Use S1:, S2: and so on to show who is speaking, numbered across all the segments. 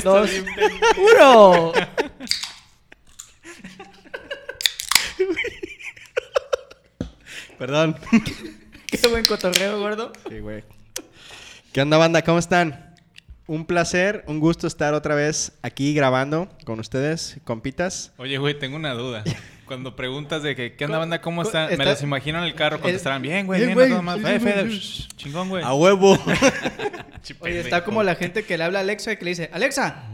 S1: dos,
S2: bien
S1: uno.
S2: Perdón.
S1: Qué buen cotorreo, gordo.
S2: Sí, güey. ¿Qué onda, banda? ¿Cómo están? Un placer, un gusto estar otra vez aquí grabando con ustedes, compitas.
S3: Oye, güey, tengo una duda. Cuando preguntas de que, qué onda,
S1: Co-
S3: banda, cómo
S1: co-
S3: están, me
S1: está-
S3: las imagino en el carro, contestarán bien, güey,
S1: bien,
S3: bien,
S1: güey,
S3: no, todo más.
S1: sí,
S3: Eh,
S1: sí, güey,
S3: Feder,
S1: sí.
S3: shh, chingón, güey.
S2: ¡A huevo!
S1: Oye, está como la gente que le habla a Alexa y que le dice, Alexa.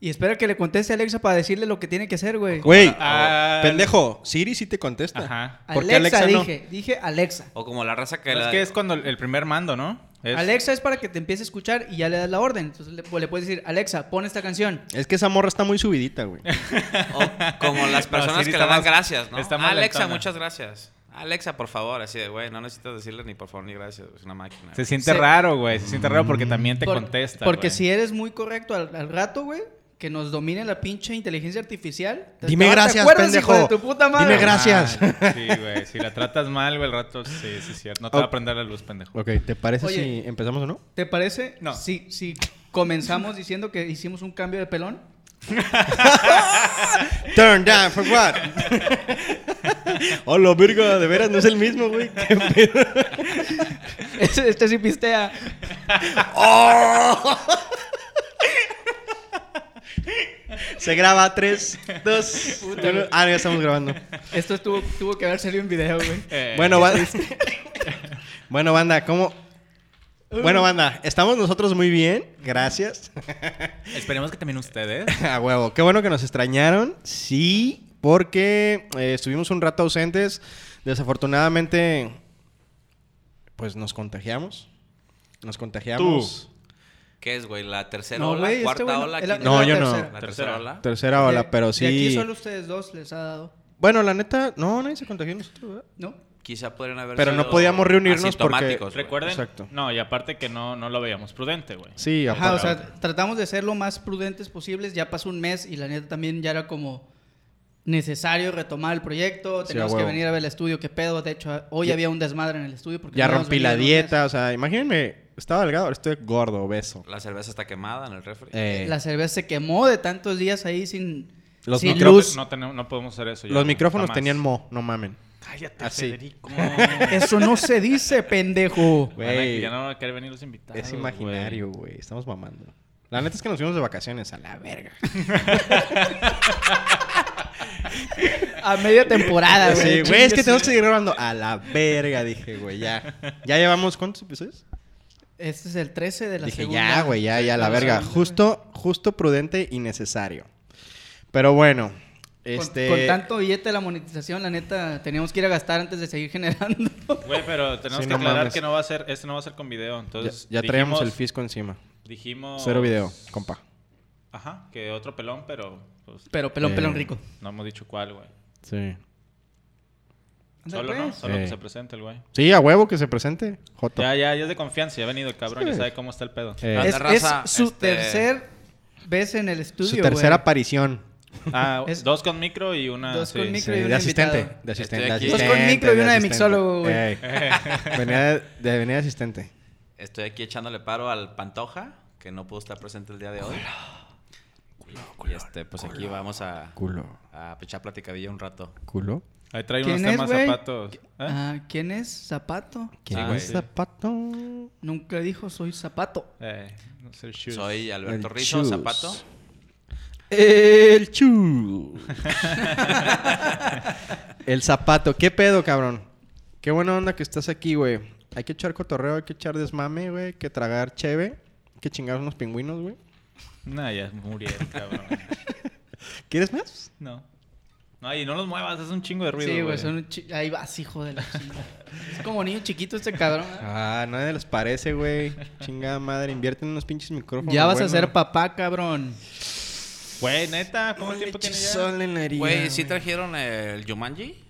S1: Y espera que le conteste a Alexa para decirle lo que tiene que hacer, güey.
S2: Güey,
S3: Ah,
S2: pendejo, Siri sí te contesta.
S3: Ajá.
S2: ¿Por qué
S1: Alexa,
S2: Alexa no?
S1: dije, dije Alexa.
S4: O como la raza que...
S3: Es
S4: la-
S3: que es cuando el el primer mando, ¿no? Es-
S1: Alexa es para que te empiece a escuchar y ya le das la orden. Entonces le, le puedes decir, Alexa, pon esta canción.
S2: Es que esa morra está muy subidita, güey.
S4: o como las
S3: No,
S4: personas
S3: Siri
S4: que
S3: está
S4: le dan
S3: más-
S4: gracias, ¿no?
S3: está más
S4: Alexa,
S3: lentona.
S4: muchas gracias. Alexa, por favor. Así de, güey, no necesitas decirle ni por favor ni gracias. Es una máquina.
S3: Se siente
S1: Se-
S3: raro, güey. Se siente raro porque también te
S1: Por-
S3: contesta.
S1: Porque
S3: güey.
S1: si eres muy correcto al, al rato, güey, que nos domine la pinche inteligencia artificial. te-
S2: Dime
S1: te- te
S2: gracias,
S1: acuerdas, hijo de
S2: pendejo.
S1: tu puta madre.
S2: Dime gracias.
S3: Mal. Sí, güey. Si la tratas mal, güey, el rato sí, sí, es cierto. No te va a prender la luz, pendejo.
S2: Ok, ¿te parece
S1: Oye.
S2: si empezamos o no?
S1: ¿Te parece?
S3: No.
S1: Si, si comenzamos diciendo que hicimos un cambio de pelón.
S2: Turn down for what? Hola, Virgo, de veras no es el mismo, güey. Qué pedo.
S1: Este, este sí pistea.
S2: Oh. Se graba 3, 2, 1. Ah, ya estamos grabando.
S1: Esto estuvo, tuvo que haber salido en video, güey.
S3: Eh,
S2: Bueno, banda. bueno, banda, ¿cómo? Bueno, banda, estamos nosotros muy bien, gracias.
S3: Esperemos que también ustedes.
S2: A huevo, qué bueno que nos extrañaron. Sí, porque eh, estuvimos un rato ausentes. Desafortunadamente, pues nos contagiamos. Nos contagiamos.
S4: ¿Qué es, güey? ¿La tercera
S1: No,
S4: ola?
S1: güey, este
S4: ¿Cuarta
S1: güey no-
S4: ola?
S1: es la-
S4: quinta
S2: No,
S4: ola?
S2: yo no.
S4: ¿La
S1: tercera.
S4: tercera ola?
S2: Tercera ola,
S1: De-
S2: pero sí.
S1: De aquí solo ustedes dos les ha dado,
S2: Bueno, la neta, no, nadie se contagió nosotros, ¿verdad?
S1: ¿no?
S4: Quizá podrían haber
S2: Pero no
S4: sido
S2: podíamos reunirnos porque-
S4: asintomáticos, güey.
S3: Recuerden.
S2: Exacto.
S3: No, y aparte que no, no lo veíamos prudente, güey.
S2: Sí,
S1: Ajá, o
S2: aparte.
S1: sea, tratamos de ser lo más prudentes posibles. Ya pasó un mes y la neta también ya era como necesario retomar el proyecto.
S2: Sí,
S1: Teníamos
S2: a
S1: que
S2: huevo.
S1: venir a ver el estudio, qué pedo. De hecho, hoy
S2: Ya-
S1: había un desmadre en el estudio. Porque
S2: ya
S1: no habíamos
S2: rompí la
S1: venido en un mes.
S2: dieta, o sea, imagínense, estaba delgado, ahora estoy gordo, obeso.
S4: La cerveza está quemada en el refri.
S2: Eh,
S1: La cerveza se quemó de tantos días ahí sin,
S2: Los
S1: sin
S2: micrófonos-
S1: luz.
S3: No, tenemos, no podemos hacer eso. ya,
S2: los micrófonos
S3: jamás.
S2: tenían mo, no mamen.
S3: Cállate,
S2: Así.
S3: Federico.
S1: Eso no se dice, pendejo.
S3: Van a-
S2: Güey.
S3: Ya no van a querer venir los invitados.
S2: Es imaginario, güey. Estamos mamando. La neta es que nos fuimos de vacaciones a la verga.
S1: A media temporada, güey.
S2: Sí, güey, es que
S1: Chingues.
S2: tenemos que seguir grabando. A la verga, dije, güey, ya. Ya llevamos cuántos episodios?
S1: Este es el 13 de la
S2: Dije,
S1: segunda.
S2: ya, güey, ya, ya, la verga.
S1: segunda,
S2: Justo, justo prudente y necesario. Pero bueno,
S1: Con-
S2: este.
S1: Con, tanto billete de la monetización, la neta, teníamos que ir a gastar antes de seguir generando.
S3: Güey, pero tenemos
S2: Sí,
S3: que
S2: no
S3: aclarar
S2: mames.
S3: que no va a ser, este no va a ser con video. Entonces,
S2: ya ya traíamos el
S3: dijimos-
S2: fisco encima.
S3: Dijimos.
S2: Cero video, compa.
S3: Ajá, que otro pelón, pero pues,
S1: Pero pelón,
S2: Eh.
S1: pelón rico.
S3: no hemos dicho cuál, güey.
S2: Sí.
S1: Ándale,
S3: Solo, ¿no?
S1: pues.
S3: Solo
S2: Sí.
S3: que se presente el güey.
S2: Sí, a huevo que se presente. Joto.
S3: Ya, ya, ya es de confianza, ya ha venido el cabrón,
S2: Sí.
S3: ya sabe cómo está el pedo.
S2: Eh,
S4: Anda,
S1: Es,
S4: raza,
S1: es su
S4: este-
S1: tercer vez en el estudio,
S2: su tercera
S1: güey.
S2: aparición.
S3: Ah,
S1: Es-
S3: dos con micro y una.
S1: Dos con micro.
S2: Sí,
S1: y un
S2: de asistente.
S1: invitado.
S2: De asistente.
S4: Estoy
S2: de
S4: aquí.
S2: asistente,
S1: Dos Pues con micro y
S2: de
S1: una de
S2: asistente.
S1: mixólogo, güey.
S2: Ey. Venía de, de- venía de asistente.
S4: Estoy aquí echándole paro al Pantoja, que no pudo estar presente el día de hoy. y este, pues aquí vamos a,
S2: Culo.
S4: a echar platicadilla un rato.
S2: Culo.
S3: Ahí trae unos
S1: ¿Quién es,
S3: temas
S1: güey?
S3: zapatos. ¿Eh?
S1: Ah, ¿Quién es Zapato?
S2: ¿Quién
S4: Ah,
S2: es
S4: sí.
S2: zapato?
S1: Nunca dijo soy Zapato.
S3: Eh, no sé, shoes.
S4: Soy Alberto
S2: El
S4: Rizzo,
S2: Chus.
S4: Zapato.
S2: El chu. El zapato. ¿Qué pedo, cabrón? Qué buena onda que estás aquí, güey. Hay que echar cotorreo, hay que echar desmame, güey. Hay que tragar cheve. Hay que chingar unos pingüinos, güey.
S3: Nah, ya murieron, cabrón.
S2: ¿Quieres más?
S3: No. No, y no los muevas, es un chingo de ruido.
S1: Sí, güey, son un chi- ahí vas, hijo de la chingada. Es como niño chiquito este cabrón. ¿eh?
S2: Ah, nadie les parece, güey. Chingada madre, invierte en unos pinches micrófonos.
S1: Ya vas
S2: buenos.
S1: a ser papá, cabrón.
S3: Güey, neta, ¿cómo tiempo tiene ya?
S2: Sol en la herida,
S4: Güey, ¿sí
S2: güey.
S4: trajeron el Jumanji?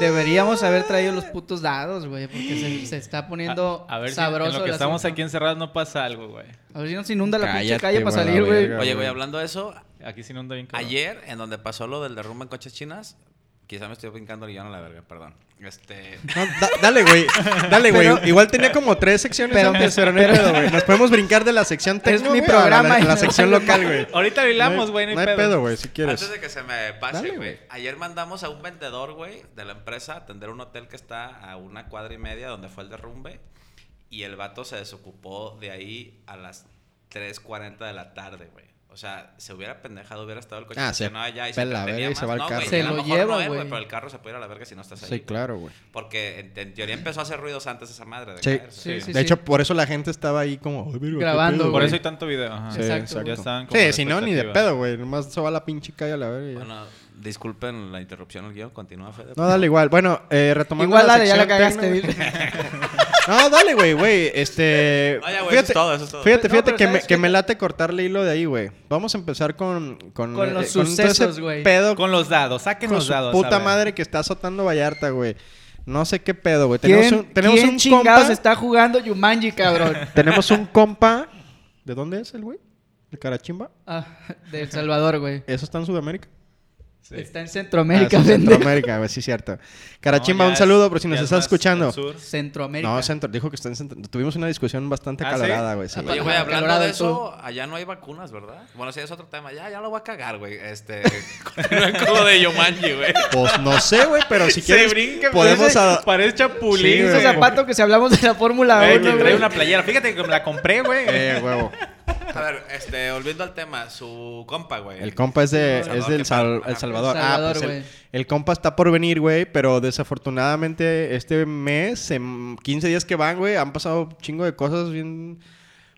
S1: Deberíamos haber traído los putos dados, güey, porque se, se está poniendo
S3: A, a ver si
S1: sabroso.
S3: en
S1: el
S3: lo que estamos
S1: asunto.
S3: aquí encerrados no pasa algo, güey.
S1: A ver si nos inunda la pinche
S2: Cállate,
S1: calle para
S2: güey, la
S1: salir, güey.
S2: verga.
S4: Oye,
S2: güey.
S4: güey, hablando de eso,
S3: Aquí sí no anda bien cabrón.
S4: ayer, en donde pasó lo del derrumbe en coches chinas, Quizá me estoy brincando el guión a la verga, perdón. Este.
S2: No, da- dale, güey. Dale, güey. Igual tenía como tres secciones
S1: pero-
S2: antes, pero no hay
S1: pero-
S2: pedo, güey. Nos podemos brincar de la sección
S1: Es
S2: tecno,
S1: mi
S2: güey, a la-
S1: programa
S2: a
S1: y
S2: la,
S1: no-
S2: sección local, güey.
S3: Ahorita bailamos, güey, no hay pedo.
S2: güey, si quieres.
S4: Antes de que se me pase,
S2: Dale,
S4: güey.
S2: güey.
S4: Ayer mandamos a un vendedor, güey, de la empresa a atender un hotel que está a una cuadra y media donde fue el derrumbe. Y el vato se desocupó de ahí a las 3.40 de la tarde, güey. O sea, se hubiera pendejado, hubiera estado el coche
S2: Ah, se
S4: estacionado allá y
S2: pela la
S4: entretenía
S2: verga y se
S4: más.
S2: va el
S4: No,
S2: carro.
S4: güey,
S1: Se
S4: a
S1: lo
S4: mejor
S1: lleva,
S4: no es,
S1: güey.
S4: Pero el carro se puede ir a la verga si no estás ahí.
S2: Sí,
S4: güey.
S2: claro, güey.
S4: Porque en, en teoría empezó a hacer ruidos antes esa madre de
S2: Sí.
S4: caerse.
S1: Sí, sí,
S2: de
S1: sí.
S2: hecho, por eso la gente estaba ahí como... "Ay, verga, qué
S1: Grabando,
S2: pedo,
S3: Por
S1: güey.
S3: eso hay tanto video. Ajá.
S1: Sí, exacto.
S3: Ya estaban como
S2: Sí,
S3: la
S2: si no, ni de
S3: expectativa.
S2: pedo, güey. Nomás se va la pinche calle a la verga. y ya.
S4: Bueno, disculpen la interrupción, el guión. Continúa, Fede.
S2: No, dale igual. Bueno, eh, retomando
S1: Igual dale, ya la
S2: sección
S1: cagaste.
S2: tecno,
S1: dile.
S2: güey. No, dale, güey, güey. Este...
S4: No, ya, güey, eso
S2: fíjate,
S4: es todo, eso es todo.
S2: Fíjate,
S1: No,
S2: fíjate
S1: pero
S2: que, me,
S1: ¿sabes
S2: que
S1: qué?
S2: me late cortarle hilo de ahí, güey. Vamos a empezar con... Con,
S1: Con los
S2: todo ese
S1: sucesos, güey.
S2: pedo
S3: Con los dados, saquen
S2: con
S3: los
S2: su
S3: dados. a
S2: puta
S3: ver.
S2: madre que está azotando Vallarta, güey. No sé qué pedo, güey. Tenemos
S1: ¿Quién,
S2: un, tenemos
S1: quién
S2: un
S1: chingados
S2: compa...
S1: está jugando Yumanji, cabrón?
S2: Tenemos un compa... ¿De dónde es el güey? ¿De Carachimba?
S1: Ah, de El Salvador, güey.
S2: ¿Eso está en Sudamérica?
S3: Sí.
S1: Está en Centroamérica,
S2: Ah, sí,
S1: pendejo.
S2: Centroamérica, güey, sí, cierto. Carachimba,
S3: No, ya
S2: un saludo por
S3: es-
S2: si
S3: ya
S2: nos
S3: es
S2: estás
S3: más
S2: escuchando.
S3: del sur.
S1: Centroamérica.
S2: No, centro, dijo que está en centro. Tuvimos una discusión bastante
S3: ¿Ah, sí?
S2: acalorada, güey. sí,
S1: Ah,
S2: güey.
S4: Oye, güey,
S1: Ajá,
S4: hablando
S1: Colorado
S4: de
S1: del
S4: eso, allá no hay vacunas, ¿verdad? Bueno, sí, es otro tema. Ya, ya lo voy a cagar, güey. Este, continúa con lo de Yomanji, güey.
S2: Pues no sé, güey, pero si
S3: Se
S2: quieres
S3: brinca,
S2: podemos
S3: parece,
S2: a-
S3: parece chapulín.
S2: Sí,
S1: Dice
S3: güey.
S1: Zapato que si hablamos de la Fórmula
S3: Güey,
S1: 1,
S3: que
S1: güey.
S3: trae una playera. Fíjate que me la compré, güey.
S2: Eh, huevo.
S4: A ver, este, volviendo al tema, su compa, güey.
S2: El compa es de
S4: Salvador,
S2: es del
S4: ¿qué
S2: Sal-
S4: tal?
S2: El Salvador.
S1: El
S2: ah,
S1: Salvador,
S2: pues el,
S1: güey.
S2: el compa está por venir, güey, pero desafortunadamente este mes, en 15 días que van, güey, han pasado un chingo de cosas bien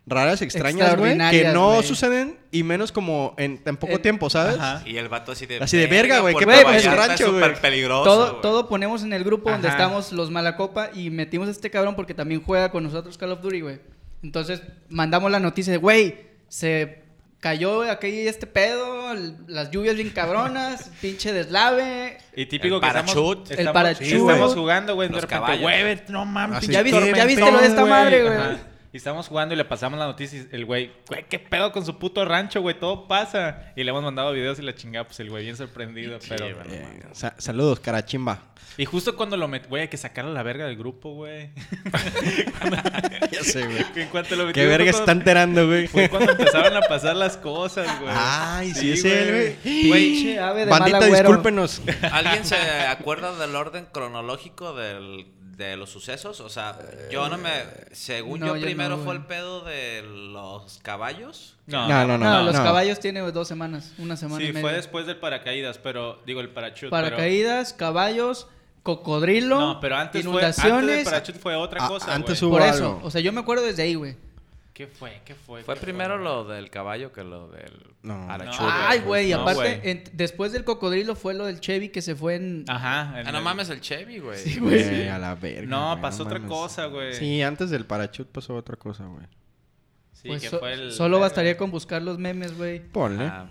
S2: raras, extrañas, güey, que
S1: Extraordinarias,
S2: no
S1: güey.
S2: suceden y menos como en tan poco
S1: En-
S2: tiempo, ¿sabes?
S3: Ajá.
S4: Y el vato así de.
S2: Así de verga, güey,
S4: porque
S1: qué pedo, güey,
S4: Vallarta
S2: rancho,
S4: es súper
S2: güey.
S4: peligroso.
S1: Todo,
S4: güey.
S1: todo ponemos en el grupo donde
S3: Ajá.
S1: estamos los Malacopa y metimos a este cabrón porque también juega con nosotros Call of Duty, güey. Entonces mandamos la noticia de, güey, se cayó aquí este pedo, el- las lluvias bien cabronas, pinche deslave.
S3: Y típico
S4: El
S3: que estamos-
S4: parachut.
S3: estamos,
S1: El parachut.
S3: sí, estamos jugando, güey, de
S4: Los
S3: repente,
S4: caballos.
S3: güey, ve- no mames,
S2: Así.
S3: pinche
S2: ¿Ya viste-
S1: Ah, ya viste
S3: tormentón,
S1: lo de esta madre, güey?
S3: Ajá. Y estamos jugando y le pasamos la noticia y el güey, güey, qué pedo con su puto rancho, güey, todo pasa. Y le hemos mandado videos y la chingada, pues el güey bien sorprendido, pero...
S2: Eh, sa- saludos, carachimba.
S3: Y justo cuando lo metí, güey, hay que sacaron la verga del grupo, güey.
S2: Ya sé, güey.
S3: en cuanto lo metí,
S2: Qué verga se está enterando, güey.
S3: Fue cuando empezaron a pasar las cosas, güey.
S2: Ay, sí, es él, güey.
S1: Pinche ave de
S2: Bandita,
S1: mal agüero.
S2: discúlpenos.
S4: ¿Alguien se acuerda del orden cronológico del- de los sucesos? O sea, yo no me. Según
S1: no,
S4: yo,
S1: yo
S4: primero
S1: no, eh.
S4: fue
S1: güey.
S4: el pedo de los caballos.
S3: No,
S2: No,
S1: No,
S2: no, no.
S1: los caballos tiene dos semanas, una semana y
S3: Sí,
S1: media.
S3: fue después del paracaídas, pero... Digo, el parachut, pero-
S1: Paracaídas, caballos, cocodrilo,
S3: No, pero antes fue... Antes
S1: inundaciones.
S3: del parachut fue otra
S2: Ah,
S3: cosa,
S2: antes
S3: güey.
S2: hubo-
S1: por eso,
S2: algo.
S1: o sea, yo me acuerdo desde ahí, güey.
S3: ¿Qué fue? ¿Qué fue?
S4: Fue
S3: ¿Qué
S4: primero
S3: güey?
S4: lo del caballo que lo del.
S2: No.
S4: parachut,
S3: Chulo,
S1: Ay, güey, y
S3: no,
S1: aparte,
S3: güey.
S1: en- después del cocodrilo fue lo del Chevy que se fue en...
S3: Ajá. en
S4: Ah, no
S3: el-
S4: mames, el Chevy, güey.
S1: Sí, güey.
S2: Güey, Eh, a la verga.
S3: No,
S2: güey,
S3: pasó otra
S2: mames.
S3: cosa, güey.
S2: Sí, antes del parachut pasó otra cosa, güey.
S3: Sí,
S1: Pues
S3: que
S1: so-
S3: fue el-
S1: solo bastaría con buscar los memes, güey.
S2: Ponle.
S4: Ah.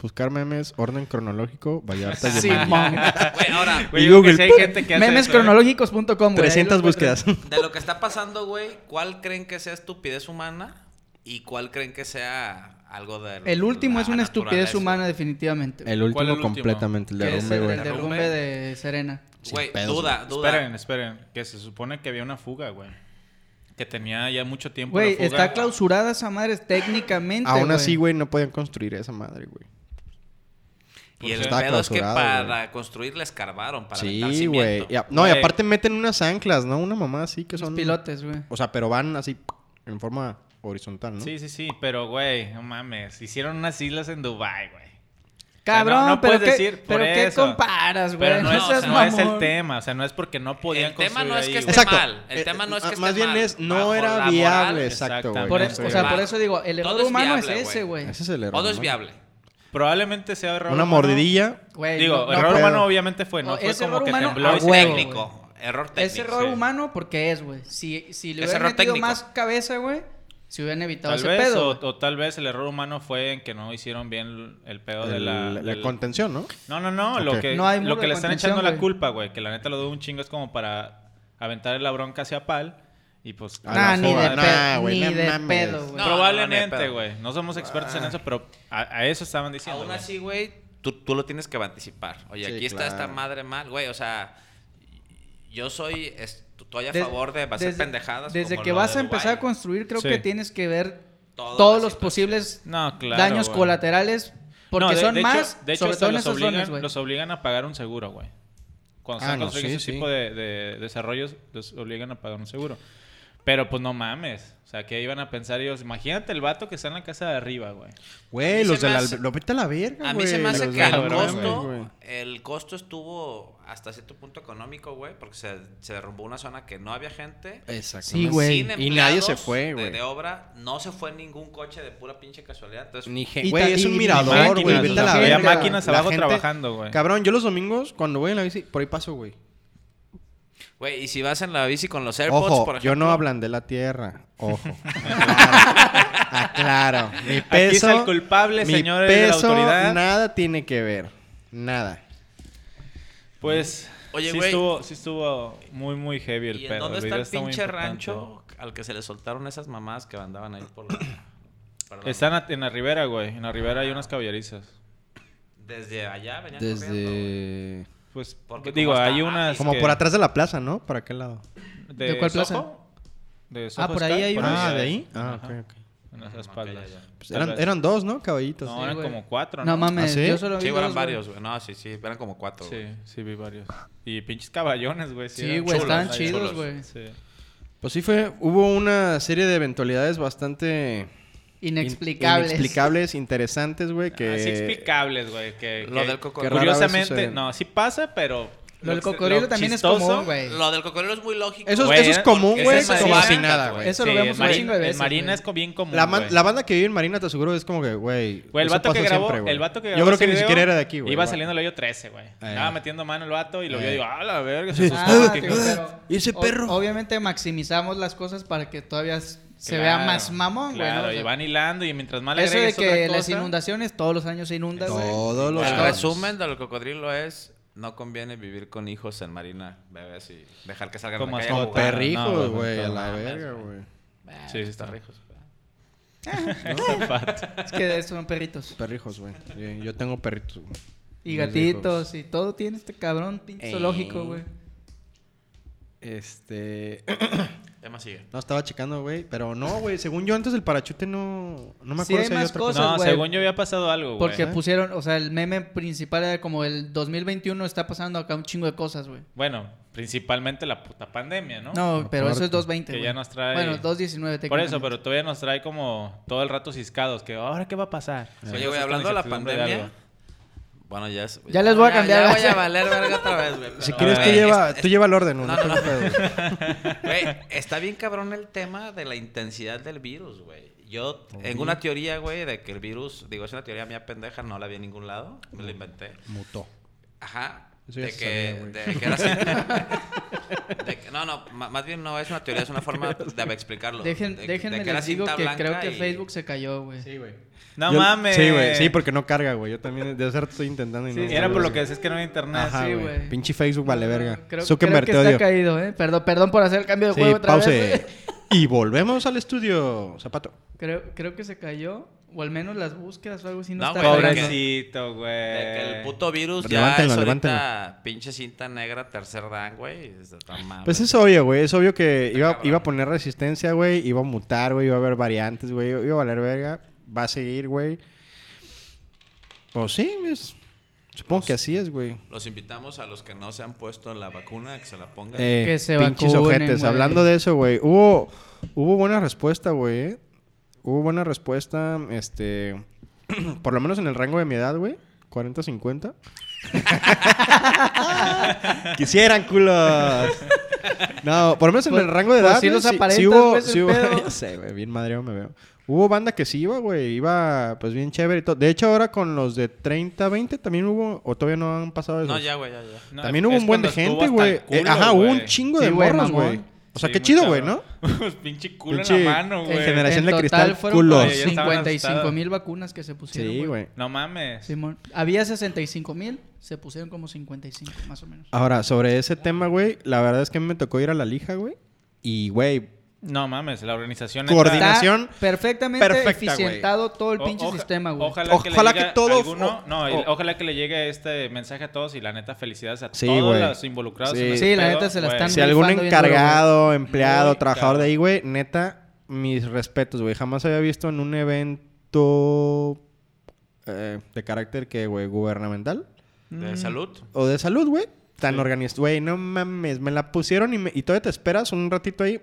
S2: Buscar memes, orden cronológico, Vallarta y
S1: Simón.
S4: Güey, ahora,
S3: Güey,
S2: Y
S3: yo creo que
S2: Google.
S3: sí hay gente que hace eso, ¿eh?
S1: Memescronológicos.com, güey.
S2: 300
S1: ahí los encuentran.
S2: búsquedas.
S4: de lo que está pasando, güey, ¿cuál creen que sea estupidez humana y cuál creen que sea algo de
S1: El último
S3: Ah,
S4: la
S1: es una estupidez
S4: naturaleza?
S1: humana, definitivamente.
S2: El
S3: ¿Cuál
S2: último
S3: el último?
S2: completamente, el
S1: Que
S2: de
S1: es
S2: Rumbe,
S1: el,
S2: güey.
S1: el derrumbe de Serena.
S4: Güey,
S2: Sin pedos,
S3: Ah,
S4: duda, duda.
S3: Esperen, esperen. Que se supone que había una fuga, güey. Que tenía ya mucho tiempo. la
S1: Güey,
S3: fuga.
S1: está clausurada esa madre técnicamente,
S2: Aún así, güey, no podían construir esa madre, güey.
S4: Y el
S3: Está
S4: pedo es que
S2: clausurado,
S4: para construir le escarbaron, para aventar
S2: Sí,
S4: cimiento.
S2: güey. Y a- No, y
S3: Güey.
S2: aparte meten unas anclas, ¿no? Una mamá así que
S1: Los
S2: son...
S1: pilotes, güey.
S2: O sea, pero van así en forma horizontal, ¿no?
S3: Sí, sí, sí. Pero, güey, no mames. Hicieron unas islas en Dubai, güey.
S1: Cabrón,
S3: no
S1: pero,
S3: puedes
S1: qué,
S3: decir por
S1: pero qué
S3: eso.
S1: comparas, güey.
S3: Pero no,
S1: No
S3: es,
S1: seas
S3: no es el
S1: mamón.
S3: tema. O sea, no es porque no podían
S4: El tema
S3: construir
S4: no es
S3: ahí,
S4: que
S3: güey.
S4: esté mal. El
S2: Eh,
S4: tema no es
S2: eh,
S4: que esté
S2: más bien
S4: mal.
S2: es, no
S4: Bajo la
S2: era
S4: moral,
S2: viable, exacto, güey.
S3: exactamente.
S1: Por
S2: No
S1: e-
S2: sé,
S1: o sea,
S2: güey.
S1: por eso digo, el error
S4: Todo es
S1: humano
S4: viable,
S1: es ese,
S4: güey.
S1: güey.
S2: Ese es el error.
S4: Todo es
S2: ¿no?
S4: viable.
S3: Probablemente sea error
S2: Una
S3: humano.
S2: mordidilla.
S1: Güey,
S3: Digo,
S1: no- no,
S3: error
S2: pedo.
S3: humano obviamente fue. No
S1: No,
S3: fue
S1: es
S3: como
S1: error
S3: que
S1: humano ah,
S3: tembló.
S1: a
S3: y se-
S1: huevo,
S4: técnico. Error técnico.
S1: Es error
S3: sí.
S1: humano porque es, güey. Si, si le
S4: Es
S1: hubieran
S4: error
S1: metido
S4: técnico.
S1: más cabeza, güey, se hubieran evitado
S3: Tal
S1: ese
S3: vez,
S1: pedo.
S3: o, o tal vez el error humano fue en que no hicieron bien el pedo de
S2: El-
S3: la...
S2: la
S3: del-
S2: contención, ¿no?
S3: No, no, no. Lo
S2: Ok.
S3: que,
S1: No hay muro
S3: lo que
S1: de
S3: le están
S1: contención,
S3: echando la
S1: güey.
S3: culpa, güey. Que la neta lo de un chingo es como para aventar la bronca hacia Pal. Y pues...
S2: Ah,
S1: Nah,
S2: no,
S1: ni de
S2: joder,
S1: pedo,
S2: nah, güey,
S1: ni
S2: no
S1: de
S2: mames.
S1: pedo, güey.
S4: No, no, no, ni de
S3: Probablemente,
S4: pedo. Ah.
S3: güey. No, somos expertos en eso, pero a, a eso estaban diciendo.
S4: Aún
S3: güey.
S4: así, güey, tú, tú lo tienes que anticipar. Oye,
S2: Sí,
S4: aquí está esta
S2: claro.
S4: madre mal, güey. O sea, yo soy, estoy a
S1: Des-
S4: favor de hacer pendejadas.
S1: Desde
S4: como
S1: que
S4: lo
S1: vas a
S4: de
S1: empezar a
S4: Dubái.
S1: construir, creo
S2: Sí.
S1: que tienes que ver
S4: Toda
S1: todos
S4: la
S1: los
S4: situación.
S1: posibles
S3: No, claro.
S1: daños
S3: güey.
S1: colaterales. Porque
S3: No, de-
S1: son
S3: de hecho-
S1: más,
S3: de hecho,
S1: sobre
S3: hasta
S1: todo en
S3: los
S1: esas zonas,
S3: obligan,
S1: güey.
S3: los obligan a pagar un seguro, güey. Cuando
S2: Ah,
S3: están
S2: no,
S3: construyendo
S2: sí, sí.
S3: ese tipo de, de desarrollos, los obligan a pagar un seguro. Pero pues no mames. O sea, que iban a pensar ellos. Imagínate el vato que está en la casa de arriba, güey.
S4: A mí
S2: Güey,
S4: se
S2: los de
S4: me
S2: la...
S4: hace-
S2: Lo vete a la verga,
S4: A mí se me
S2: güey,
S4: hace
S2: los
S4: que
S2: de
S4: al
S2: Alborán,
S4: costo,
S2: güey.
S4: el costo estuvo hasta cierto punto económico, güey, porque se, se derrumbó una zona que no había gente.
S1: Sí,
S2: Exactamente.
S1: güey.
S4: sin
S2: Eh, Y nadie se
S4: empleados
S2: fue,
S4: de-
S2: güey.
S4: De obra, no se fue ningún coche de pura pinche casualidad. Entonces,
S2: Ni
S1: Y
S2: gente. Güey,
S1: ta-
S2: es
S1: y
S2: un
S1: ni
S2: mirador,
S1: máquinas,
S2: güey. Vete a
S1: o
S2: la
S1: sea, había
S2: verga.
S3: máquinas
S2: La
S3: abajo
S2: gente-
S3: trabajando, güey.
S2: Cabrón, yo los domingos, cuando voy en la bici, por ahí paso, güey.
S4: güey, y si vas en la bici con los AirPods,
S2: Ojo,
S4: por ejemplo.
S2: yo no ablandé la tierra. Ojo. Aclaro. Mi peso.
S3: Aquí está el culpable,
S2: mi
S3: señores de la
S2: peso,
S3: autoridad.
S2: Nada tiene que ver. Nada.
S3: Pues.
S4: Oye,
S3: sí
S4: güey.
S3: estuvo, sí estuvo muy, muy heavy el
S4: ¿Y
S3: pedo.
S4: en dónde
S3: El
S4: está
S3: video
S4: el
S3: muy
S4: pinche
S3: importante.
S4: rancho al que se le soltaron esas mamás que andaban ahí por la... Perdón.
S3: Están a- en la ribera, güey. En la ribera hay
S4: Ah.
S3: unas caballerizas.
S4: Desde allá venían corriendo,
S2: Desde.
S3: Pues,
S4: Porque
S3: digo,
S4: como
S3: hay
S4: está- Ah,
S3: unas.
S2: Como
S3: que-
S2: por atrás de la plaza, ¿no? ¿Para qué lado?
S1: ¿De cuál plaza?
S3: Soho, De Soho
S1: por
S3: Sky,
S1: ahí hay unas.
S2: Ah,
S3: hay.
S2: ¿de ahí? Ah,
S3: Ajá,
S2: ok, ok.
S3: En
S4: Mm,
S3: las
S4: ok,
S3: espaldas.
S4: ya, ya.
S2: Pues
S3: Tal
S2: eran,
S3: vez.
S2: eran dos, ¿no? Caballitos.
S3: No,
S1: Sí,
S3: eran
S1: güey.
S3: como cuatro, ¿no?
S1: No mames,
S2: ¿Ah, sí?
S1: yo solo
S4: güey.
S1: vi
S4: Sí,
S1: dos,
S4: eran
S1: güey.
S4: varios, güey. No, sí, sí, eran como cuatro.
S3: Sí,
S4: güey.
S3: sí vi varios. Y pinches caballones, güey.
S1: Sí,
S3: eran
S1: güey,
S3: chulos,
S1: estaban
S3: ahí.
S1: chidos,
S4: chulos,
S1: güey.
S3: Sí.
S2: Pues sí fue. Hubo una serie de eventualidades bastante. in-
S1: Inexplicables.
S2: Inexplicables, interesantes, güey. Que.
S3: Así Ah, explicables, güey. Que,
S4: Lo
S3: que-
S4: del cocodrilo.
S2: rara vez
S3: Curiosamente,
S2: sucede.
S3: no, sí pasa, pero...
S1: Lo del
S3: que-
S1: cocodrilo también es
S3: chistoso-
S1: común, güey.
S4: Lo del cocodrilo es muy lógico.
S2: Eso,
S3: Güey,
S2: eso es
S3: era-
S2: común,
S4: porque
S2: güey.
S4: esa es
S2: Como
S4: marina,
S2: afinada,
S4: güey.
S2: güey.
S1: Eso lo
S3: Sí,
S1: vemos
S3: en
S1: un
S3: Mari-
S1: chingo de veces.
S3: En Marina
S1: güey.
S3: es co- bien común,
S2: La, man-
S3: güey.
S2: la banda que vive en Marina, te aseguro, es como que, güey.
S3: Güey, el
S2: eso
S3: vato que
S2: pasa
S3: grabó,
S2: siempre, güey.
S3: el vato que
S2: Yo
S3: grabó
S2: creo que
S3: ese
S2: ni
S3: video,
S2: siquiera era de aquí, güey.
S3: Iba
S2: va.
S3: saliendo el hoyo 13, güey. Estaba metiendo mano el vato y lo vio y digo, ah, la verga, se
S2: Sí.
S3: asustó.
S1: Ah,
S3: porque-
S1: digo, pero
S2: ¿Y ese
S1: o-
S2: perro?
S1: obviamente maximizamos las cosas para que todavía s- se vea
S3: Claro,
S1: más mamón, güey. ¿no?
S3: Claro,
S1: O sea,
S3: y van hilando y mientras más le
S1: eso de
S3: agregues
S1: que
S3: otra
S1: las
S3: cosa-
S1: inundaciones todos los años se inunda, güey.
S2: Todos los
S4: El
S2: años.
S4: resumen del cocodrilo es: no conviene vivir con hijos en marina, bebés, y dejar que salgan
S3: Como
S4: a la calle a
S3: mascota.
S2: Como
S4: jugar.
S3: No,
S2: perrijos,
S3: güey,
S2: güey.
S3: no
S2: a la
S4: mames,
S2: verga,
S4: güey.
S2: güey.
S4: Ah,
S3: Sí, sí,
S4: está
S3: está.
S4: ricos.
S1: Es que son perritos.
S2: Perrijos, güey. Sí, Yo tengo perritos, güey.
S1: Y
S2: Mis
S1: gatitos y todo tiene este cabrón pinche
S2: Ey.
S1: zoológico, güey.
S2: Este.
S4: Emma sigue.
S2: No, estaba checando, güey. Pero no, güey. Según yo, antes del parachute no. No me acuerdo
S1: Sí, hay
S2: si hay
S1: más
S2: otra
S1: cosas.
S3: No,
S1: güey.
S3: según yo había pasado algo, güey.
S1: Porque
S2: ¿eh?
S1: pusieron, o sea, el meme principal era como el 2021 está pasando acá un chingo de cosas, güey.
S3: Bueno, principalmente la puta pandemia, ¿no?
S1: No, pero eso es
S2: Aparte.
S1: 220,
S3: Que
S1: güey.
S3: ya nos trae-
S1: Bueno, 219
S3: Por eso,
S1: técnicamente.
S3: pero todavía nos trae como todo el rato ciscados, que ahora qué va a pasar.
S4: Oye, güey, hablando de la pandemia. Bueno, ya es.
S1: Ya les voy a cambiar.
S4: Ya voy a valer verga otra vez, güey.
S2: Si
S4: pero-
S2: quieres, tú
S4: Güey,
S2: lleva,
S4: es-
S2: tú lleva el orden, güey.
S4: No,
S2: No,
S4: no,
S2: te
S4: no.
S2: preocupes, güey.
S4: Güey, está bien cabrón el tema de la intensidad del virus, güey. Yo tengo una teoría, güey, de que el virus, digo, es una teoría mía pendeja, no la vi en ningún lado, me la inventé.
S2: Mutó.
S4: Ajá.
S2: Eso
S4: De
S2: ya se
S4: que,
S2: sabía, güey.
S4: de que era así. De que- no, no, ma- más bien no es una teoría, es una forma de explicarlo.
S1: Dejen-
S4: De- de
S1: déjenme
S4: que era
S1: les digo
S4: cinta
S1: que creo
S4: blanca
S1: que
S4: y-
S1: Facebook se cayó, güey.
S2: güey.
S3: No
S2: Yo-
S3: mames.
S2: Sí, güey. Sí, porque no carga, güey. Yo también de hacer estoy intentando y
S1: Sí,
S2: no.
S1: sí,
S3: Era por lo
S2: güey.
S3: que decías que no había internet.
S2: Ajá,
S1: Sí, güey.
S2: güey. Pinche Facebook vale verga.
S1: Creo,
S2: Zuckerberg,
S1: creo que
S2: te
S1: está
S2: odio.
S1: caído, ¿eh? Perdón, perdón por hacer el cambio de
S2: Sí,
S1: juego otra vez. eh.
S2: pause.
S1: güey.
S2: Y volvemos al estudio, Zapato.
S1: Creo, creo que se cayó, o al menos las búsquedas o algo así no,
S4: No,
S1: está
S4: güey,
S1: cabrón.
S4: que-
S3: Pobrecito, güey.
S4: De que
S3: Eh,
S4: el puto virus ya
S2: Levántalo,
S4: es ahorita
S2: levántalo.
S4: pinche cinta negra, tercer dan, güey. Es de tan mal,
S2: Pues
S4: güey.
S2: es obvio, güey. Es obvio que iba,
S4: cabrón.
S2: iba a poner resistencia, güey. Iba a mutar, güey. Iba a haber variantes, güey. Iba a valer verga. Va a seguir, güey. Pues sí, es- supongo que así es, güey.
S4: Los invitamos a los que no se han puesto la vacuna que se la pongan.
S2: Eh,
S1: Que se
S2: pinches
S1: vacunen,
S2: ojetes.
S1: güey.
S2: Hablando de eso, güey. Hubo, hubo buena respuesta, güey. eh. Hubo buena respuesta, este... por lo menos en el rango de mi edad, güey. 40-50. Quisieran, culos. No, por lo menos en
S1: Pues-
S2: el rango de
S1: pues
S2: edad.
S1: sí
S2: güey,
S1: los aparentas,
S2: hubo,
S1: pues, el
S2: sí hubo-
S1: pedo.
S2: ya sé, güey, bien madreo me veo. Hubo banda que sí iba, güey, iba pues bien chévere y todo. De hecho, ahora con los de 30, 20 también hubo, o todavía no han pasado eso.
S4: no, ya, güey, ya, ya.
S3: No,
S2: También
S3: es-
S2: hubo
S3: es
S2: un buen de
S3: cuando estuvo
S2: gente,
S3: hasta
S2: güey.
S3: el culo,
S2: Eh, ajá, hubo un
S3: güey.
S2: chingo
S1: Sí,
S2: de
S1: güey,
S2: morros,
S1: mamón.
S2: güey. O sea,
S3: Sí,
S2: qué
S3: muy
S2: chido, güey, ¿no?
S3: cabrón. Pinche culo en
S2: Pinche-
S3: la mano,
S1: En-
S3: güey.
S2: general- generación de
S1: en total
S2: cristal,
S1: fueron
S2: culos.
S1: como
S3: Oye, ya estaban
S1: 55
S3: asustados.
S1: mil vacunas que se pusieron.
S2: Sí, güey.
S3: No mames.
S1: Simón. Había 65 mil, se pusieron como 55,
S2: Ah,
S1: más o menos.
S2: Ahora, sobre ese tema, güey, la verdad es que a mí me tocó ir a la lija, güey. Y, güey,
S3: No mames, la organización.
S2: Coordina-
S3: neta-
S2: Coordinación
S1: Está perfectamente
S2: perfecta, güey.
S1: eficientado todo el
S3: O-
S1: pinche
S3: oja-
S1: sistema, güey.
S3: Ojalá,
S2: Ojalá
S3: que,
S2: que
S3: le llegue
S2: todo-
S3: alguno-
S2: o-
S3: no, y-
S2: o-
S3: ojalá que le llegue este mensaje a todos y la neta felicidades a
S2: Sí,
S3: todos
S2: güey.
S3: los involucrados.
S2: Sí.
S3: en este
S1: Sí, la
S3: pedo,
S1: neta se la
S3: güey.
S1: están-
S2: Si algún
S1: rifando bien duro,
S2: encargado, empleado,
S3: Muy
S2: trabajador
S3: cabrón.
S2: de ahí, güey, neta, mis respetos, güey. Jamás había visto en un evento eh, de carácter que, güey, gubernamental Mm.
S4: De salud.
S2: o de salud, güey, tan organizado. Güey, no mames, me la pusieron y, me- y todavía te esperas un ratito ahí,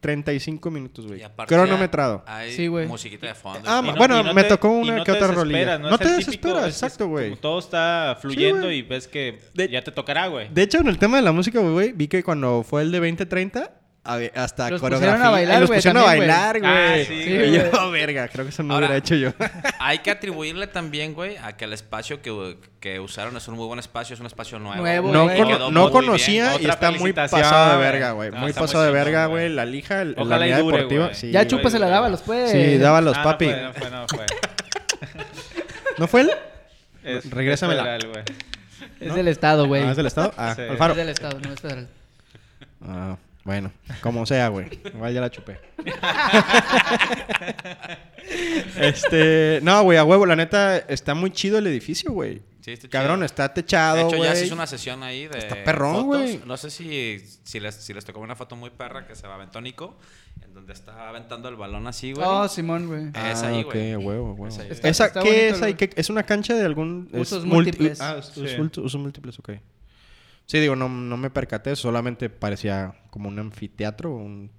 S2: 35 minutos, güey.
S4: Y aparte
S2: Cronometrado.
S4: Hay
S1: Sí, güey.
S4: musiquita de fondo.
S2: Ah,
S4: Y
S2: ma-
S4: no-
S2: bueno, me tocó
S3: y
S2: una
S3: no
S2: que
S3: te
S2: otra
S3: desesperas,
S2: rolilla.
S3: es
S2: No te
S3: el típico,
S2: desesperas,
S3: es- es
S2: exacto, güey.
S3: como Todo está fluyendo
S2: güey.
S3: y ves que
S2: De-
S3: ya te tocará, güey.
S2: De hecho, en el tema de la música, güey, vi que cuando fue el de 2030, a ver, hasta
S1: Los pusieron
S2: coreografía.
S1: a bailar,
S2: Ay, los
S1: güey,
S2: pusieron a
S1: también, güey.
S2: bailar, güey.
S3: Ah, sí,
S1: Sí,
S2: Y
S1: güey.
S2: yo, verga, creo que eso no
S4: Ahora-
S2: hubiera hecho yo.
S4: Hay que atribuirle también, güey, a que el espacio que, que usaron es un muy buen espacio, es un espacio nuevo.
S1: Nuevo,
S2: No,
S1: güey.
S4: Y
S2: cono-
S4: quedó
S2: no
S4: muy bien.
S2: conocía y
S3: Otra
S2: está muy
S3: felicitación,
S2: pasado de
S3: güey.
S2: verga, güey.
S3: No,
S2: muy
S3: está muy
S2: pasado de
S3: chingón,
S2: verga,
S3: güey.
S2: güey. La lija, el- la
S3: Ojalá y
S2: unidad
S3: dure,
S2: deportiva.
S3: güey.
S2: Sí,
S1: ya
S2: güey.
S1: chupa se la daba a los pues.
S2: Sí, daba los
S3: Ah, no
S2: papi.
S3: fue, no fue, no fue.
S2: ¿No fue él?
S3: Es-
S2: Regrésamela.
S3: federal, güey.
S1: Es del Estado, güey.
S2: Ah, ¿Es del Estado? Ah,
S3: Sí.
S1: Es
S2: Alfaro.
S1: del Estado, no es federal.
S2: Ah, bueno, como sea, güey. Igual ya la chupé. este, no, güey, a huevo, la neta está muy chido el edificio, güey.
S4: Sí, está chido.
S2: Cabrón, está
S4: De
S2: techado,
S4: hecho,
S2: güey.
S4: ya se hizo una sesión ahí de.
S2: Está perrón,
S4: fotos.
S2: güey.
S4: No sé si, si, les, si les tocó una foto muy perra que se aventó Nico, en donde está aventando el balón así,
S3: ¿eh?
S4: güey.
S1: Oh, Simón, güey.
S4: Ah, es ahí,
S2: ok,
S4: güey.
S2: a huevo, a huevo.
S4: Es ahí.
S1: Está-
S2: ¿Esa
S1: está
S2: qué
S1: bonito,
S2: es ahí?
S1: güey.
S2: ¿Qué- ¿Es una cancha de algún...? es
S1: Usos
S2: multi-
S1: múltiples.
S2: Ah, usos
S3: Sí.
S2: multi- usos múltiples, ok. Sí, digo, no, no me percaté. Solamente parecía como un anfiteatro un...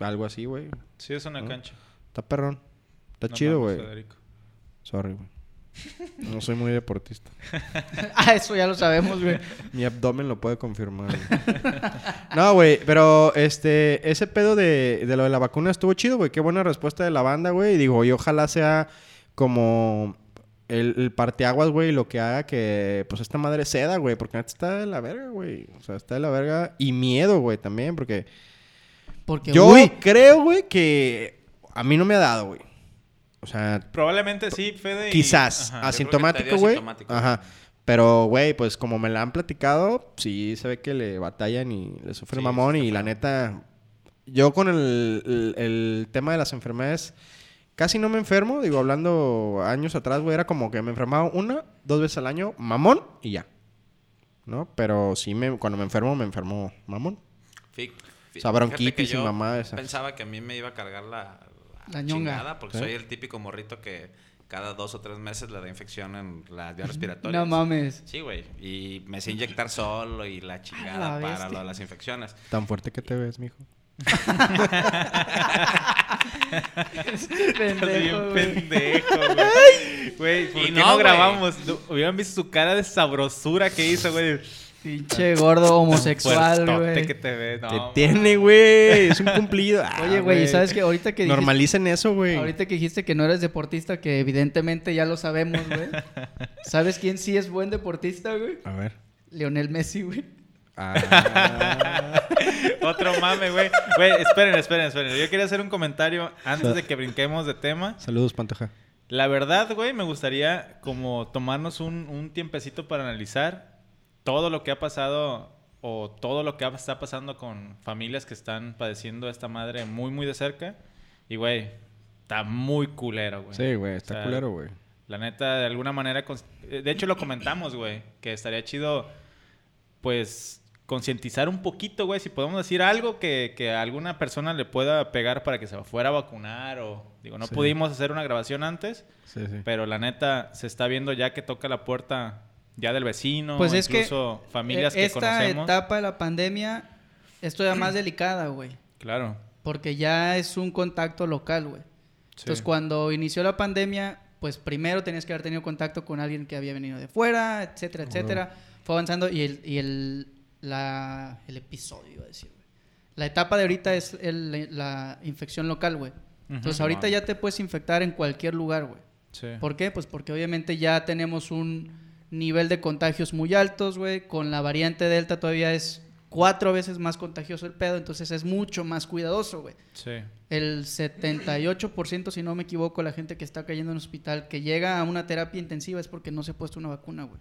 S2: algo así, güey.
S3: Sí, es una
S2: ¿No?
S3: cancha.
S2: Está perrón. Está
S3: No
S2: chido,
S3: mames,
S2: güey.
S3: Federico.
S2: Sorry, güey. No soy muy deportista.
S1: Ah, eso ya lo sabemos, güey.
S2: Mi abdomen lo puede confirmar. güey. No, güey, pero este, ese pedo de, de lo de la vacuna estuvo chido, güey. Qué buena respuesta de la banda, güey. Y digo, y ojalá sea como el, el parteaguas, güey, lo que haga que, pues, esta madre ceda, güey. Porque neta está de la verga, güey. O sea, está de la verga. Y miedo, güey, también, porque
S1: Porque
S2: yo
S1: uy,
S2: creo, güey, que a mí no me ha dado, güey. O sea,
S3: Probablemente sí, Fede. y-
S2: Quizás,
S3: Ajá.
S4: Yo creo que te
S2: asintomático,
S4: dio
S2: güey.
S4: asintomático.
S2: Ajá. Pero, güey, pues como me la han platicado, sí se ve que le batallan y le sufre
S4: Sí,
S2: mamón.
S4: sufre
S2: Y la neta, yo con el, el- el tema de las enfermedades, casi no me enfermo. Digo, hablando años atrás, güey, era como que me enfermaba una, dos veces al año, mamón y ya. ¿No? Pero sí, me, cuando me enfermo, me enfermo mamón.
S4: Fi- fi-
S2: O sea, bronquitis
S4: fíjate que
S2: y
S4: yo
S2: mamá esa.
S4: Pensaba que a mí me iba a cargar la, la
S1: La ñonga.
S4: chingada, porque
S2: ¿Sí?
S4: soy el típico morrito que cada dos o tres meses le da infección en las vías respiratorias.
S1: no mames.
S4: Sí, güey. Y me sé inyectar solo y la chingada
S1: la
S4: para
S1: bestia.
S4: lo de las infecciones.
S2: Tan fuerte que te ves, mijo.
S3: Estás
S1: Pendejo,
S3: bien
S1: güey.
S3: pendejo, güey. Güey, ¿por
S4: Y
S3: qué
S4: no,
S3: no,
S4: güey.
S3: grabamos? No, Hubieran visto su cara de sabrosura que hizo, güey.
S1: Pinche gordo homosexual,
S3: Puertote
S1: güey.
S3: que te ve, no.
S2: Te tiene, güey. Es un cumplido. Ah,
S1: Oye, güey, ¿y ¿sabes qué? Ahorita que dijiste-
S2: Normalicen eso, güey.
S1: Ahorita que dijiste que no eres deportista, que evidentemente ya lo sabemos, güey. ¿Sabes quién sí es buen deportista, güey?
S2: A ver.
S1: Lionel Messi, güey.
S3: Otro mame, güey. Güey, esperen, esperen, esperen. Yo quería hacer un comentario antes de que brinquemos de tema.
S2: Saludos, Pantoja.
S3: La verdad, güey, me gustaría como tomarnos un, un tiempecito para analizar todo lo que ha pasado o todo lo que ha- está pasando con familias que están padeciendo esta madre muy, muy de cerca. Y, güey, está muy culero, güey.
S2: Sí, güey,
S3: O
S2: está
S3: sea,
S2: culero, güey.
S3: La neta, de alguna manera... cons- eh, De hecho, lo comentamos, güey, que estaría chido, pues, concientizar un poquito, güey, si podemos decir algo que, que a alguna persona le pueda pegar para que se fuera a vacunar o... Digo, no
S2: Sí.
S3: pudimos hacer una grabación antes,
S2: Sí, sí.
S3: pero la neta, se está viendo ya que toca la puerta ya del vecino,
S1: Pues
S3: pues
S1: es que,
S3: incluso familias
S1: Eh,
S3: que
S1: Esta
S3: conocemos.
S1: etapa de la pandemia es todavía más delicada, güey.
S3: Claro.
S1: Porque ya es un contacto local, güey. Entonces, cuando inició la pandemia, pues primero tenías que haber tenido contacto con alguien que había venido de fuera, etcétera, etcétera. Fue avanzando y el, y el, la- el episodio, iba a decir, güey. La etapa de ahorita es el- la infección local, güey. Entonces, pues ahorita ya te puedes infectar en cualquier lugar, güey.
S3: Sí.
S1: ¿Por qué? Pues porque obviamente ya tenemos un nivel de contagios muy altos, güey. Con la variante Delta todavía es cuatro veces más contagioso el pedo, entonces es mucho más cuidadoso, güey.
S3: Sí.
S1: El 78%, si no me equivoco, la gente que está cayendo en hospital, que llega a una terapia intensiva es porque no se ha puesto una vacuna, güey.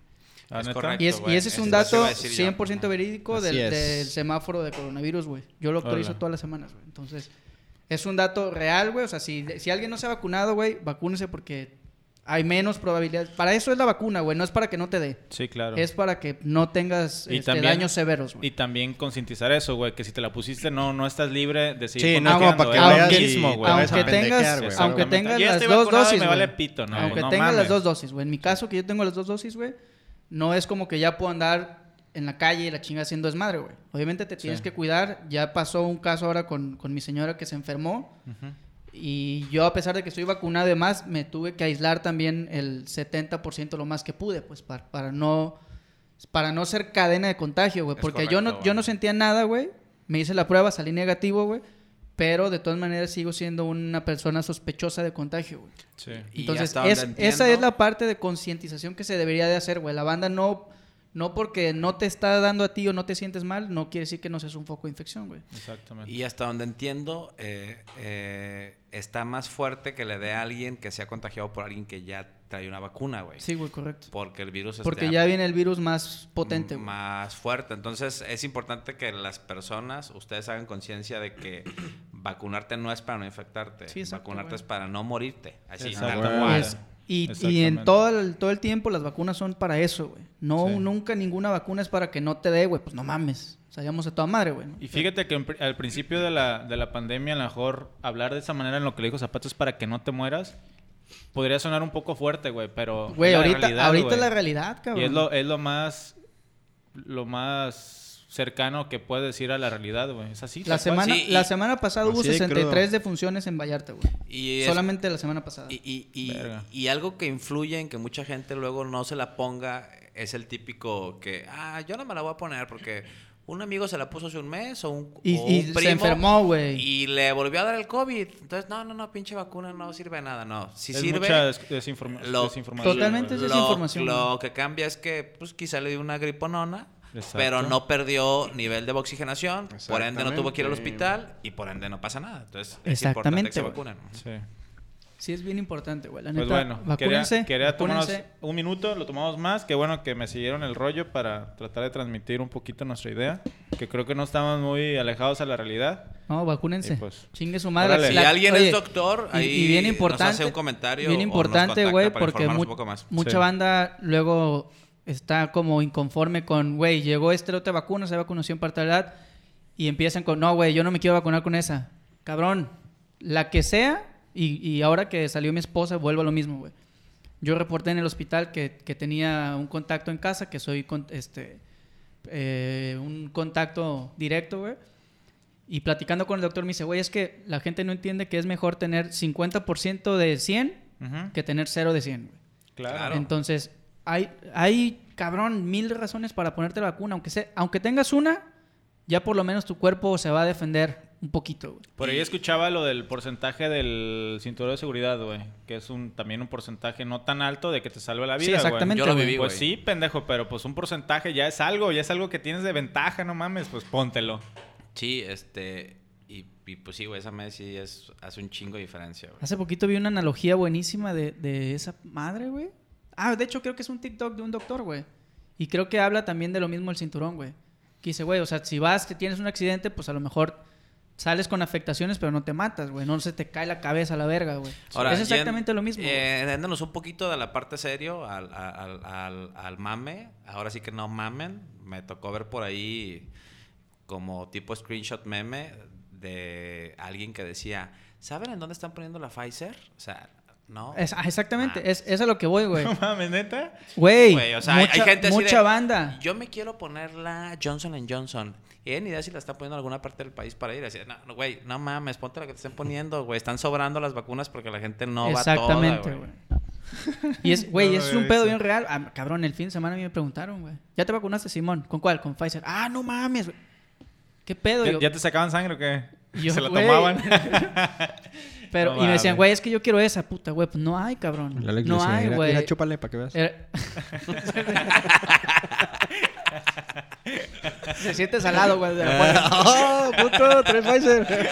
S3: La
S4: Es
S3: neta,
S4: correcto.
S1: Y, es-
S4: güey.
S1: y ese es un
S4: Eso te iba
S1: dato
S4: a decir yo.
S1: 100% verídico del,
S2: Así es.
S1: del semáforo de coronavirus, güey. Yo lo actualizo
S3: Órale.
S1: todas las semanas, güey. Entonces, Es un dato real, güey. O sea, si, si alguien no se ha vacunado, güey, vacúnese porque hay menos probabilidades. Para eso es la vacuna, güey. No es para que no te dé.
S3: Sí, claro.
S1: Es para que no tengas
S3: Y
S1: este,
S3: también-
S1: daños severos, güey.
S3: Y también concientizar eso, güey, que si te la pusiste, no, no estás libre de seguir
S2: Sí, no, como para que
S1: Aunque-
S2: vayas y
S1: mismo,
S2: te
S1: güey.
S2: vayas a
S1: Aunque
S2: pendejear,
S1: tengas-
S2: güey,
S1: aunque
S2: exactamente.
S1: tengas
S3: Yo
S1: las
S3: estoy
S1: dos
S3: vacunado y
S1: dosis,
S3: Me vale
S1: güey.
S3: pito, ¿no?
S1: Aunque
S3: no
S1: tenga
S3: mames.
S1: las dos dosis, güey. En mi caso, que yo tengo las dos dosis, güey, no es como que ya puedo andar en la calle y la chinga haciendo desmadre, güey. Obviamente te tienes que cuidar. Ya pasó un caso ahora con, con mi señora que se enfermó.
S3: Ujú.
S1: Y yo, a pesar de que estoy vacunado y demás, me tuve que aislar también el 70% lo más que pude, pues, para, para no para no ser cadena de contagio, güey.
S4: Es
S1: Porque yo,
S4: correcto,
S1: no,
S4: güey.
S1: yo no sentía nada, güey. Me hice la prueba, salí negativo, güey. Pero de todas maneras sigo siendo una persona sospechosa de contagio, güey.
S3: Sí.
S4: Y
S1: Entonces,
S4: hasta donde
S1: es-
S4: entiendo-
S1: esa es la parte de concientización que se debería de hacer, güey. La banda no, no porque no te está dando a ti o no te sientes mal, no quiere decir que no seas un foco de infección, güey.
S3: Exactamente.
S4: Y hasta donde entiendo, eh, eh, está más fuerte que le dé a alguien que se ha contagiado por alguien que ya trae una vacuna, güey.
S1: Sí, güey, correcto.
S4: Porque el virus
S1: Porque
S4: está
S1: ya viene el virus más potente, güey.
S4: más fuerte. Entonces, es importante que las personas, ustedes hagan conciencia de que vacunarte no es para no infectarte.
S1: Sí, exacto,
S4: vacunarte
S1: güey.
S4: es para no morirte. Así,
S3: Exacto.
S4: tal
S3: Güey.
S4: cual.
S1: Es- y, y
S3: Exactamente.
S1: en todo el, todo el tiempo las vacunas son para eso, güey. No,
S3: Sí.
S1: nunca ninguna vacuna es para que no te dé, güey. Pues no mames. Sabíamos de toda madre, güey. ¿no?
S3: Y fíjate que en pri- al principio de la, de la pandemia, a lo mejor hablar de esa manera en lo que le dijo Zapato es para que no te mueras. Podría sonar un poco fuerte, güey, pero. es
S1: Güey,
S3: la
S1: ahorita,
S3: realidad,
S1: ahorita
S3: güey.
S1: es la realidad, cabrón.
S3: Y es lo, es lo más. Lo más cercano que puedes decir a la realidad, güey. Es así.
S1: la,
S3: tal cual.
S1: semana,
S4: Sí, y-
S1: la semana pasada hubo
S2: Así de
S1: 63
S2: crudo.
S1: defunciones en Vallarta, güey.
S4: Y es-
S1: Solamente la semana pasada.
S4: Y, y- y-
S3: Verga.
S4: y algo que influye en que mucha gente luego no se la ponga es el típico que, ah, yo no me la voy a poner porque un amigo se la puso hace un mes o un,
S1: Y-
S4: o
S1: y
S4: un
S1: se
S4: primo
S1: enfermó, güey.
S4: Y le volvió a dar el COVID. Entonces, no, no, no, pinche vacuna no sirve de nada, no. Si
S3: es
S4: sirve...
S3: mucha des- desinforma- desinformación.
S1: Totalmente
S3: güey.
S1: es desinformación,
S4: Lo
S1: güey.
S4: que cambia es que, pues, quizá le dio una griponona,
S3: Exacto.
S4: pero no perdió nivel de oxigenación, por ende no tuvo que ir al
S2: Exactamente.
S4: hospital y por ende no pasa nada. Entonces, es importante que
S1: Exactamente,
S4: se
S1: güey.
S4: vacunen.
S3: Sí.
S1: Sí, es bien importante, güey. La neta,
S3: Pues bueno, quería,
S1: vacúnense.
S3: quería tomarnos
S1: vacúnense.
S3: un minuto, lo tomamos más. Qué bueno que me siguieron el rollo para tratar de transmitir un poquito nuestra idea, que creo que no estamos muy alejados a la realidad.
S1: No, vacúnense.
S3: Y pues,
S1: Chingue su madre.
S3: órale.
S4: Si
S3: La-
S4: alguien
S1: oye,
S4: es doctor,
S1: y-
S4: ahí
S1: y, bien importante,
S4: nos hace un comentario.
S1: Bien
S4: o nos
S1: importante,
S4: contacta
S1: güey,
S4: para
S1: porque
S4: informarnos
S1: mu-
S4: un poco más.
S1: mucha
S3: Sí.
S1: banda luego está como inconforme con, güey, llegó este lote de vacunas, hay vacunación para tal edad, y empiezan con, no, güey, yo no me quiero vacunar con esa. Cabrón, la que sea, y, y ahora que salió mi esposa, vuelvo a lo mismo, güey. Yo reporté en el hospital que, que tenía un contacto en casa, que soy con- este, eh, un contacto directo, güey. Y platicando con el doctor me dice, güey, es que la gente no entiende que es mejor tener 50% de 100
S3: Ujú,
S1: que tener 0 de 100, güey.
S3: Claro.
S4: Claro.
S1: Entonces, hay, hay, cabrón, mil razones para ponerte la vacuna. Aunque, sea, aunque tengas una, ya por lo menos tu cuerpo se va a defender un poquito, güey.
S3: Por ahí escuchaba lo del porcentaje del cinturón de seguridad, güey, que es un también un porcentaje no tan alto de que te salve la
S1: Sí,
S3: vida. güey.
S1: exactamente,
S4: Yo lo
S1: güey.
S4: viví,
S3: Pues
S4: güey.
S3: sí, pendejo, pero pues un porcentaje ya es algo, ya es algo que tienes de ventaja, no mames, pues póntelo.
S4: Sí, este. Y, y pues sí, güey, esa Messi es, hace un chingo de diferencia, güey.
S1: Hace poquito vi una analogía buenísima de, de esa madre, güey. Ah, de hecho creo que es un TikTok de un doctor, güey. Y creo que habla también de lo mismo el cinturón, güey. Que dice, güey, o sea, si vas, que tienes un accidente, pues a lo mejor sales con afectaciones, pero no te matas, güey. No se te cae la cabeza a la verga, güey. Es exactamente
S4: yen-
S1: lo mismo. güey.
S4: Eh, yéndonos un poquito de la parte serio al, al- al- al- al mame. Ahora sí que no mamen. Me tocó ver por ahí como tipo screenshot meme de alguien que decía, ¿saben en dónde están poniendo la Pfizer? O sea, no.
S1: Es- ah, exactamente,
S4: Ah.
S1: es, es a lo que voy, güey.
S3: No mames, neta.
S1: Güey,
S4: Güey, o sea, hay-
S1: mucha,
S4: hay gente así
S1: mucha
S4: de,
S1: banda.
S4: Yo me quiero poner la Johnson Johnson. Y ni idea si la están poniendo en alguna parte del país para ir. Así, no, no, güey, no mames, ponte la que te estén poniendo, güey. Están sobrando las vacunas porque la gente no va toda,
S1: Exactamente,
S4: güey.
S1: güey. Y es, güey,
S3: No lo
S1: es
S3: había
S1: un pedo
S3: visto.
S1: bien real. Ah, cabrón, el fin de semana a mí me preguntaron, güey. ¿Ya te vacunaste, Simón? ¿Con cuál? Con Pfizer. Ah, no mames, güey. ¿Qué pedo?
S3: ¿Ya,
S1: Yo-
S3: ya te sacaban sangre o qué?
S1: Yo,
S3: Se la
S1: güey.
S3: tomaban.
S1: pero,
S3: No
S1: y me
S3: mames.
S1: decían, güey, es que yo quiero esa puta, güey. Pues no hay, cabrón.
S2: La Alex le
S1: no
S2: decía,
S1: hay,
S2: "Mira,
S1: güey.
S2: mira, chúpale para que veas.
S1: Era- Se siente salado, güey. de la
S2: Ah.
S1: muerte. ¡Oh, puto! Tres Pfizer.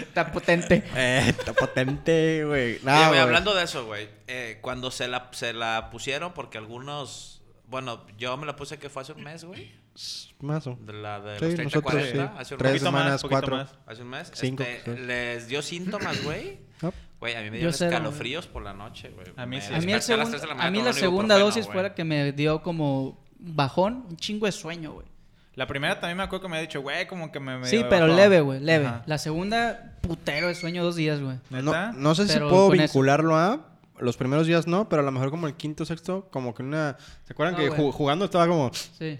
S1: Está potente.
S2: Eh, está potente, güey. No,
S4: Oye, güey,
S2: güey.
S4: hablando de eso, güey. eh, cuando se la, se la pusieron, porque algunos Bueno, yo me la puse que fue hace un mes, güey.
S2: Mazo.
S4: De la de
S2: Sí,
S4: los 30
S2: nosotros
S4: 40,
S2: sí.
S4: hace un
S2: Tres
S4: mes.
S3: Poquito más,
S2: semanas,
S3: poquito
S2: cuatro.
S3: más.
S4: Hace un mes.
S2: Cinco,
S4: este,
S2: sí.
S4: les dio síntomas, güey.
S2: Ah,
S4: Güey, a mí
S1: Yo
S4: me dieron
S1: sé dónde.
S4: escalofríos por la noche, güey.
S3: A mí
S4: Me
S3: sí.
S1: A mí, el
S4: desperté las
S1: segun-
S4: tres de la
S1: a
S4: mañana
S1: mí
S4: con
S1: la
S4: un
S1: segunda
S4: ibuprofeno,
S1: dosis
S4: güey.
S1: fuera que me dio como bajón, un chingo de sueño, güey.
S3: La primera también me acuerdo que me ha dicho, güey, como que me. medio
S1: Sí,
S3: me
S1: pero
S3: bajó".
S1: leve, güey, leve.
S3: Ajá.
S1: La segunda, putero de sueño dos días, güey.
S2: No,
S3: ¿Neta?
S2: no sé si
S1: Pero
S2: puedo
S1: con eso.
S2: vincularlo a. Los primeros días no, pero a lo mejor como el quinto, sexto, como que una. ¿Se acuerdan
S1: No,
S2: que
S1: güey.
S2: ju- jugando estaba como.
S1: Sí.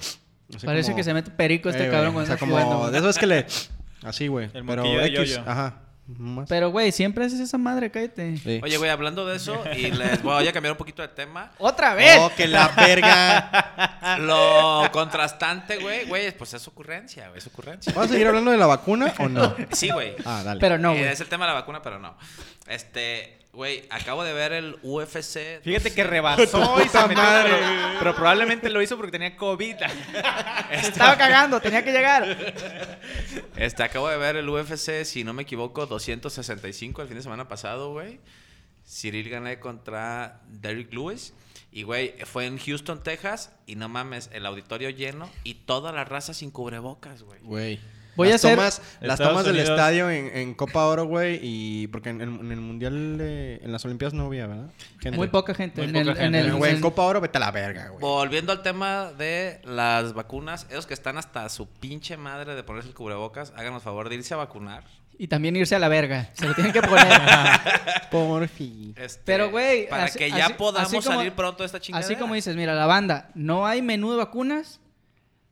S2: así
S1: Parece
S2: como-
S1: que se mete perico este
S2: Eh, güey,
S1: cabrón
S2: O
S1: cuando
S2: sea,
S1: está
S2: como.
S1: jugando. güey.
S2: De esos que le. Así, güey.
S3: El
S2: Pero
S3: moquillo de
S2: X.
S3: yo-yo.
S2: Ajá. Más.
S1: Pero, güey, siempre haces esa madre, cállate.
S2: Sí.
S4: Oye, güey, hablando de eso, y les voy a cambiar un poquito de tema.
S1: ¡Otra vez!
S2: Oh, que la verga.
S4: Lo contrastante, güey, güey, pues es ocurrencia, güey, es ocurrencia.
S2: ¿Vas a seguir hablando de la vacuna o no?
S4: Sí, güey.
S2: Ah, dale.
S1: Pero no,
S4: Eh,
S1: güey.
S4: es el tema de la vacuna, pero no. Este, güey, acabo de ver el UFC.
S3: Fíjate que rebasó y se metió, pero, pero probablemente lo hizo porque tenía COVID.
S1: Se Estaba cagando, tenía que llegar.
S4: Este, acabo de ver el UFC, si no me equivoco, 265 el fin de semana pasado, güey. Cyril gané contra Derrick Lewis. Y, güey, fue en Houston, Texas. Y no mames, el auditorio lleno y toda la raza sin cubrebocas, güey.
S2: Güey.
S1: Voy a
S2: las
S1: hacer-
S2: tomas, las
S3: Estados
S2: tomas del
S3: Unidos.
S2: estadio en, en Copa Oro, güey, y porque en, en- en el mundial, de- en las Olimpiadas no había, ¿verdad? Gente.
S1: Muy poca gente. en
S3: Muy poca
S1: el, en
S3: gente.
S1: el-
S2: Pero, güey,
S1: en
S2: en
S1: el-
S2: Copa Oro vete a la verga,
S1: Pues.
S2: güey.
S4: Volviendo al tema de las vacunas, esos que están hasta su pinche madre de ponerse el cubrebocas, háganos favor de irse a vacunar.
S1: y también irse a la verga. Se lo tienen que poner.
S2: Por fin.
S4: Este,
S1: Pero, güey,
S4: Para
S1: así-
S4: que ya
S1: así-
S4: podamos
S1: así como-
S4: salir pronto de esta chingadera.
S1: Así como dices, mira, la banda, no hay menú de vacunas.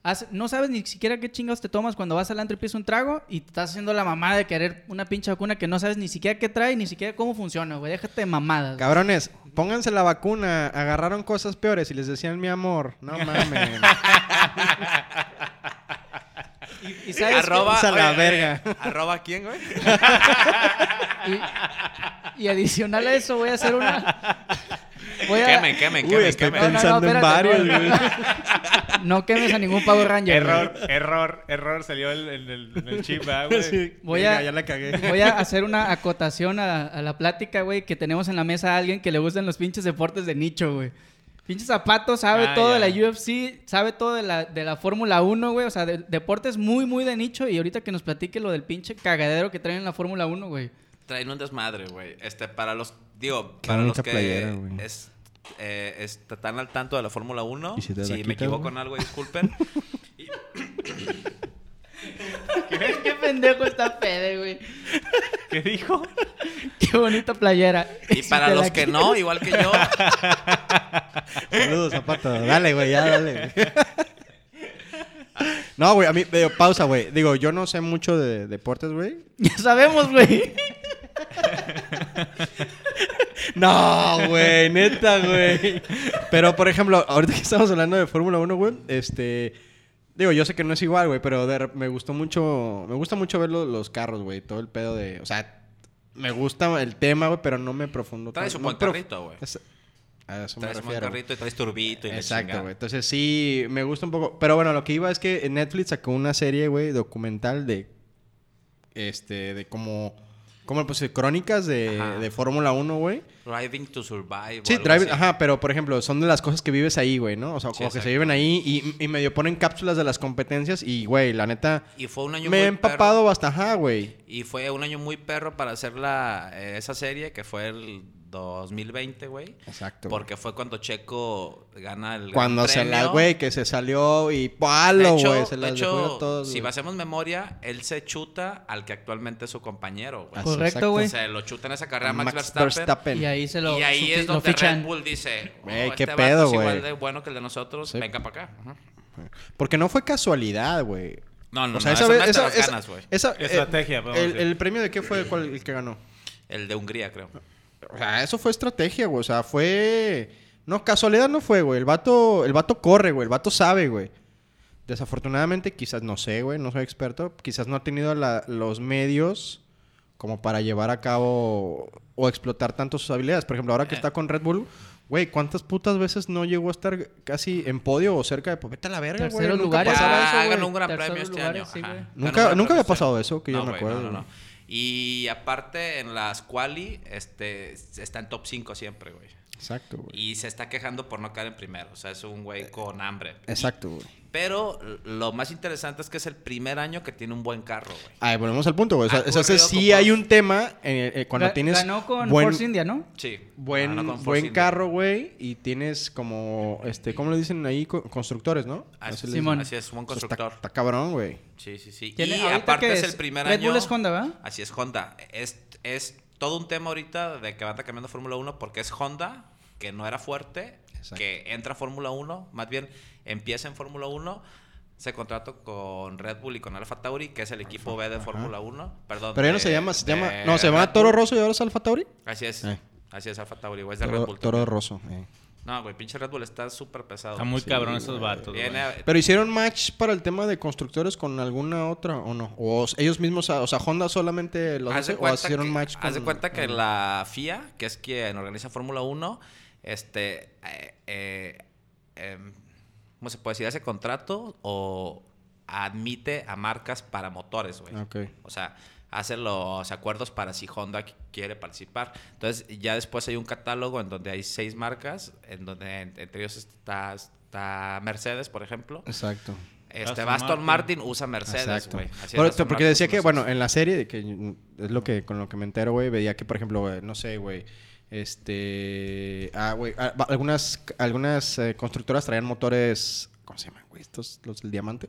S1: Hace- no sabes ni siquiera qué chingados te tomas cuando vas al antro y pides un trago y te estás haciendo la mamada de querer una pinche vacuna que no sabes ni siquiera qué trae, ni siquiera cómo funciona, güey. Déjate de mamadas. güey.
S2: Cabrones, pónganse la vacuna. Agarraron cosas peores y les decían mi amor. No mames.
S1: Y sabes qué?
S4: Arroba,
S2: Usa la
S4: oye,
S2: verga.
S4: eh, arroba quién, güey.
S1: Y, y adicional a eso voy a hacer una... Voy a-
S4: Quemen, quemen, quemen,
S2: estoy
S4: quemen.
S1: No, no, no,
S2: pensando en
S1: espérate,
S2: varios,
S1: no,
S2: güey.
S1: No quemes a ningún Power Ranger. güey.
S3: error, error, error. Salió el, el, el- el chip, ¿verdad, güey.
S2: Sí.
S1: Voy
S2: Venga,
S1: a-
S2: Ya la cagué.
S1: Voy a hacer una acotación a, a la plática, güey, que tenemos en la mesa a alguien que le gustan los pinches deportes de nicho, güey. Pinche Zapato sabe
S3: Ah,
S1: todo
S3: ya.
S1: de la UFC, sabe todo de la, de la Fórmula 1, güey. O sea, de- deportes muy, muy de nicho. Y ahorita que nos platique lo del pinche cagadero que traen en la Fórmula 1, güey.
S4: Traen un desmadre, güey. Este, para los, digo,
S2: Qué
S4: para los
S2: bonita
S4: que
S2: playera, güey.
S4: es, eh, es- están al tanto de la Fórmula 1.
S2: ¿Y si te la
S4: me
S2: quitas,
S4: equivoco
S2: güey?
S4: en algo, disculpen.
S1: Qué pendejo está Fede, güey.
S3: ¿Qué dijo?
S1: Qué bonita playera. Si
S4: Y para
S1: te la
S4: los que
S1: quitas-
S4: no, igual que yo,
S2: Saludos, zapato. Dale, güey, ya dale. güey. No, güey, a mí, digo, pausa, güey. Digo, yo no sé mucho de deportes, güey.
S1: Ya sabemos, güey.
S2: No, güey, neta, güey. Pero, por ejemplo, ahorita que estamos hablando de Fórmula 1, güey, este... Digo, yo sé que no es igual, güey, pero de rep- me gustó mucho... Me gusta mucho ver lo- los carros, güey. Todo el pedo de... O sea, me gusta el tema, güey, pero no me profundo.
S4: traes
S2: tanto.
S4: un
S2: No
S4: buen
S2: prof-
S4: carrito, güey.
S2: Es- A eso me
S4: Traes un buen
S2: refiero. güey.
S4: carrito y traes turbito y la
S2: Exacto,
S4: chingada.
S2: güey. Entonces sí, me gusta un poco. Pero bueno, lo que iba es que Netflix sacó una serie, güey, documental de. Este, de como. Como pues, crónicas de,
S4: Ajá.
S2: de Fórmula 1, güey.
S4: Driving to survive. o
S2: Sí,
S4: algo
S2: driving,
S4: así.
S2: ajá, pero por ejemplo, son de las cosas que vives ahí, güey, ¿no? O sea,
S4: Sí,
S2: como que se
S4: exacto.
S2: viven ahí y, y medio ponen cápsulas de las competencias y, güey, la neta,
S4: Y fue un año
S2: me he
S4: muy
S2: empapado hasta, ajá, güey.
S4: perro- y fue un año muy perro para hacer la, eh, esa serie que fue el 2020, güey.
S2: Exacto. güey.
S4: Porque fue cuando Checo gana el.
S2: Cuando
S4: gran
S2: se la,
S4: premio.
S2: güey, que se salió y
S4: De
S2: palo,
S4: hecho,
S2: güey, se
S4: de
S2: las
S4: hecho,
S2: dejó a todos.
S4: si
S2: güey.
S4: hacemos memoria, él se chuta al que actualmente es su compañero, güey.
S2: Así,
S1: Correcto,
S2: exacto.
S1: güey.
S4: Se lo chuta en esa carrera a Max,
S2: Max
S4: Verstappen.
S2: Verstappen.
S1: Y ahí se lo
S4: Y ahí
S1: su-
S4: es
S1: lo
S4: donde
S1: fichan.
S4: Red Bull dice: oh,
S2: Güey,
S4: este
S2: qué
S4: vato
S2: pedo,
S4: es
S2: güey.
S4: igual de bueno que el de nosotros,
S2: Sí.
S4: venga para acá. Ajá.
S2: Porque no fue casualidad, güey.
S4: No, no,
S2: O sea,
S4: no,
S2: esa
S4: eso
S2: vez,
S4: mete
S2: esa,
S4: las
S2: esa-
S4: ganas, güey.
S2: esa-
S3: Estrategia,
S2: eh,
S3: podemos
S2: el,
S3: decir.
S2: el premio de qué fue cuál- el que ganó.
S4: El de Hungría, creo.
S2: O sea, eso fue estrategia, güey. O sea, fue. No, casualidad no fue, güey. El vato, el vato corre, güey. El vato sabe, güey. Desafortunadamente, quizás no sé, güey. No soy experto. Quizás no ha tenido la- los medios como para llevar a cabo o explotar tanto sus habilidades. Por ejemplo,
S4: Eh.
S2: ahora que está con Red Bull, güey, ¿cuántas putas veces no llegó a estar casi en podio o cerca de. Pues vete a la verga, güey.
S1: Terceros
S2: Nunca
S1: lugares.
S2: pasaba
S1: Ah,
S2: eso, güey.
S4: ganó un gran
S1: Terceros
S4: premio este
S1: lugares,
S4: año.
S1: sí,
S4: ajá.
S1: güey.
S2: Nunca-
S4: Ganó un gran
S2: nunca había
S4: premio este
S2: pasado
S4: año.
S2: eso, que yo me
S4: güey,
S2: acuerdo,
S4: No, no,
S2: güey.
S4: no. Y aparte, en las quali, este, está en top 5 siempre, güey.
S2: Exacto, güey.
S4: Y se está quejando por no caer en primero. O sea, es un güey con hambre.
S2: Exacto, güey.
S4: Pero lo más interesante es que es el primer año que tiene un buen carro, güey.
S2: Ah, volvemos al punto, güey. O sea,
S4: Ha
S2: o sea,
S4: corrido
S2: sí
S4: con
S2: hay
S4: Porsche.
S2: un tema eh, eh, cuando
S1: Ga-
S2: tienes
S1: Ganó con
S2: buen,
S1: Force India, ¿no?
S4: Sí.
S2: buen,
S4: Ah, No, no con Force
S2: buen
S4: India.
S2: carro, güey, y tienes como, este, ¿cómo le dicen ahí? Co- Constructores, ¿no?
S4: Así,
S2: Así les
S1: Simón.
S4: así es, buen
S2: dicen. O sea, está-
S4: Ah, constructor.
S2: Está cabrón, güey.
S4: Sí, sí, sí.
S1: Tiene-
S4: Y
S1: ahorita
S4: aparte
S1: que
S4: es
S1: es
S4: el primer
S1: Red
S4: año.
S1: Bull es Honda, ¿va?
S4: Así es Honda. Es, es todo un tema ahorita de que van cambiando Fórmula 1 porque es Honda, que no era fuerte,
S2: Exacto.
S4: que entra a Fórmula 1, más bien empieza en Fórmula 1, se contrata con Red Bull y con Alfa Tauri, que es el equipo B de Fórmula 1. Perdón.
S2: Pero ya no
S4: de-
S2: se llama, se
S4: de
S2: llama, no, se
S4: Red
S2: llama
S4: Bull.
S2: Toro Rosso y ahora es Alfa Tauri.
S4: Así es.
S2: Eh.
S4: Así es, Alfa Tauri, güey, es de Red
S2: Toro,
S4: Bull.
S2: Toro
S4: también.
S2: Rosso, eh.
S4: No, güey, pinche Red Bull está súper pesado.
S3: Está muy
S2: Sí,
S3: cabrón
S2: güey.
S3: esos vatos. güey.
S4: Viene a-
S2: Pero hicieron match para el tema de constructores con alguna otra o no? O s- ellos mismos, o sea, Honda solamente los
S4: Haz de
S2: hace o
S4: cuenta
S2: hicieron
S4: que-
S2: match con
S4: haz de cuenta que la FIA, que es quien organiza Fórmula 1, este, eh, eh, em, ¿cómo se puede decir? Hace contrato o admite a marcas para motores, güey.
S2: Ok.
S4: O sea, hace los acuerdos para si Honda qui- quiere participar. Entonces, ya después hay un catálogo en donde hay seis marcas, en donde en- entre ellos está, está Mercedes, por ejemplo.
S2: Exacto.
S4: Este,
S3: Aston
S4: Aston
S3: Martin.
S4: Martin usa Mercedes,
S2: Exacto.
S4: güey. Así es,
S2: Por-
S4: Aston
S2: porque
S4: Martin
S2: decía que,
S4: usa-
S2: bueno, en la serie, de que mm, es lo que con lo que me entero, güey, veía que, por ejemplo, güey, no sé, güey, este. Ah, güey, ah, va- algunas, algunas eh, constructoras traían motores. ¿Cómo se llaman, güey? Estos, los del diamante.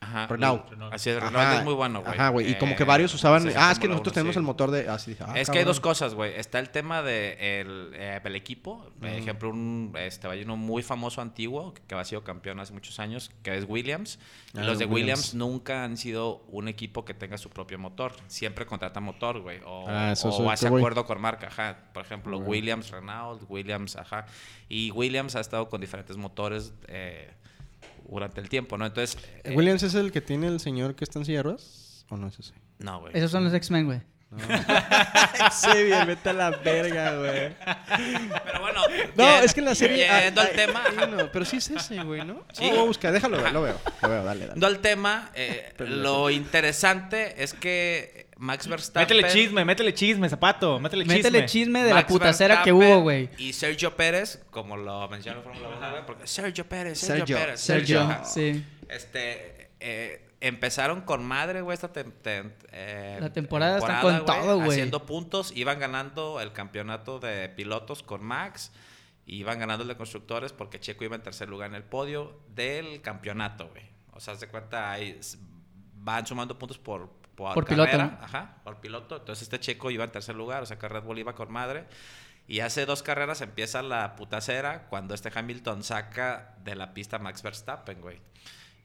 S4: Ajá,
S2: Renault.
S4: Renault. Así es, Renault
S2: Ajá,
S4: es muy bueno, güey.
S2: Ajá, güey. Y como
S4: Eh,
S2: que varios usaban.
S4: sí, sí,
S2: ah, es que
S4: Fórmula
S2: nosotros
S4: Uno,
S2: tenemos
S4: sí.
S2: el motor de. Ah, sí, dije, ah,
S4: es que hay
S2: cabrón.
S4: dos cosas, güey. Está el tema de el, eh, del equipo. Por ejemplo, un este, hay uno muy famoso antiguo que, que ha sido campeón hace muchos años, que es Williams. Y
S2: Ah,
S4: los de
S2: Williams.
S4: Williams. nunca han sido un equipo que tenga su propio motor. Siempre contrata motor, güey. O,
S2: Ah, eso
S4: o
S2: es otro,
S4: hace
S2: güey.
S4: acuerdo con marca, ajá. Por ejemplo,
S2: Güey.
S4: Williams, Renault, Williams, ajá. Y Williams ha estado con diferentes motores eh, durante el tiempo, ¿no? Entonces. eh,
S2: ¿Williams es el que tiene el señor que está en silla de ruedas? ¿O no es ese?
S4: eh, No, güey.
S1: Esos son los X-Men, güey.
S2: Xavier, vete a la verga, güey.
S4: Pero bueno.
S2: No,
S4: bien,
S2: es que en la serie.
S4: Yendo
S2: ah,
S4: al
S2: ah,
S4: tema.
S2: hay
S4: ajá.
S2: uno, pero sí es ese, güey, ¿no?
S4: Sí.
S2: Sí. busca, déjalo, güey, lo veo. Lo veo, dale, dale.
S4: Yendo al tema, eh, lo interesante es que Max Verstappen.
S3: Métele chisme, métele chisme, zapato, métele chisme.
S1: Métele chisme de la
S4: Max
S1: putacera que
S4: Verstappen
S1: hubo, güey.
S4: Y Sergio Pérez, como lo mencionó Fórmula 1, güey, porque Sergio Pérez, Sergio,
S2: Sergio,
S4: Pérez,
S1: Sergio,
S4: ajá.
S1: sí.
S4: Este, eh, empezaron con madre, güey, esta tem- tem- eh,
S1: La temporada está con todo, güey.
S4: Haciendo puntos, iban ganando el campeonato de pilotos con Max, iban ganando el de constructores porque Checo iba en tercer lugar en el podio del campeonato, güey. O sea, haz de cuenta, ahí s- van sumando puntos por, por,
S1: Por piloto,
S4: carrera,
S1: ¿no?
S4: Ajá, por piloto. Entonces este Checo iba en tercer lugar, o sea que Red Bull iba con madre. Y hace dos carreras empieza la putacera cuando este Hamilton saca de la pista a Max Verstappen, güey.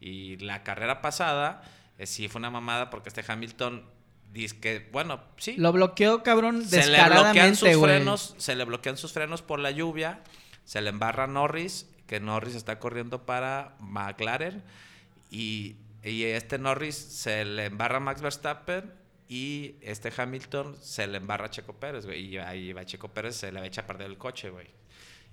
S4: Y la carrera pasada eh, sí fue una mamada porque este Hamilton dice que, bueno, sí,
S1: Lo bloqueó, cabrón,
S4: se le bloquean
S1: descaradamente,
S4: sus
S1: güey.
S4: frenos, se le bloquean sus frenos por la lluvia, se le embarra Norris, que Norris está corriendo para McLaren y, y este Norris se le embarra a Max Verstappen y este Hamilton se le embarra a Checo Pérez, güey, y ahí va Checo Pérez, se le echa a perder el coche, güey.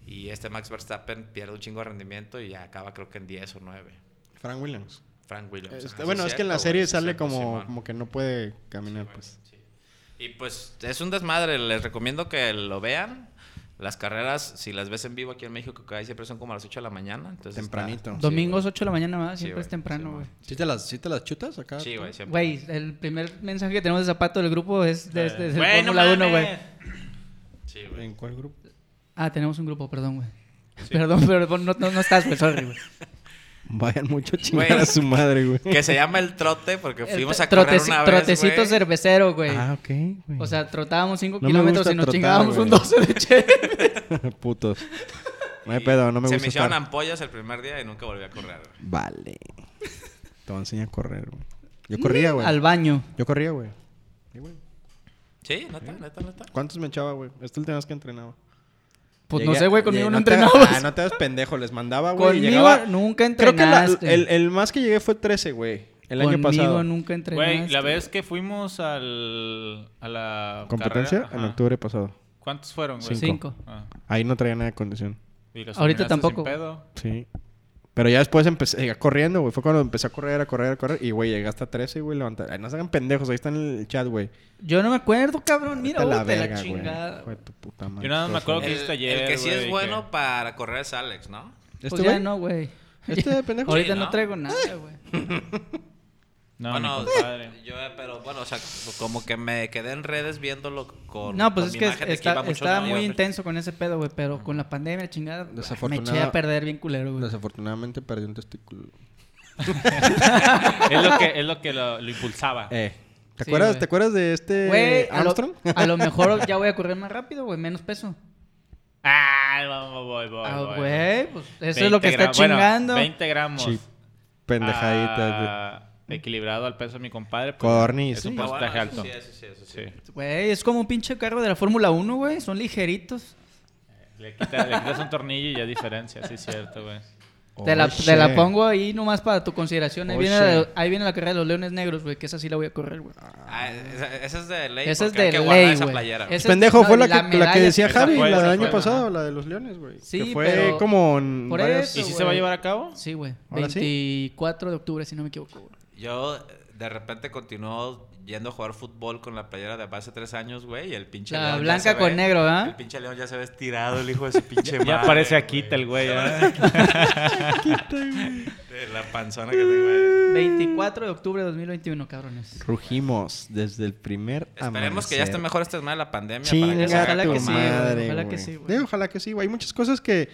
S4: Y este Max Verstappen pierde un chingo de rendimiento y acaba creo que en 10 o 9.
S2: Frank Williams.
S4: Frank Williams.
S2: Este,
S4: pues, ajá, sí
S2: bueno, es que en la
S4: cierto,
S2: serie
S4: güey, sí
S2: sale
S4: cierto,
S2: como,
S4: Simón.
S2: como que no puede caminar, pues.
S4: Y pues es un desmadre, les recomiendo que lo vean. Las carreras, si las ves en vivo aquí en México, que hay siempre son como a las 8 de la mañana. Entonces está-
S2: Tempranito.
S4: Sí,
S1: Domingos
S4: güey.
S1: 8 de la mañana, ¿va? Siempre
S4: güey,
S1: es temprano,
S4: sí,
S1: güey.
S2: ¿Sí te, las, chutas acá?
S4: Sí, güey, siempre.
S1: Güey, el primer mensaje que tenemos de zapato del grupo es
S4: Eh,
S1: de, de- de
S3: Güey, no
S1: Fórmula 1,
S3: mames.
S1: güey.
S4: Sí, güey.
S2: ¿En cuál grupo?
S1: Ah, tenemos un grupo, perdón, güey. Perdón, pero no, no, no estás, güey, sorry, güey.
S2: Vayan mucho a chingar
S4: Güey.
S2: a su madre, güey.
S4: Que se llama el trote porque
S1: El
S4: fuimos a
S1: troteci-
S4: correr una vez,
S1: Este, Trotecito
S4: güey.
S1: cervecero, güey.
S2: Ah, ok, güey.
S1: O sea, trotábamos 5
S2: No me
S1: kilómetros
S2: gusta
S1: y nos
S2: trotar,
S1: chingábamos
S2: güey.
S1: un 12 de che.
S2: Putos. No hay
S4: Y
S2: pedo, no me
S4: Se
S2: gusta
S4: me hicieron
S2: estar.
S4: ampollas el primer día y nunca volví a correr, güey.
S2: Vale. Te voy a enseñar a correr, güey. Yo corría, güey.
S1: Al baño.
S2: Yo corría, güey. Sí, güey.
S4: Sí, neta, neta, neta.
S2: ¿Cuántos me echaba, güey? Esta última vez que entrenaba.
S1: Pues no
S2: Llegué-
S1: sé, güey, conmigo
S2: llegué-
S1: no
S2: te-
S1: entrenabas.
S2: Ah, no te das pendejo, les mandaba, güey. y
S1: Conmigo
S2: llegaba-
S1: nunca
S2: Creo que la-
S1: entrenaste.
S2: el, el más que llegué fue 13, güey. El año
S1: Conmigo
S2: pasado.
S1: nunca entrenaste.
S3: Güey, la vez que fuimos al, a la
S2: Competencia
S3: carrera,
S2: en
S3: ajá.
S2: octubre pasado.
S3: ¿Cuántos fueron, güey?
S1: Cinco.
S2: Cinco.
S3: Ah,
S2: Ahí no traía nada de condición.
S3: y los
S1: Ahorita
S3: terminaste
S1: tampoco.
S3: sin pedo.
S2: Sí. Pero ya después empecé llegué corriendo, güey. Fue cuando empecé a correr, a correr, a correr. Y, güey, llegué hasta 13, güey, levantar. Ay, no se hagan pendejos. Ahí está en el chat, güey.
S1: Yo no me acuerdo, cabrón. Mira,
S2: Vete a
S1: uy, te la
S2: verga, güey.
S1: chingada.
S2: Hijo de tu puta madre.
S3: Yo nada más me acuerdo
S4: El,
S3: que hiciste ayer,
S4: el que sí
S3: güey,
S4: es
S3: que-
S4: bueno para correr es Alex, ¿no?
S2: ¿Este
S1: pues
S2: güey?
S1: ya no, güey.
S2: ¿Este pendejo?
S1: Ahorita
S4: Sí,
S1: no.
S4: ¿no?
S1: traigo nada, güey.
S3: No,
S4: bueno,
S3: mi compadre.
S4: yo, eh, pero bueno, o sea, como que me quedé en redes viéndolo con.
S1: No, pues
S4: con
S1: es
S4: mi
S1: que
S4: imagen de
S1: está-
S4: iba mucho
S1: estaba
S4: novio,
S1: muy
S4: pero-
S1: intenso con ese pedo, güey. Pero con la pandemia, chingada. Me
S2: Desafortunada-
S1: eché a perder bien culero, güey.
S2: Desafortunadamente perdí un testículo.
S3: es lo que, es lo, que lo, lo impulsaba.
S2: Eh. ¿Te,
S1: Sí,
S2: acuerdas,
S1: güey.
S2: ¿Te acuerdas de este
S1: Güey, a lo,
S2: Armstrong?
S1: a lo mejor ya voy a correr más rápido, güey. Menos peso.
S3: Ah, vamos, voy, voy,
S1: Ah,
S3: voy.
S1: güey. Pues eso
S3: 20
S1: es lo que está
S3: gramos. Bueno,
S1: chingando.
S3: 20 gramos.
S2: Sí, Pendejadita. güey.
S3: Ah, equilibrado al peso de mi compadre. pues,
S2: Corny,
S3: Es
S2: sí.
S3: un
S4: Ah, bueno,
S3: porcentaje
S4: eso
S3: alto.
S4: sí, eso sí, eso sí.
S3: Sí.
S1: Güey, es como un pinche carro de la Fórmula 1, güey. Son ligeritos.
S3: Le, quita- le quitas un tornillo y ya diferencia, sí es cierto, güey.
S1: te, la,
S2: Oh,
S1: te la
S2: shit.
S1: pongo ahí nomás para tu consideración. Ahí,
S2: Oh,
S1: viene la,
S2: shit.
S1: ahí viene la carrera de los Leones Negros, güey. Que esa sí la voy a correr, güey.
S4: Ah, esa, esa es de ley.
S1: Esa es
S4: porque hay
S1: de
S4: que guardar
S1: ley,
S4: esa
S1: güey.
S4: playera, güey.
S1: Esa es-
S2: Pendejo,
S1: no,
S2: fue la,
S1: la
S2: que, la que
S1: medalla-
S2: decía
S3: Esa
S2: Javi,
S3: fue,
S2: la
S3: esa
S2: del año
S3: fue,
S2: pasado,
S3: ajá.
S2: la de los leones, güey.
S1: Sí,
S2: que fue
S1: pero-
S2: como en
S1: por
S2: varias-
S1: eso.
S3: ¿Y si se va a llevar a cabo?
S1: Sí, güey.
S2: ¿Ahora sí?
S1: 24 de octubre, si no me equivoco, güey.
S4: Yo eh, de repente continúo yendo a jugar fútbol con la playera de hace tres años, güey. Y el pinche
S1: La
S4: león ya
S1: blanca
S4: se
S1: con
S4: ve-
S1: negro, ¿ah?
S4: El pinche león ya se ve estirado, el hijo de su pinche madre.
S3: Ya parece
S4: güey.
S3: aquí el güey.
S4: De la panzona que tengo ahí.
S1: 24 de octubre de 2021, cabrones.
S2: Rugimos desde el primer
S4: Esperemos que ya esté
S2: amanecer.
S4: mejor este tema de la pandemia. para que se
S2: Chinga
S4: haga
S1: Ojalá
S2: tu
S1: que
S4: como
S1: sí,
S4: más.
S2: madre,
S1: ojalá que
S2: güey.
S1: sí, güey.
S2: Digo, ojalá que sí, güey. Hay muchas cosas que...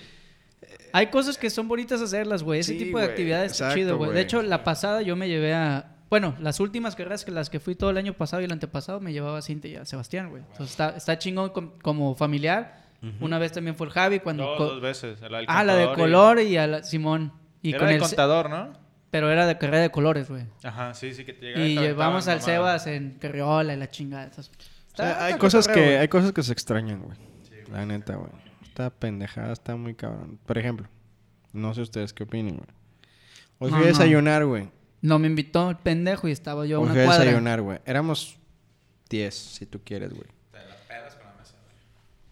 S1: Hay cosas que son bonitas hacerlas, güey. Ese
S2: Sí,
S1: tipo de
S2: güey,
S1: actividades está
S2: exacto,
S1: chido, güey. De
S2: güey.
S1: hecho, la pasada yo me llevé a. Bueno, las últimas carreras que las que fui todo el año pasado y el antepasado me llevaba a Cintia y a Sebastián, güey. Entonces está, está chingón com- como familiar. Una vez también fue el Javi cuando.
S3: Dos,
S1: co-
S3: dos veces. la del
S1: ah, la de
S3: contador y-
S1: color y, a la Simón. Y
S3: Era
S1: con
S3: del
S1: el, se-
S3: contador, ¿no?
S1: pero era de carrera de colores, güey.
S3: Ajá, sí, sí, que te llegaban
S1: Y
S3: te
S1: llevamos al
S3: aventaban, mamada.
S1: Sebas en Carriola y la chingada. Entonces,
S2: o
S1: está-
S2: sea,
S1: está
S2: hay, cosas
S1: cotorreo,
S2: que
S1: güey.
S2: hay cosas que se extrañan, güey. la neta, güey. Esta pendejada está muy cabrón. Por ejemplo, no sé ustedes qué opinen, güey. Hoy fui
S1: No,
S2: a
S1: no.
S2: desayunar, güey.
S1: No me invitó el pendejo y estaba yo a
S2: Hoy
S1: una
S2: fui a
S1: cuadra.
S2: desayunar, güey. Éramos 10, si tú quieres, güey.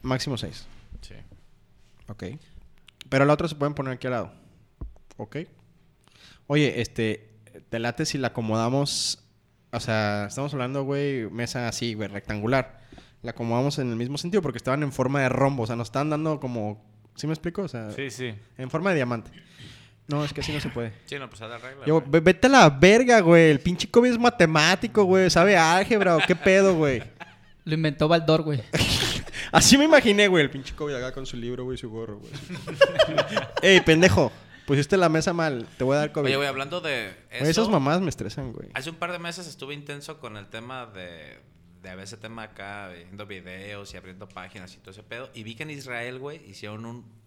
S2: Máximo 6.
S3: Sí.
S2: Ok. Pero la otra se pueden poner aquí al lado. Ok. Oye, este, te late si la acomodamos. O sea, estamos hablando, güey, mesa así, güey, rectangular. La acomodamos en el mismo sentido porque estaban en forma de rombo. O sea, nos estaban dando como. ¿Sí me explico? O sea,
S3: Sí, sí.
S2: en forma de diamante. No, es que así no se puede.
S4: Sí, no, pues es la regla.
S2: Yo,
S4: güey.
S2: "Ve- vete a la verga, güey. El pinche COVID es matemático, güey. Sabe álgebra o qué pedo, güey.
S1: Lo inventó Baldor, güey.
S2: Así me imaginé, güey, el pinche COVID acá con su libro, güey, su gorro, güey. Ey, pendejo, pusiste la mesa mal, te voy a dar COVID.
S4: Oye, güey, hablando de
S2: Güey,
S4: eso,
S2: esas mamadas me estresan, güey.
S4: hace un par de meses estuve intenso con el tema de, de a veces tema acá, viendo videos y abriendo páginas y todo ese pedo. Y vi que en Israel, güey, hicieron un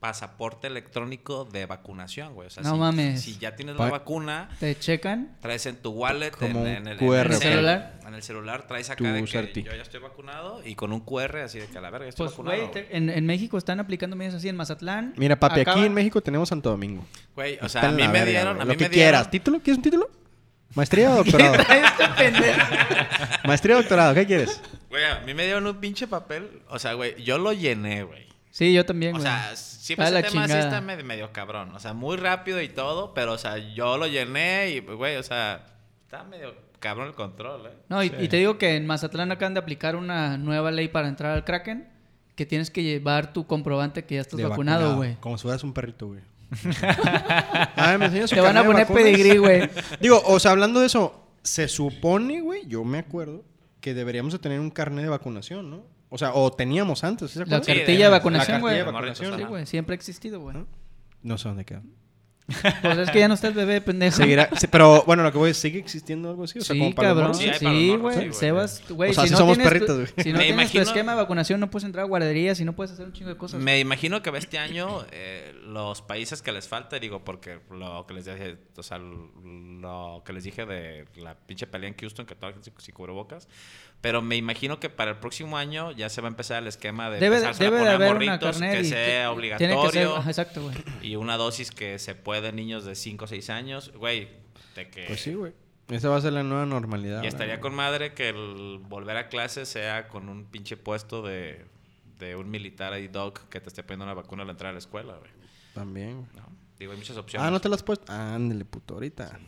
S4: pasaporte electrónico de vacunación, güey. O sea,
S1: No
S4: si,
S1: mames.
S4: si ya tienes
S2: Pa-
S4: la vacuna,
S1: Te checan.
S4: traes en tu wallet,
S2: Como
S4: en,
S2: un
S4: en el,
S2: QR,
S1: ¿En el
S4: cel-
S1: celular?
S4: en el celular, traes acá
S2: Tu
S4: de que
S2: certi.
S4: yo ya estoy vacunado y con un QR así de que a la verga, estoy
S1: Pues,
S4: vacunado.
S1: güey,
S4: güey.
S1: te- en, en México están aplicando medidas así en Mazatlán.
S2: Mira, papi, aquí
S1: Acaban-
S2: en México tenemos Santo Domingo.
S4: Güey, o
S2: Está
S4: sea, a
S2: en
S4: mí
S2: la
S4: me
S2: verga,
S4: dieron,
S2: güey.
S4: a mí
S2: Lo que
S4: me
S2: quieras.
S4: dieron-
S2: ¿Título? ¿Quieres un título? ¿Maestría o doctorado?
S1: Este pendejo.
S2: Maestría o doctorado, ¿qué quieres?
S4: Güey, a mí me dieron un pinche papel. O sea, güey, yo lo llené, güey.
S1: Sí, yo también,
S4: O
S1: güey.
S4: sea, siempre
S1: Está
S4: ese
S1: la
S4: tema así
S1: chingada.
S4: está medio, medio cabrón. O sea, muy rápido y todo, pero, o sea, yo lo llené y, pues, güey, o sea, está medio cabrón el control, ¿eh?
S1: No, y, y te digo que en Mazatlán acaban de aplicar una nueva ley para entrar al Kraken. Que tienes que llevar tu comprobante que ya estás
S2: De
S1: vacunado, güey.
S2: Como si fueras un perrito, güey. Ay, me enseñas su
S1: Te van a
S2: carnet de
S1: poner
S2: vacunas.
S1: pedigrí, güey.
S2: Digo, o sea, hablando de eso, se supone, güey, yo me acuerdo que deberíamos de tener un carnet de vacunación, ¿no? O sea, o teníamos antes, ¿sí se
S1: La
S2: acuerdan?
S4: Sí, de-
S1: cartilla de
S4: la
S1: vacunación, güey.
S2: cartilla de
S4: vacunación.
S1: Sí, güey. Siempre ha existido, güey.
S2: ¿No? No sé dónde quedó.
S1: Pues es que ya no estás bebé, pendejo.
S2: Seguirá, sí, pero bueno, lo que voy es, ¿sigue existiendo algo así? O sea,
S1: Sí,
S2: como para
S1: cabrón.
S2: los morros.
S4: Sí, hay para los
S1: Sí,
S4: morros, sí,
S1: güey.
S4: güey.
S1: Sebas, güey.
S2: O sea,
S1: si
S2: sí
S1: no
S2: somos
S1: tienes tu-
S2: perritos, güey.
S1: Si no
S4: Me
S1: tienes
S4: imagino-
S1: tu esquema de vacunación, no puedes entrar a guarderías y no puedes hacer un chingo de cosas.
S4: Me imagino que este año eh, los países que les falta, digo, porque lo que les dije, o sea, lo que les dije de la pinche pelea en Houston, que toda la gente sin- sin cubrebocas, pero me imagino que para el próximo año ya se va a empezar el esquema de
S1: Debe,
S4: empezárselo a
S1: debe de
S4: poner
S1: haber una
S4: morritos,
S1: carnet
S4: que
S1: y ti-
S4: sea
S1: Tiene que ser,
S4: obligatorio
S1: ajá, exacto, güey.
S4: y una dosis que se puede en niños de 5 o 6 años, güey, de que
S2: Pues sí, güey. Esa va a ser la nueva normalidad.
S4: y
S2: ahora,
S4: estaría
S2: güey.
S4: con madre que el volver a clase sea con un pinche puesto de, de un militar ahí, doc, que te esté poniendo una vacuna al entrar a la escuela, güey.
S2: También, güey.
S4: ¿no? Digo, hay muchas opciones.
S2: Ah, ¿no te las has puesto? Ándale, puto, ahorita.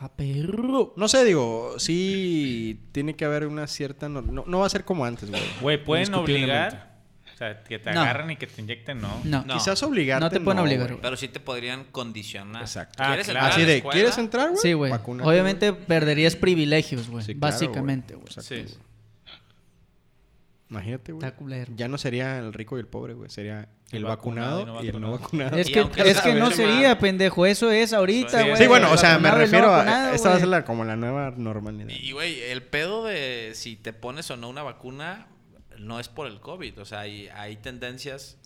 S1: Ah, perro.
S2: No sé, digo, sí tiene que haber una cierta... nor- No, no va a ser como antes, güey.
S3: Güey, ¿pueden
S2: Indiscutiblemente.
S3: obligar? O sea, que te
S1: No.
S3: agarren y que te inyecten, no.
S1: No.
S4: No.
S2: Quizás obligarte.
S1: No te pueden obligar,
S2: güey.
S1: güey.
S4: Pero sí te podrían condicionar.
S2: Exacto.
S3: Ah,
S4: ¿Quieres
S3: claro.
S4: entrar a
S2: Así
S4: la
S2: de,
S4: escuela?
S2: ¿quieres entrar, güey?
S1: Sí, güey.
S2: Vacúnate,
S1: Obviamente perderías privilegios, güey.
S2: Sí, claro,
S1: básicamente,
S2: güey.
S1: güey.
S2: Exacto,
S4: Sí,
S2: güey.
S4: sí.
S2: Imagínate, güey.
S1: Está culero.
S2: Ya no sería el rico y el pobre, güey. Sería el,
S3: El
S2: vacunado,
S3: vacunado
S2: y
S3: y
S2: el no
S3: no
S2: vacunado.
S1: Es
S4: Y
S1: que,
S4: aunque
S1: es
S4: sea
S1: que no
S4: vez más-
S1: sería, pendejo. Eso es ahorita,
S4: Sí,
S1: güey.
S2: Sí, bueno, o
S1: El
S2: sea, me
S1: vacunado, el no
S2: refiero a...
S1: vacunado,
S2: Esta va a
S1: güey.
S2: ser la- como la nueva normalidad.
S4: Y, güey, el pedo de si te pones o no una vacuna no es por el COVID. O sea, hay, hay tendencias.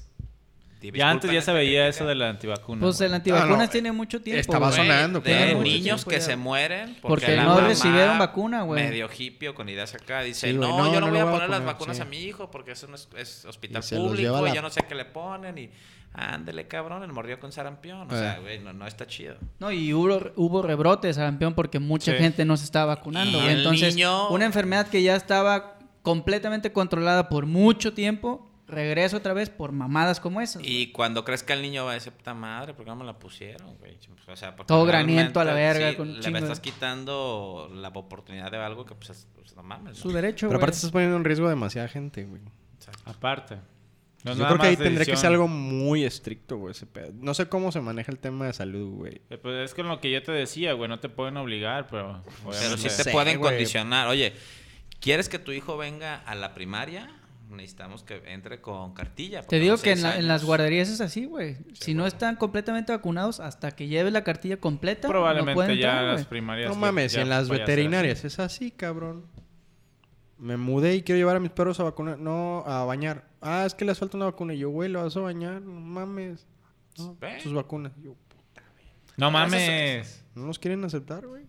S3: Ya antes ya se veía eso de la antivacuna.
S1: Pues
S3: güey.
S1: el antivacunas
S2: Ah, No, no,
S1: tiene mucho tiempo.
S2: estaba
S1: güey. pues,
S2: sonando,
S4: Pues, De
S2: claro, güey.
S4: niños que se mueren porque,
S1: Porque
S4: la
S1: no
S4: mamá,
S1: recibieron vacuna, güey.
S4: Medio hippie o con ideas acá. Dice,
S2: Sí, güey,
S4: no,
S2: no, no
S4: yo no,
S2: lo
S4: voy a
S2: voy a
S4: poner las
S2: vacunar,
S4: vacunas
S2: sí.
S4: a mi hijo porque eso no es, es hospital
S2: Y se los lleva
S4: público y
S2: la-
S4: yo no sé qué le ponen. Y ándele, cabrón, el mordió con sarampión. O
S2: Eh.
S4: sea, güey, no, no está chido.
S1: No, y hubo, hubo rebrotes, sarampión, porque mucha
S3: Sí.
S1: gente no se estaba vacunando.
S4: Y
S1: güey.
S4: el
S1: Entonces,
S4: niño-
S1: una enfermedad que ya estaba completamente controlada por mucho tiempo, regresa otra vez por mamadas como esas. güey.
S4: Y cuando crezca el niño va a decir, puta madre, ¿por qué no me la pusieron, güey? O sea, porque
S1: Todo graniento a la
S4: realmente,
S1: verga,
S4: sí,
S1: con un
S4: le
S1: chingo de-
S4: estás quitando la oportunidad de algo que, pues, es- pues, no mames.
S1: Su
S4: ¿no?
S1: derecho,
S2: Pero
S1: güey.
S2: aparte estás poniendo en riesgo a demasiada gente, güey.
S3: Aparte. No es
S2: Yo creo
S3: nada
S2: que
S3: más
S2: ahí
S3: de
S2: tendría que
S3: edición.
S2: ser algo muy estricto, güey, ese pedo. No sé cómo se maneja el tema de salud, güey.
S3: Eh, Pues es con lo que yo te decía, güey. No te pueden obligar, pero.
S4: Pero sí
S3: obviamente-
S4: te
S2: sé,
S4: pueden
S2: güey.
S4: condicionar. Oye, ¿quieres que tu hijo venga a la primaria? Necesitamos que entre con cartilla. porque
S1: Te digo
S4: son
S1: que en,
S4: seis
S1: la- en las
S4: años.
S1: guarderías es así, güey. si no están completamente vacunados, hasta que lleves la cartilla completa, no
S3: Probablemente
S1: pueden
S3: ya
S1: entrar,
S3: las
S1: güey.
S3: primarias.
S2: No
S3: ya-
S2: mames,
S3: ya
S2: y en las
S3: vaya a ser
S2: veterinarias es así, cabrón. Me mudé y quiero llevar a mis perros a vacunar, no, a bañar. Ah, es que les falta una vacuna. Y yo, güey, lo vas a bañar, no mames. No,
S4: Ve.
S2: sus vacunas. Y yo,
S3: así. No
S4: Eso
S3: mames.
S2: no los quieren aceptar, güey.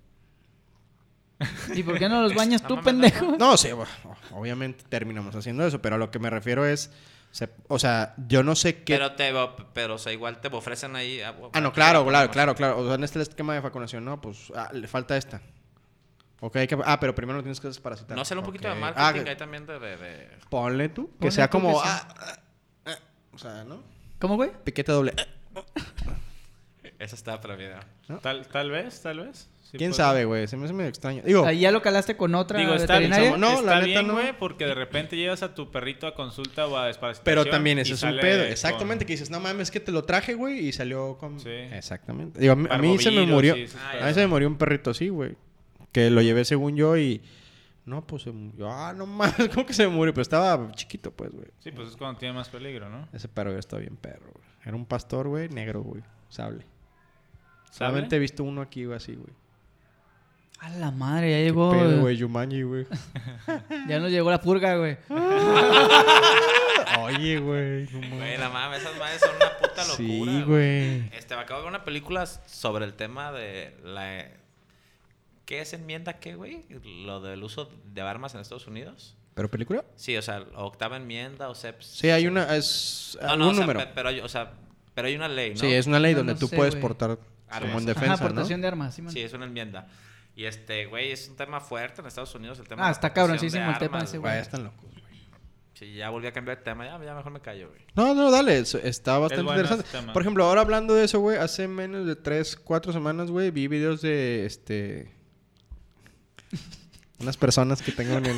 S1: ¿Y por qué no los bañas
S4: No
S1: tú,
S4: mames,
S1: pendejo?
S2: No, sí, bueno, obviamente terminamos haciendo eso, pero a lo que me refiero es, se- o sea, yo no sé qué
S4: Pero, te, va- pero o sea, igual te ofrecen ahí. Ah,
S2: Ah, no, claro, claro, claro, claro. O sea, en este esquema de vacunación, no, pues ah, le falta esta. Ok, hay que... Ah, pero primero lo tienes que desparasitar.
S4: No sé, un poquito
S2: Ok.
S4: de marketing
S2: Ah,
S4: ahí también de... de- de-
S2: ponle tú. Que
S1: Ponle
S2: sea
S1: tú
S2: como...
S1: que sea.
S2: ah, ah, ah. o sea, ¿no?
S1: ¿Cómo, güey?
S2: Piquete doble.
S4: Eso está prohibido.
S3: Tal, tal vez, tal vez. Sí
S2: ¿Quién
S3: puede
S2: sabe, güey? Se me hace medio extraño. Digo,
S1: Ahí ya lo calaste con otra
S3: Digo, está,
S1: veterinaria.
S2: somos- No,
S3: está
S2: la neta
S3: bien,
S2: no.
S3: güey, porque de repente llevas a tu perrito a consulta o a desparasitación.
S2: pero también
S3: y
S2: ese es un
S3: sale
S2: pedo.
S3: con-
S2: Exactamente, que dices, no mames, que te lo traje, güey, y salió con...
S3: Sí.
S2: Exactamente. Digo, a mí, a mí se me
S3: Parvovirus,
S2: murió...
S3: sí, esos
S4: Ah,
S2: A mí
S3: pedos.
S2: se me murió un perrito así, güey. Que lo llevé según yo y... No, pues se murió. Ah, no mames, ¿cómo que se murió? Pero estaba chiquito, pues, güey.
S3: Sí, pues es cuando tiene más peligro, ¿no?
S2: Ese perro ya está bien perro, güey. Era un pastor, güey, negro, güey. Sable. Solamente he
S3: ¿Sabe?
S2: visto uno aquí, güey, así, güey.
S1: A la madre, ya
S2: Qué
S1: llegó.
S2: pedo, güey, Yumanji, güey.
S1: Ya nos llegó la purga, güey.
S2: Oye, güey. no mames.
S4: Güey, la mames, esas madres son una puta locura.
S2: Sí,
S4: güey.
S2: güey.
S4: Este, me acabo de ver una película sobre el tema de la... ¿Qué es enmienda qué, güey? Lo del uso de armas en Estados Unidos.
S2: ¿Pero película?
S4: Sí, o sea, octava enmienda o sea...
S2: Sí, hay una... Es
S4: Ah, No,
S2: un
S4: no, o sea,
S2: número.
S4: pe- pero, hay- o sea, pero hay una ley, ¿no? Ah,
S2: Sí, es una ley
S1: No,
S2: donde
S1: Ah, no
S2: tú
S1: sé,
S2: puedes
S1: güey.
S2: portar como
S4: Armas.
S2: en
S4: Ajá,
S2: defensa,
S1: Ajá, aportación
S2: ¿no?
S1: de armas, sí, man.
S4: Sí, es una enmienda. Y este, güey, es un tema fuerte en Estados Unidos, el tema...
S1: Ah,
S4: de la
S1: está
S4: posesión
S1: cabroncísimo
S4: de
S1: el tema
S4: armas,
S1: ese,
S2: Güey,
S1: güey.
S2: están locos, güey.
S4: Sí, ya volví a cambiar de tema, ya, ya mejor me callo, güey.
S2: No, no, dale, es- está bastante
S3: bueno ese
S2: interesante.
S3: tema.
S2: Por ejemplo, ahora hablando de eso, güey, hace menos de 3, 4 semanas, güey, vi videos de este unas personas que tengo en el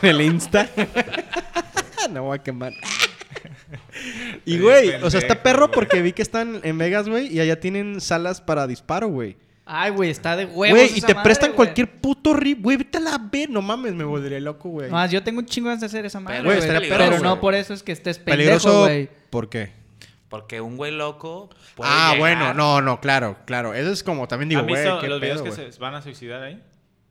S2: en el Insta. no voy a quemar. Y güey, o sea, está
S3: Pendejo,
S2: perro
S3: güey.
S2: porque vi que están en Vegas, güey, y allá tienen salas para disparo, güey.
S1: Ay, güey, está de huevos.
S2: Güey, y
S1: esa
S2: te
S1: madre,
S2: prestan
S1: güey.
S2: cualquier puto rip, güey, vete a la ver, no mames, me volvería loco, güey.
S1: No, yo tengo un chingo de ganas de hacer esa madre.
S4: Pero
S1: güey,
S4: es
S1: Pero,
S4: peligroso,
S1: no
S2: güey.
S1: por eso es que estés pendejo,
S2: Peligroso,
S1: güey.
S2: ¿por qué?
S4: Porque un güey loco puede
S2: Ah,
S4: llegar-
S2: bueno, no, no, claro, claro. Eso es como también digo,
S3: ¿Han
S2: güey,
S3: visto
S2: qué
S3: los videos
S2: pedo,
S3: que
S2: güey.
S3: se van a suicidar ahí?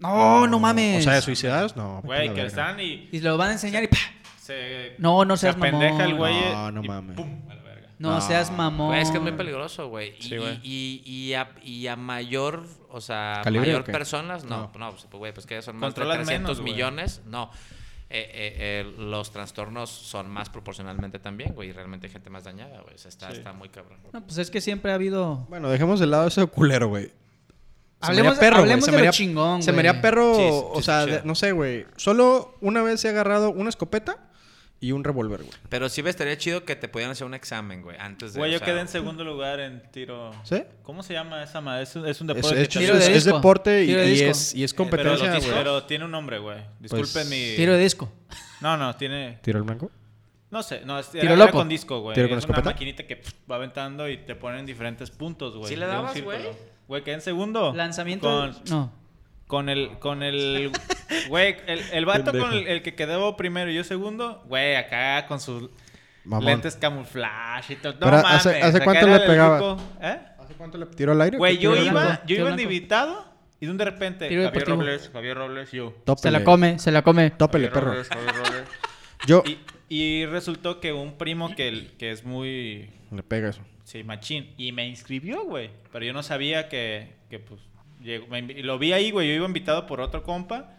S1: Oh, No, no mames.
S2: O sea, de suicidados, no. vete a
S3: Güey,
S2: la
S3: que
S2: verga.
S3: están y
S1: Y lo van a enseñar y ¡pa!
S3: se...
S1: No, no seas
S3: se pendeja el
S1: mamón.
S3: güey
S2: No,
S3: y-
S2: no
S3: y
S2: mames.
S3: ¡pum! a la verga.
S1: No, seas mamón.
S4: Güey, es que es muy peligroso, güey. Y,
S3: Sí, güey.
S4: y, y a, y a mayor, o sea, a
S2: ¿Calibre o
S4: mayor
S2: qué?
S4: personas, no,
S2: No.
S4: no, pues, güey, pues que ya son más de
S3: Controlas
S4: 300
S3: menos, güey.
S4: millones, no. Eh, eh, eh, los trastornos son más proporcionalmente también, güey, y realmente hay gente más dañada, güey. O sea, está,
S3: Sí.
S4: está muy cabrón.
S1: No, pues es que siempre ha habido.
S2: Bueno, dejemos de lado ese culero, güey. Se me
S1: Hablemos,
S2: haría perro, güey,
S1: hablemos
S2: se
S1: de
S2: me
S1: lo
S2: haría-
S1: chingón,
S2: Se me
S1: güey.
S2: haría perro,
S4: Sí, sí,
S2: o
S4: sí,
S2: sea,
S4: sí.
S2: de- no sé, güey. Solo una vez he agarrado una escopeta y un revólver, güey.
S4: Pero sí me estaría chido que te pudieran hacer un examen, güey, antes de...
S3: Güey,
S4: o
S3: yo
S4: sea,
S3: quedé en segundo lugar en tiro.
S2: Pues, ¿Sí?
S3: ¿Cómo se llama esa madre? Es, un- es un
S2: Es,
S3: deporte.
S2: es-
S3: que-
S1: Tiro de
S2: es- es
S1: disco.
S2: deporte y,
S1: Tiro de
S2: y
S1: disco.
S2: es, y es
S3: Eh, pero,
S2: competencia,
S3: lo-
S2: güey. Pues,
S3: pero tiene un nombre, güey. Disculpen mi.
S1: Tiro de disco.
S3: No, no, tiene.
S2: ¿Tiro al blanco?
S3: No sé, no, es
S1: Tiro
S3: era- era
S1: loco.
S3: con disco, güey.
S2: Tiro con
S3: es una
S2: escopeta.
S3: maquinita que pf, va aventando y te ponen diferentes puntos, güey.
S4: ¿Sí le
S3: de un
S4: dabas,
S3: círculo.
S4: güey?
S3: Güey, quedé en segundo.
S1: Lanzamiento.
S3: Con,
S1: No.
S3: con el. Con el. Güey, el, el vato
S2: Pendejo.
S3: con el, el que quedó primero y yo segundo, güey, acá con sus
S2: Mamón.
S3: lentes camuflaje y todo. No
S2: Pero,
S3: mames.
S2: ¿hace- hace
S3: acá
S2: cuánto
S3: era
S2: le
S3: el
S2: pegaba?
S3: ruco, ¿Eh?
S2: ¿Hace cuánto le tiro al aire?
S3: Güey,
S2: ¿Qué
S3: yo
S2: tiro al
S3: iba,
S2: blanco?
S3: yo
S1: Tiro
S3: iba
S1: blanco.
S3: invitado y de un de repente
S1: Tiro
S3: Javier
S1: deportivo.
S3: Robles, Javier Robles, yo.
S2: Tópele.
S1: Se la come, se la come.
S2: Tópele,
S3: Javier
S2: perro.
S3: Robles, Javier Robles.
S2: Yo...
S3: Y, y resultó que un primo que, el- que es muy
S2: Le pega eso.
S3: sí, machín y me inscribió, güey. Pero yo no sabía que, que pues, llegó- me invi- lo vi ahí, güey. Yo iba invitado por otro compa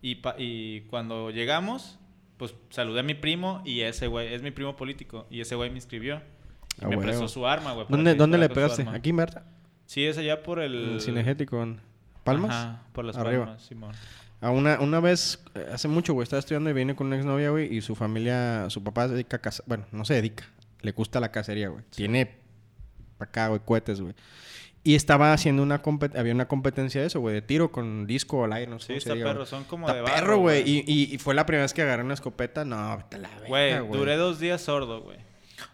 S3: y, pa- y cuando llegamos, pues saludé a mi primo y ese güey, es mi primo político y ese güey me inscribió. Y
S2: Ah,
S3: me
S2: huevo.
S3: prestó su arma, güey. para
S2: ¿Dónde,
S3: que
S2: dónde le
S3: jugara con su
S2: pegaste?
S3: arma.
S2: ¿Aquí, Marta?
S3: Sí, es allá por
S2: En
S3: el...
S2: el cinegético. en ¿Palmas?
S3: Ajá, por las
S2: Arriba.
S3: palmas, Simón.
S2: A una, una vez, eh, hace mucho, güey, estaba estudiando y vine con una exnovia, güey, y su familia, su papá se dedica a caza- bueno, no se dedica, le gusta la cacería, güey. Tiene pa' acá, güey, cohetes, güey. Y estaba haciendo una competencia, había una competencia de eso, güey, de tiro con disco al aire, no sé.
S3: Sí,
S2: cómo se
S3: está
S2: diga,
S3: perro,
S2: güey.
S3: son como
S2: Está
S3: de barro,
S2: perro, güey. Y,
S3: güey.
S2: y, y fue la primera vez que agarré una escopeta, no, vete a la verga,
S3: Güey,
S2: güey.
S3: duré dos días sordo, güey.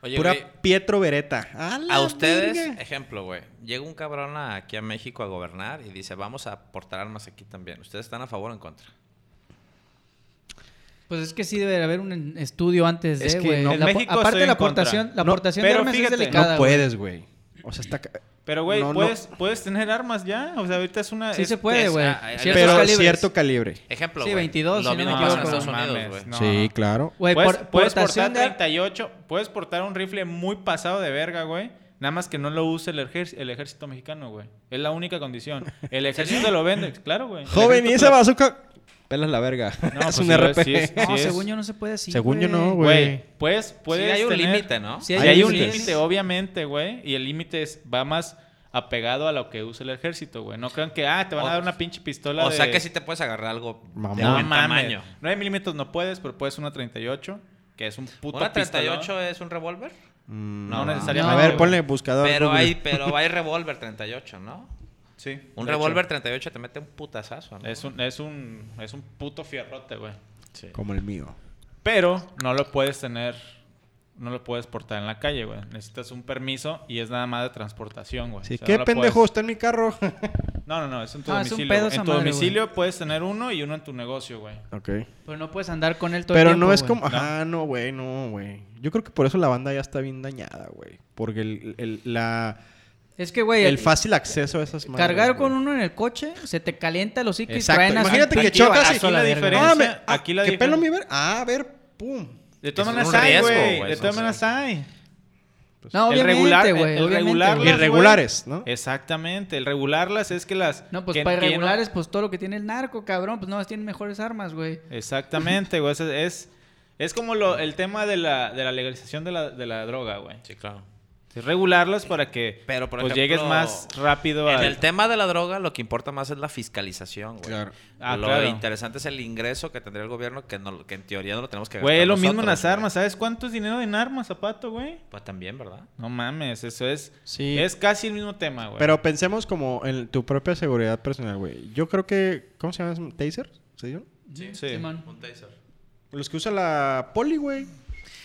S4: Oye,
S2: Pura
S4: güey,
S2: Pietro Beretta. A, la
S4: a ustedes,
S2: verga.
S4: ejemplo, güey. Llega un cabrón a- aquí a México a gobernar y dice, vamos a portar armas aquí también. ¿Ustedes están a favor o en contra?
S1: Pues es que sí debe de haber un estudio antes de,
S2: Es que
S1: güey.
S2: no.
S1: La
S3: En
S1: po-
S3: México
S1: aparte
S3: estoy
S1: la
S3: en contra.
S1: aportación, la
S3: No,
S1: aportación de
S3: pero
S1: armas
S3: fíjate,
S1: es
S3: no
S1: delicada. güey.
S2: No puedes, güey. O sea, está... ca-
S3: Pero, güey,
S2: No, no.
S3: puedes, puedes tener armas ya. O sea, ahorita es una.
S1: Sí
S3: es-
S1: se puede,
S4: es-
S1: güey.
S4: ah, hay- hay
S1: Ciertos
S2: Pero
S1: calibres.
S2: cierto calibre.
S4: Ejemplo,
S1: Sí,
S4: güey.
S1: 22,
S4: Lo
S1: si no
S4: mismo
S1: me
S4: pasa en
S1: equivoco.
S4: Estados Unidos,
S3: Mames,
S4: güey.
S3: no.
S2: Sí, claro.
S1: Güey,
S3: puedes,
S1: por-
S3: puedes
S1: portación
S3: portar
S1: de ar-
S3: 38. Puedes portar un rifle muy pasado de verga, güey. Nada más que no lo use el, ejer- el ejército mexicano, güey. Es la única condición. El ejército lo vende, claro, güey. El
S2: Joven, ¿y
S3: ejército
S2: esa
S3: te lo-
S2: bazooka? Pelas la verga.
S3: No,
S2: es
S3: pues
S2: un
S3: sí,
S2: RPG.
S3: sí es-
S1: No,
S3: sí es-
S1: según yo no se puede así.
S2: Según yo no, güey.
S3: Güey, puedes, puedes.
S4: Sí, hay un
S3: tener-
S4: límite, ¿no?
S1: Sí,
S3: Y
S1: hay
S3: hay, un
S1: límites.
S3: límite, obviamente, güey. Y el límite es- va más apegado a lo que usa el ejército, güey. No crean que, ah, te van a
S4: O-
S3: dar una pinche pistola.
S4: O sea
S3: de-
S4: que sí te puedes agarrar algo
S2: Mamón.
S4: de
S3: No
S4: buen
S3: mames.
S4: tamaño.
S3: 9 milímetros no puedes, pero puedes una 38, que es un puto
S4: ¿Una 38
S3: pistolón.
S4: es un revólver?
S2: Mm,
S3: No,
S4: No,
S2: A
S3: necesariamente.
S2: ver,
S3: güey.
S2: ponle buscador.
S4: Pero
S2: Google.
S4: hay, pero hay revólver 38, ¿no?
S3: Sí.
S4: Un
S3: de
S4: revólver 38 te mete un putazazo,
S3: hecho,
S4: ¿no?
S3: Es un, es, un, es un puto fierrote, güey.
S2: Como el mío.
S3: Pero no lo puedes tener, no lo puedes portar en la calle, güey. Necesitas un permiso y es nada más de transportación, güey.
S2: Sí,
S3: O sea,
S2: ¿Qué
S3: no lo
S2: pendejo
S3: puedes-
S2: está en mi carro?
S3: No, no, no, es en tu
S1: Ah, es un
S3: domicilio.
S1: pedo
S3: güey.
S1: esa
S3: en tu
S1: madre, güey.
S3: domicilio puedes tener uno y uno en tu negocio, güey.
S2: ok.
S1: Pero no puedes andar con él todo el
S2: Pero
S1: tiempo,
S2: no es
S1: güey.
S2: como... Ajá, no, güey, no, güey. Yo creo que por eso la banda ya está bien dañada, güey. Porque el, el- la,
S1: Es que, güey,
S2: el fácil acceso a esas madres,
S1: cargar con
S2: güey.
S1: uno en el coche se te calienta los hocico y
S2: Exacto.
S1: traen así
S2: Imagínate
S1: un
S2: que
S1: pinche
S2: chocas y-
S1: balazo a la
S3: la
S1: verga.
S3: diferencia-
S2: Ah, me- ah,
S3: Aquí la
S2: ¿Qué
S3: diferen-
S2: pelo mi ver? Ah, a ver, pum.
S3: De
S4: Es
S3: todas
S4: un
S3: maneras hay,
S4: riesgo,
S3: güey.
S4: güey,
S3: De
S4: o
S3: todas
S4: sea.
S3: maneras hay.
S1: No,
S3: El
S1: obviamente,
S3: regular- el-
S1: güey.
S3: el
S1: obviamente,
S3: regular-
S1: güey.
S3: güey.
S2: Irregulares, ¿no?
S3: Exactamente. El regularlas es que las...
S1: No, pues
S3: que-
S1: para
S3: que no-
S1: irregulares, pues todo lo que tiene el narco, cabrón. Pues no, tienen mejores armas, güey.
S3: Exactamente, güey. Es, es, es como lo, el tema de la, de la legalización de la, de la droga, güey.
S4: Sí, claro.
S3: Es Regularlas para que
S4: Pero, por
S3: pues,
S4: ejemplo,
S3: llegues más rápido
S4: En
S3: al-
S4: el tema de la droga, lo que importa más es la fiscalización, güey.
S2: Claro.
S3: Ah,
S4: lo
S3: claro.
S4: interesante es el ingreso que tendría el gobierno, que, no, que en teoría no lo tenemos que gastar.
S3: Güey, es lo mismo en
S4: nosotros,
S3: las
S4: güey.
S3: armas. ¿Sabes cuánto es dinero en armas, zapato, güey?
S4: Pues también, ¿verdad?
S3: No mames, eso es...
S2: Sí.
S3: Es casi el mismo tema, güey.
S2: Pero pensemos como en tu propia seguridad personal, güey. Yo creo que... ¿Cómo se llama? eso? ¿Taser? ¿Se dice?
S4: Sí.
S3: Sí.
S1: Simón.
S4: Un taser.
S2: Los que usa la poli, güey.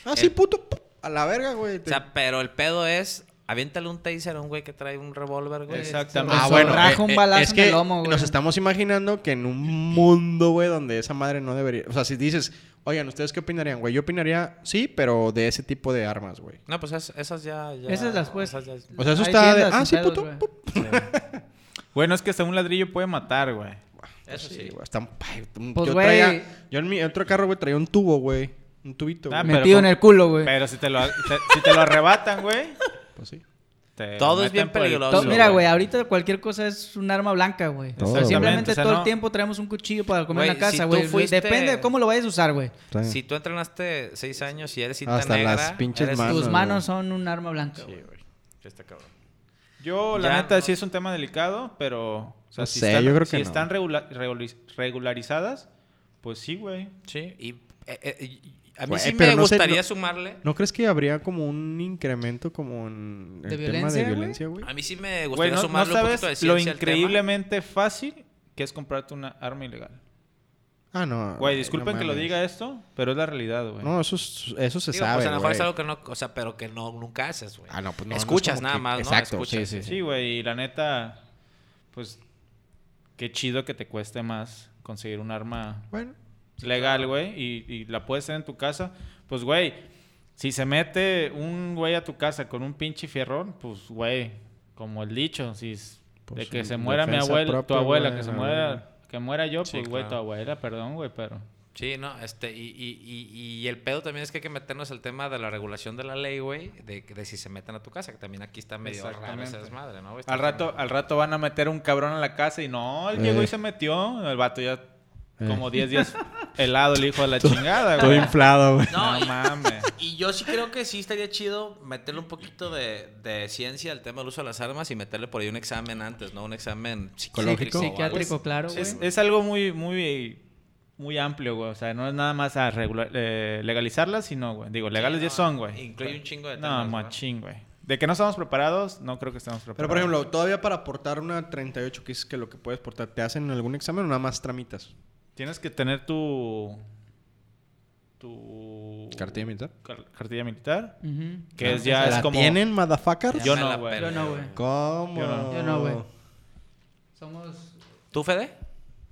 S2: Ah, sí,
S4: El-
S2: puto. pu- A la verga, güey.
S4: O sea, pero el pedo es, aviéntale un taser a un güey que trae un revólver, güey.
S3: Exactamente.
S1: Ah,
S3: Eso,
S1: bueno.
S3: ra-
S1: Raja
S2: eh,
S1: un balazo en el lomo, güey.
S2: Nos estamos imaginando que en un mundo, güey, donde esa madre no debería. O sea, si dices, oigan, ¿ustedes qué opinarían, güey? Yo opinaría, sí, pero de ese tipo de armas, güey.
S4: No, pues es- esas ya, ya-
S1: Esas las puedes-
S4: esas ya-
S2: O sea, eso
S1: Hay
S2: está de.
S1: tiendas sin
S2: Ah, sí,
S1: pedos,
S2: puto.
S1: güey.
S2: pup".
S3: Bueno, es que hasta un ladrillo puede matar, güey.
S4: Eso sí.
S2: güey, Están. ay, un-
S1: Pues,
S2: yo,
S1: güey.
S2: traía, yo en mi otro carro, güey, traía un tubo, güey. Un tubito,
S3: Ah,
S2: güey.
S3: pero
S1: Metido
S3: con-
S1: en el culo, güey.
S3: Pero si te lo, te- si te lo arrebatan, güey...
S2: Pues sí.
S3: te
S4: Todo
S3: lo
S4: es bien
S3: meten por el
S4: peligroso,
S1: To-
S3: culo,
S1: mira, güey, ahorita cualquier cosa es un arma blanca, güey.
S2: Todo,
S1: O sea,
S2: güey.
S1: Simplemente
S3: O sea,
S1: todo
S3: no-
S1: el tiempo traemos un cuchillo para comer
S4: Güey,
S1: en la
S4: si
S1: casa,
S4: tú
S1: güey.
S4: fuiste-
S1: Depende de cómo lo vayas a usar, güey.
S2: Está bien.
S4: Si tú entrenaste seis años y eres cinta
S2: Hasta
S4: negra,
S2: las pinches
S4: eres-
S2: manos.
S1: Tus
S2: güey.
S1: manos son un arma blanca,
S4: Sí,
S1: güey.
S4: güey. Ya está cabrón.
S3: Yo, la
S4: Ya,
S3: neta,
S4: no.
S3: sí es un tema delicado, pero... O sea,
S2: No
S3: si
S2: sé,
S3: están,
S2: yo creo
S3: si
S2: que no.
S3: están regula- regulariz- regularizadas, pues sí, güey.
S4: Sí, y eh, eh, y- A mí
S2: Güey,
S4: sí
S2: pero
S4: me
S2: no sé,
S4: gustaría
S2: no-
S4: sumarle.
S2: ¿No crees que habría como un incremento como en
S1: ¿De
S2: el tema
S1: violencia,
S2: de
S1: güey?
S2: violencia, güey?
S4: A mí sí me
S3: Güey,
S4: gustaría
S3: no, no
S4: sumarle un poquito de
S3: sabes lo
S4: ciencia al tema.
S3: increíblemente fácil que es comprarte una arma ilegal.
S2: Ah, no.
S3: Güey, disculpen
S2: no
S3: que lo
S2: mames.
S3: diga esto, pero es la realidad, güey.
S2: No, eso, es- eso se
S4: Digo,
S2: sabe,
S4: pues a lo mejor
S2: güey.
S4: es algo que no, o sea, pero que no nunca haces, güey.
S2: Ah, no, pues no, no es
S4: Escuchas
S2: como
S4: nada
S2: que-
S4: más, ¿no?
S2: Exacto, sí,
S4: Escuchas.
S2: sí, sí.
S3: Sí, güey, y la neta, pues, qué chido que te cueste más conseguir un arma
S2: Bueno,
S3: legal, güey, y, y la puedes tener en tu casa. Pues, güey, si se mete un güey a tu casa con un pinche fierrón, pues, güey, como el dicho, si es-
S2: Pues,
S3: de que se
S2: en
S3: muera mi
S2: defensa
S3: abuela, tu
S2: propia,
S3: abuela,
S2: güey,
S3: que se
S2: la
S3: muera,
S2: verga.
S3: que muera yo,
S4: Sí,
S3: pues, güey, tu
S4: claro.
S3: abuela, perdón, güey, pero...
S4: Sí, no, este, y, y- y- y el pedo también es que hay que meternos al tema de la regulación de la ley, güey, de, de si se meten a tu casa, que también aquí está medio raro
S3: Exactamente.
S4: ese desmadre, ¿no? güey? Está
S3: Al rato,
S4: cabrón.
S3: al rato van a meter un cabrón a la casa y no, él llegó
S2: Eh.
S3: y se metió. El vato ya
S2: Eh.
S3: como 10 días helado el hijo de la chingada,
S2: todo
S3: güey.
S2: inflado, güey.
S4: No,
S3: No,
S4: y-
S3: mames.
S4: Y yo sí creo que sí estaría chido meterle un poquito de, de ciencia al tema del uso de las armas y meterle por ahí un examen antes, ¿no? Un examen psicológico.
S2: Psicológico.
S4: o algo.
S1: Psiquiátrico, claro, güey.
S3: Es, es algo muy, muy, muy amplio, güey. O sea, no es nada más a regular- eh, legalizarlas, sino, güey. Digo, legales
S4: no,
S3: ya son, güey.
S4: incluye un chingo de
S3: No,
S4: temas, güey.
S3: machín, güey. De que no estamos preparados, no creo que estemos
S2: Pero,
S3: preparados.
S2: por ejemplo, todavía para portar una 38, que es que lo que puedes portar, ¿te hacen algún examen o nada más tramitas?
S3: Tienes que tener tu... Tu...
S2: Uh. ¿Cartilla militar?
S3: car- cartilla militar.
S1: Ujú.
S3: Que es ya es
S2: ¿La
S3: como...
S2: tienen, motherfuckers?
S4: Ya
S3: Yo
S4: me
S3: no,
S4: la
S3: güey.
S4: pelé,
S1: Yo no, güey.
S2: ¿Cómo?
S3: Yo no.
S1: Yo no, güey. Somos...
S4: ¿Tú, Fede?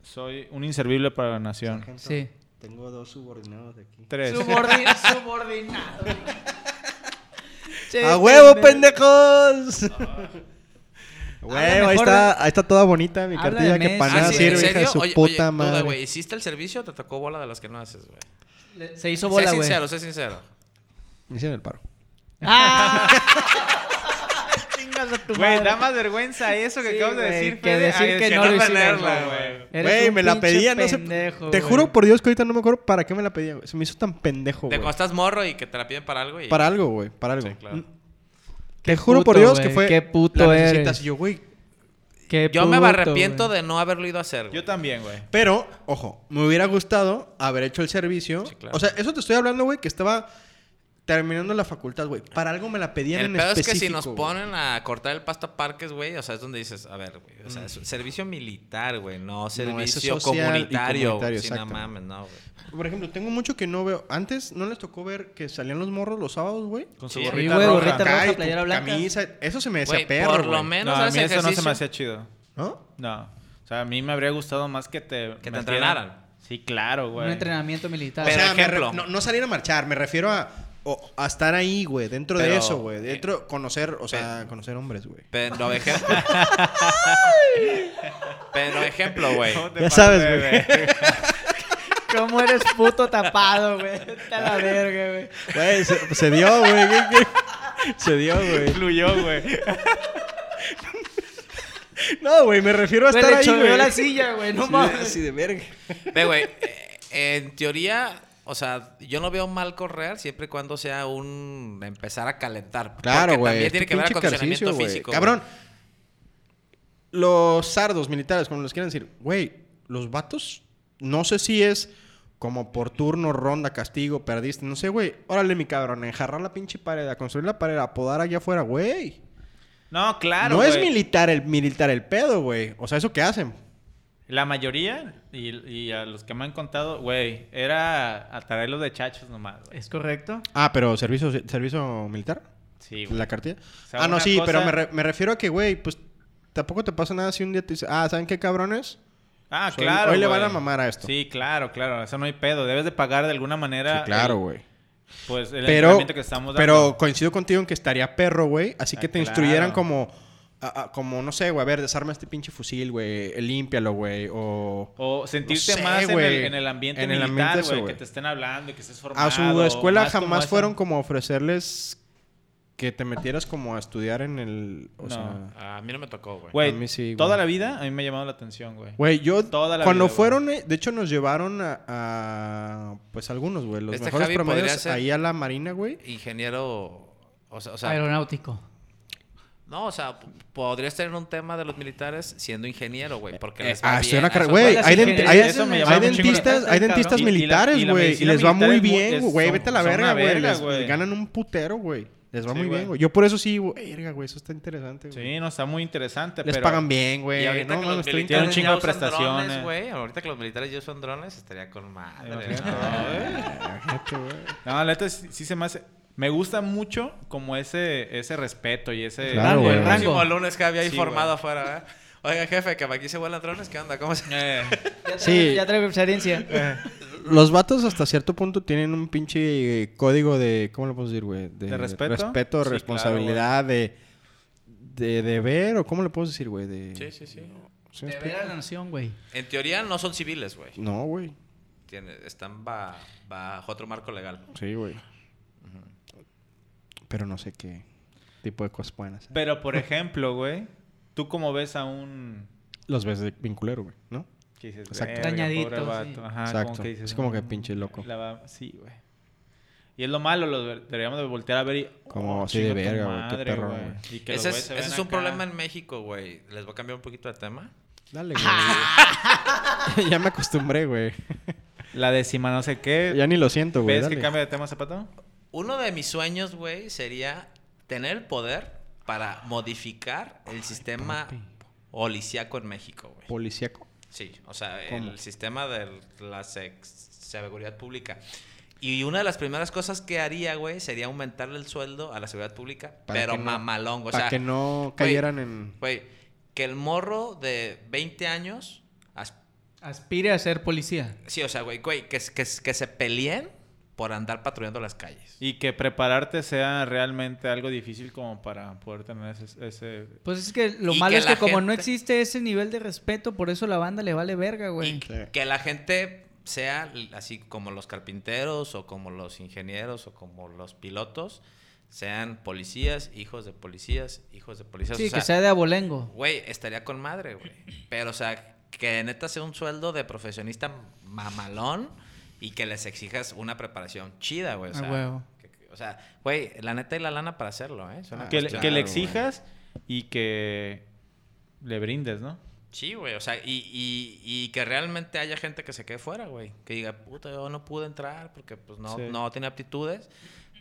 S3: Soy un inservible para la nación.
S2: Sargento,
S1: Sí.
S2: Tengo dos subordinados de aquí.
S1: Pues.
S3: Tres.
S1: Subordin- subordinados. Che,
S2: ¡A huevo,
S1: pendejo.
S2: pendejos! Huevo, ahí
S1: mejor
S2: está, ahí está toda bonita mi
S1: Habla
S2: cartilla
S1: de
S2: que
S1: Messi.
S2: para
S1: Ah,
S2: nada
S1: sí,
S2: sirve,
S1: ¿en
S2: hija de su
S4: Oye, oye,
S2: puta
S4: duda,
S2: madre.
S4: güey, ¿Hiciste el servicio o te tocó bola de las que no haces, güey?
S1: Le- Se hizo bola,
S4: sé
S1: güey.
S4: sincero, sé sincero.
S2: Me hicieron el paro.
S1: ¡Ah! Chingas a tu
S3: Güey,
S1: madre.
S3: da más vergüenza eso que
S1: Sí,
S3: acabas de
S1: güey,
S3: decir,
S1: que
S3: Fede,
S1: decir
S3: a
S1: que no lo hicieron,
S3: tenerla,
S1: güey.
S3: güey.
S1: Eres
S2: Güey,
S1: un
S2: me la
S1: pinche
S2: pedía, no sé.
S1: pendejo,
S2: te
S1: güey.
S2: juro por Dios que ahorita no me acuerdo para qué me la pedía, güey. Se me hizo tan pendejo,
S4: Te
S2: Oh, güey.
S4: costas morro y que te la piden para algo y...
S2: Para algo, güey, para algo. Mm,
S4: Sí, claro.
S2: Te juro por
S1: puto,
S2: Dios que
S1: güey,
S2: fue.
S1: qué puto
S2: la necesitas.
S1: eres.
S2: Y yo, güey.
S1: Qué
S4: Yo me
S1: puto,
S4: arrepiento
S1: güey.
S4: de no haberlo ido a hacer, güey.
S3: Yo también, güey.
S2: Pero, ojo, me hubiera gustado haber hecho el servicio.
S4: Sí, claro.
S2: O sea, eso te estoy hablando, güey, que estaba terminando la facultad, güey. Para algo me la pedían
S4: El
S2: en
S4: pedo es
S2: específico.
S4: que si nos
S2: güey.
S4: ponen a cortar el pasto a parques, güey, o sea, es donde dices, a ver, güey, o sea, es un servicio militar, güey, no
S2: ese Mm. es
S4: servicio
S2: social y
S4: comunitario, güey,
S2: comunitario,
S4: sí, no
S2: exacto.
S4: mames, no, güey.
S2: Por ejemplo, tengo mucho que no veo. Antes no les tocó ver que salían los morros los sábados, güey.
S3: Con su
S4: Sí,
S3: gorrita
S1: güey,
S3: roja.
S1: gorrita
S2: Acá
S1: roja,
S2: y tu
S1: playera blanca.
S2: Camisa. Eso se me decía
S4: Güey,
S2: perro.
S4: por lo
S2: güey.
S4: menos
S3: No, a
S4: haces
S3: mí eso no se
S4: ejercicio.
S3: me hacía chido.
S2: ¿No?
S3: No. O sea, a mí me habría gustado más que te...
S4: Que te
S3: metieran-
S4: entrenaran.
S3: Sí, claro,
S1: Un
S3: güey.
S1: entrenamiento militar.
S2: O
S4: Pero-
S2: sea, me
S4: ejemplo.
S2: re- no, no salir a marchar, me refiero a, o- a estar ahí, güey, dentro de
S4: Pero- eh,
S2: eso, güey. Dentro, conocer, o sea, conocer hombres, güey.
S4: Pero ejemplo. Pero ejemplo, güey.
S3: ¿Cómo te
S2: Ya
S3: pasé,
S2: sabes, güey.
S1: ¿Cómo eres puto tapado, güey? Está la verga, güey.
S2: Güey, se, se dio, güey. ¿qué- qué? Se dio, güey.
S3: Fluyó, güey.
S2: No, güey, me refiero a
S1: Güey,
S2: estar
S1: le
S2: ahí,
S1: chorreó
S2: güey.
S1: la silla, güey. No
S2: Así de-
S1: mames.
S2: así de verga.
S4: Ve, güey, eh, en teoría, o sea, yo no veo mal correr siempre y cuando sea un empezar a calentar.
S2: Claro,
S4: Porque
S2: güey.
S4: También
S2: es
S4: tiene
S2: tu
S4: que ver
S2: pinche ejercicio,
S4: acondicionamiento
S2: güey.
S4: físico. güey.
S2: Cabrón. Los sardos militares, como los quieran decir, güey, los vatos, no sé si es como por turno, ronda, castigo, perdiste, no sé, güey. Órale, mi cabrón, a enjarrar la pinche pared, a construir la pared, a podar allá afuera, güey.
S3: No, claro,
S2: no es
S3: güey.
S2: militar el militar el pedo, güey. O sea, ¿eso qué hacen?
S3: La mayoría, y, y a los que me han contado, güey, era atraerlos de chachos nomás, güey.
S1: ¿Es correcto?
S2: Ah, pero servicio, servicio militar.
S3: Sí, güey.
S2: La cartilla.
S3: sea,
S2: ah, no,
S3: una
S2: sí,
S3: cosa-
S2: pero me, re- me refiero a que, güey, pues tampoco te pasa nada si un día te dice, ah, ¿saben qué cabrones?
S3: Ah,
S2: Hoy-
S3: claro,
S2: hoy le
S3: güey.
S2: van a mamar a esto.
S3: Sí, claro, claro. Eso no hay pedo. Debes de pagar de alguna manera...
S2: sí, claro,
S3: el-
S2: güey.
S3: Pues el
S2: Pero,
S3: entrenamiento que estamos
S2: pero
S3: dando.
S2: coincido contigo en que estaría perro, güey. Así
S3: Ah,
S2: que te
S3: claro.
S2: instruyeran como, a- a- como, no sé, güey, a ver, desarma este pinche fusil, güey, eh, límpialo, güey, o...
S3: O sentirte
S2: No sé,
S3: más en el,
S2: güey.
S3: en el ambiente
S2: En el ambiente
S3: militar,
S2: ese,
S3: güey. Que
S2: güey.
S3: te estén hablando y que estés formado.
S2: A su escuela
S3: más como
S2: jamás
S3: esa-
S2: fueron como a ofrecerles que te metieras como a estudiar en el... O
S3: No.
S2: sea...
S4: A mí no me tocó, güey.
S3: Güey,
S2: A mí sí, güey.
S3: toda la vida a mí me ha llamado la atención, güey.
S2: Güey, yo
S3: Toda la
S2: cuando
S3: vida, güey.
S2: fueron, eh, de hecho nos llevaron a, a, pues algunos, güey, los
S4: Este
S2: mejores
S4: Javi podría
S2: promedios
S4: ser-
S2: ahí a la marina, güey.
S4: Ingeniero. O sea, o sea,
S1: Aeronáutico.
S4: No, o sea, p- podrías tener un tema de los militares siendo ingeniero, güey,
S3: Eh,
S4: porque les va
S2: ah, estoy
S4: bien.
S2: en la
S4: Eso-
S2: carrera. Güey,
S1: las
S2: hay, dent-
S1: ingenierías,
S2: hay-
S1: eso me llamaba
S2: hay
S1: un chingo la
S2: dentistas,
S1: atención,
S2: hay
S1: cabrón.
S2: dentistas
S1: Y- y
S3: la-
S2: militares,
S3: y la
S2: güey. Y,
S3: medicina
S2: les va muy
S3: militar es mu-
S2: bien,
S3: es-
S2: güey.
S3: son-
S2: Vete a la
S3: son
S2: verga,
S3: una
S2: güey.
S3: verga,
S2: Les,
S3: güey.
S2: les ganan un putero, güey. Les va
S3: Sí,
S2: muy
S3: güey.
S2: bien, güey. Yo por eso sí, güey. Verga, güey. Eso está interesante, güey.
S3: Sí, no, está muy interesante.
S2: les
S3: pero
S2: pagan bien, güey.
S4: y ahorita
S2: No,
S4: que
S2: mames,
S4: los
S2: estoy bien
S3: Tiene un
S4: militares
S3: chingo
S4: ya
S3: de
S4: usan
S3: prestaciones.
S4: drones, güey. Ahorita que los militares ya usan drones, estaría con madre.
S3: Imagínate,
S4: ¿no?
S2: cabrón. Fíjate, güey.
S3: No, la neta sí, sí se me hace. Me gusta mucho como ese, ese respeto y ese.
S2: Claro, güey.
S4: El
S1: rango.
S4: próximo lunes, Javi, ahí
S3: Sí,
S4: formado afuera, ¿verdad? Oiga, jefe, que aquí se vuelan drones, ¿qué onda? ¿Cómo se...?
S3: Eh,
S1: Ya
S2: Sí.
S1: traigo- Ya traigo experiencia.
S2: Los vatos hasta cierto punto tienen un pinche eh, código de, ¿cómo lo puedo decir, güey?
S3: ¿De respeto?
S2: respeto,
S3: Sí,
S2: responsabilidad, de, de deber, o ¿cómo le puedo decir, güey? De,
S4: Sí, sí, sí.
S2: ¿sí me
S1: De ver
S2: explico?
S1: a la nación, güey.
S4: En teoría no son civiles, güey.
S2: No, güey.
S4: Tiene- Están ba- bajo otro marco legal.
S2: Sí, güey. Pero no sé qué tipo de cosas pueden hacer.
S3: pero, por ejemplo, güey, ¿tú cómo ves a un.
S2: Los ves de vinculero, güey, ¿no?
S3: que dices,
S2: Exacto.
S3: "Verga,
S1: Dañadito,
S3: pobre
S1: sí.
S3: vato". Ajá,
S2: Exacto.
S3: como que dices,
S2: Es como que
S3: "Mm,
S2: pinche loco".
S3: la va- Sí, güey. Y es lo malo, lo deber- deberíamos de voltear a ver y... "Oh,
S2: Como así de
S3: chinga tu
S2: verga, güey, qué
S3: madre,
S2: perro, güey.
S3: Y que los
S4: Ese
S3: güeyes
S4: es,
S3: se
S4: ese
S3: ven
S4: es un
S3: acá.
S4: problema en México, güey. Les voy a cambiar un poquito de tema.
S2: Dale, güey. ya me acostumbré, güey.
S3: La décima no sé qué.
S2: Ya ni lo siento, güey.
S3: ¿Ves que
S2: dale.
S3: cambia de tema, Zapato?
S4: Uno de mis sueños, güey, sería tener el poder para modificar el sistema policíaco en México, güey.
S2: Policíaco.
S4: Sí, o sea,
S2: ¿Cómo?
S4: el sistema de la sex- seguridad pública. Y una de las primeras cosas que haría, güey, sería aumentarle el sueldo a la seguridad pública,
S2: Para
S4: pero
S2: que no-
S4: mamalón, o
S2: Para
S4: sea,
S2: que no cayeran en...
S4: güey, que el morro de 20 años, as-
S1: Aspire a ser policía.
S4: sí, o sea, güey, güey, que, que, que se peleen por andar patrullando las calles.
S3: Y que prepararte sea realmente algo difícil como para poder tener ese... ese-
S1: Pues es que lo
S4: Y
S1: malo
S4: que
S1: es que
S4: la
S1: como no
S4: gente-
S1: existe ese nivel de respeto, por eso la banda le vale verga,
S4: Y
S1: güey.
S2: Sí.
S4: que la gente sea l- así como los carpinteros o como los ingenieros o como los pilotos, sean policías, hijos de policías, hijos de policías.
S1: Sí,
S4: o sea,
S1: que sea de abolengo.
S4: Güey, estaría con madre, güey. Pero, o sea, que neta sea un sueldo de profesionista mamalón y que les exijas una preparación chida, güey. O
S1: A
S4: sea,
S1: huevo.
S4: que- que- o sea, güey, la neta y la lana para hacerlo, ¿eh? Es una
S2: Ah,
S3: que, le-
S4: cuestión-
S3: que le
S2: claro,
S3: exijas y que le brindes, ¿no?
S4: Sí, güey, o sea, y, y, y que realmente haya gente que se quede fuera, güey. Que diga, puta, yo no pude entrar porque pues no,
S3: Sí.
S4: no tenía aptitudes.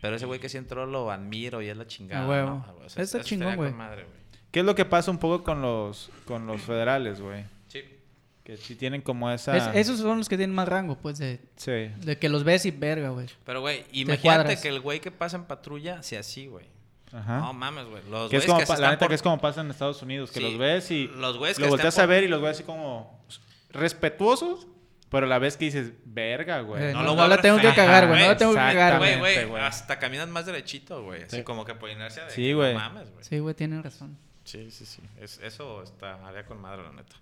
S4: Pero ese güey que sí entró lo admiro y es la chingada.
S1: A huevo.
S4: ¿no? Ah, O sea,
S1: Está
S4: eso
S1: chingón,
S4: estaría con
S1: güey.
S4: madre, güey.
S3: ¿Qué es lo que pasa un poco con los, con los federales, güey?
S4: Sí.
S3: Que sí tienen como esa...
S1: Es- esos son los que tienen más rango, pues, de,
S3: Sí.
S1: de que los ves y verga, güey.
S4: Pero, güey, imagínate
S1: cuadras.
S4: que el güey que pasa en patrulla sea así, güey.
S3: Ajá.
S4: No mames, güey. Los
S3: ¿Ah? Que es
S4: güeyes
S3: como,
S4: que
S3: pa-
S4: se
S3: la
S4: están
S3: neta
S4: por-
S3: que es como pasa en Estados Unidos, que
S4: Sí,
S3: los ves y
S4: los güeyes que
S3: los
S4: están
S3: volteas
S4: por-
S3: a ver y los ves así como respetuosos, pero a la vez que dices, verga,
S1: Eh,
S3: güey.
S4: no
S1: no
S4: lo
S1: no
S4: voy a
S1: la tengo que
S4: refregar,
S1: cagar, güey. No la
S4: güey.
S1: tengo que cagar,
S4: Güey,
S1: güey.
S3: Exactamente,
S4: güey,
S3: güey.
S4: hasta caminan más derechito, güey. Así como que por inercia de
S3: Sí,
S4: que no
S3: güey.
S4: mames, güey.
S1: Sí, güey, tienen razón.
S4: Sí, sí, sí. Es- eso está, haría con madre, la neta.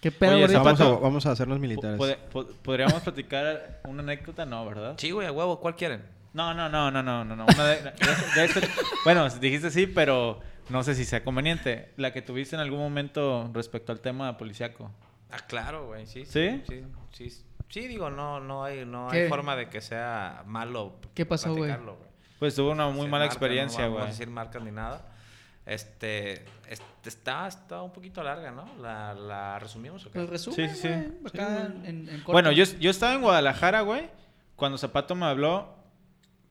S1: ¿Qué pedo,
S3: Oye,
S1: gordito?
S2: Vamos a,
S3: Zapato.
S2: vamos a hacernos
S3: Po-
S2: militares.
S3: pode- po- ¿Podríamos platicar una anécdota? No, ¿verdad?
S4: Sí, güey, a huevo, ¿cuál quieren?
S3: No, no, no, no, no, no. no. Una de- de- de este- bueno, dijiste sí, pero no sé si sea conveniente. La que tuviste en algún momento respecto al tema policíaco.
S4: Ah, claro, güey, sí.
S3: ¿Sí?
S4: Sí, sí. sí. Sí, digo, no, no hay, no
S1: ¿Qué?
S4: hay forma de que sea malo.
S1: ¿Qué pasó, güey?
S4: platicarlo, güey.
S3: Pues tuvo una muy
S4: Sin
S3: mala
S4: marca,
S3: experiencia,
S4: No
S3: güey.
S4: vamos a decir marcas ni nada. Este, este está, está un poquito larga, ¿no? La, la resumimos, ¿o qué?
S1: Pues resume,
S3: Sí, sí, sí.
S1: güey, acá en- en corto.
S3: Bueno, yo, yo estaba en Guadalajara, güey. Cuando Zapato me habló,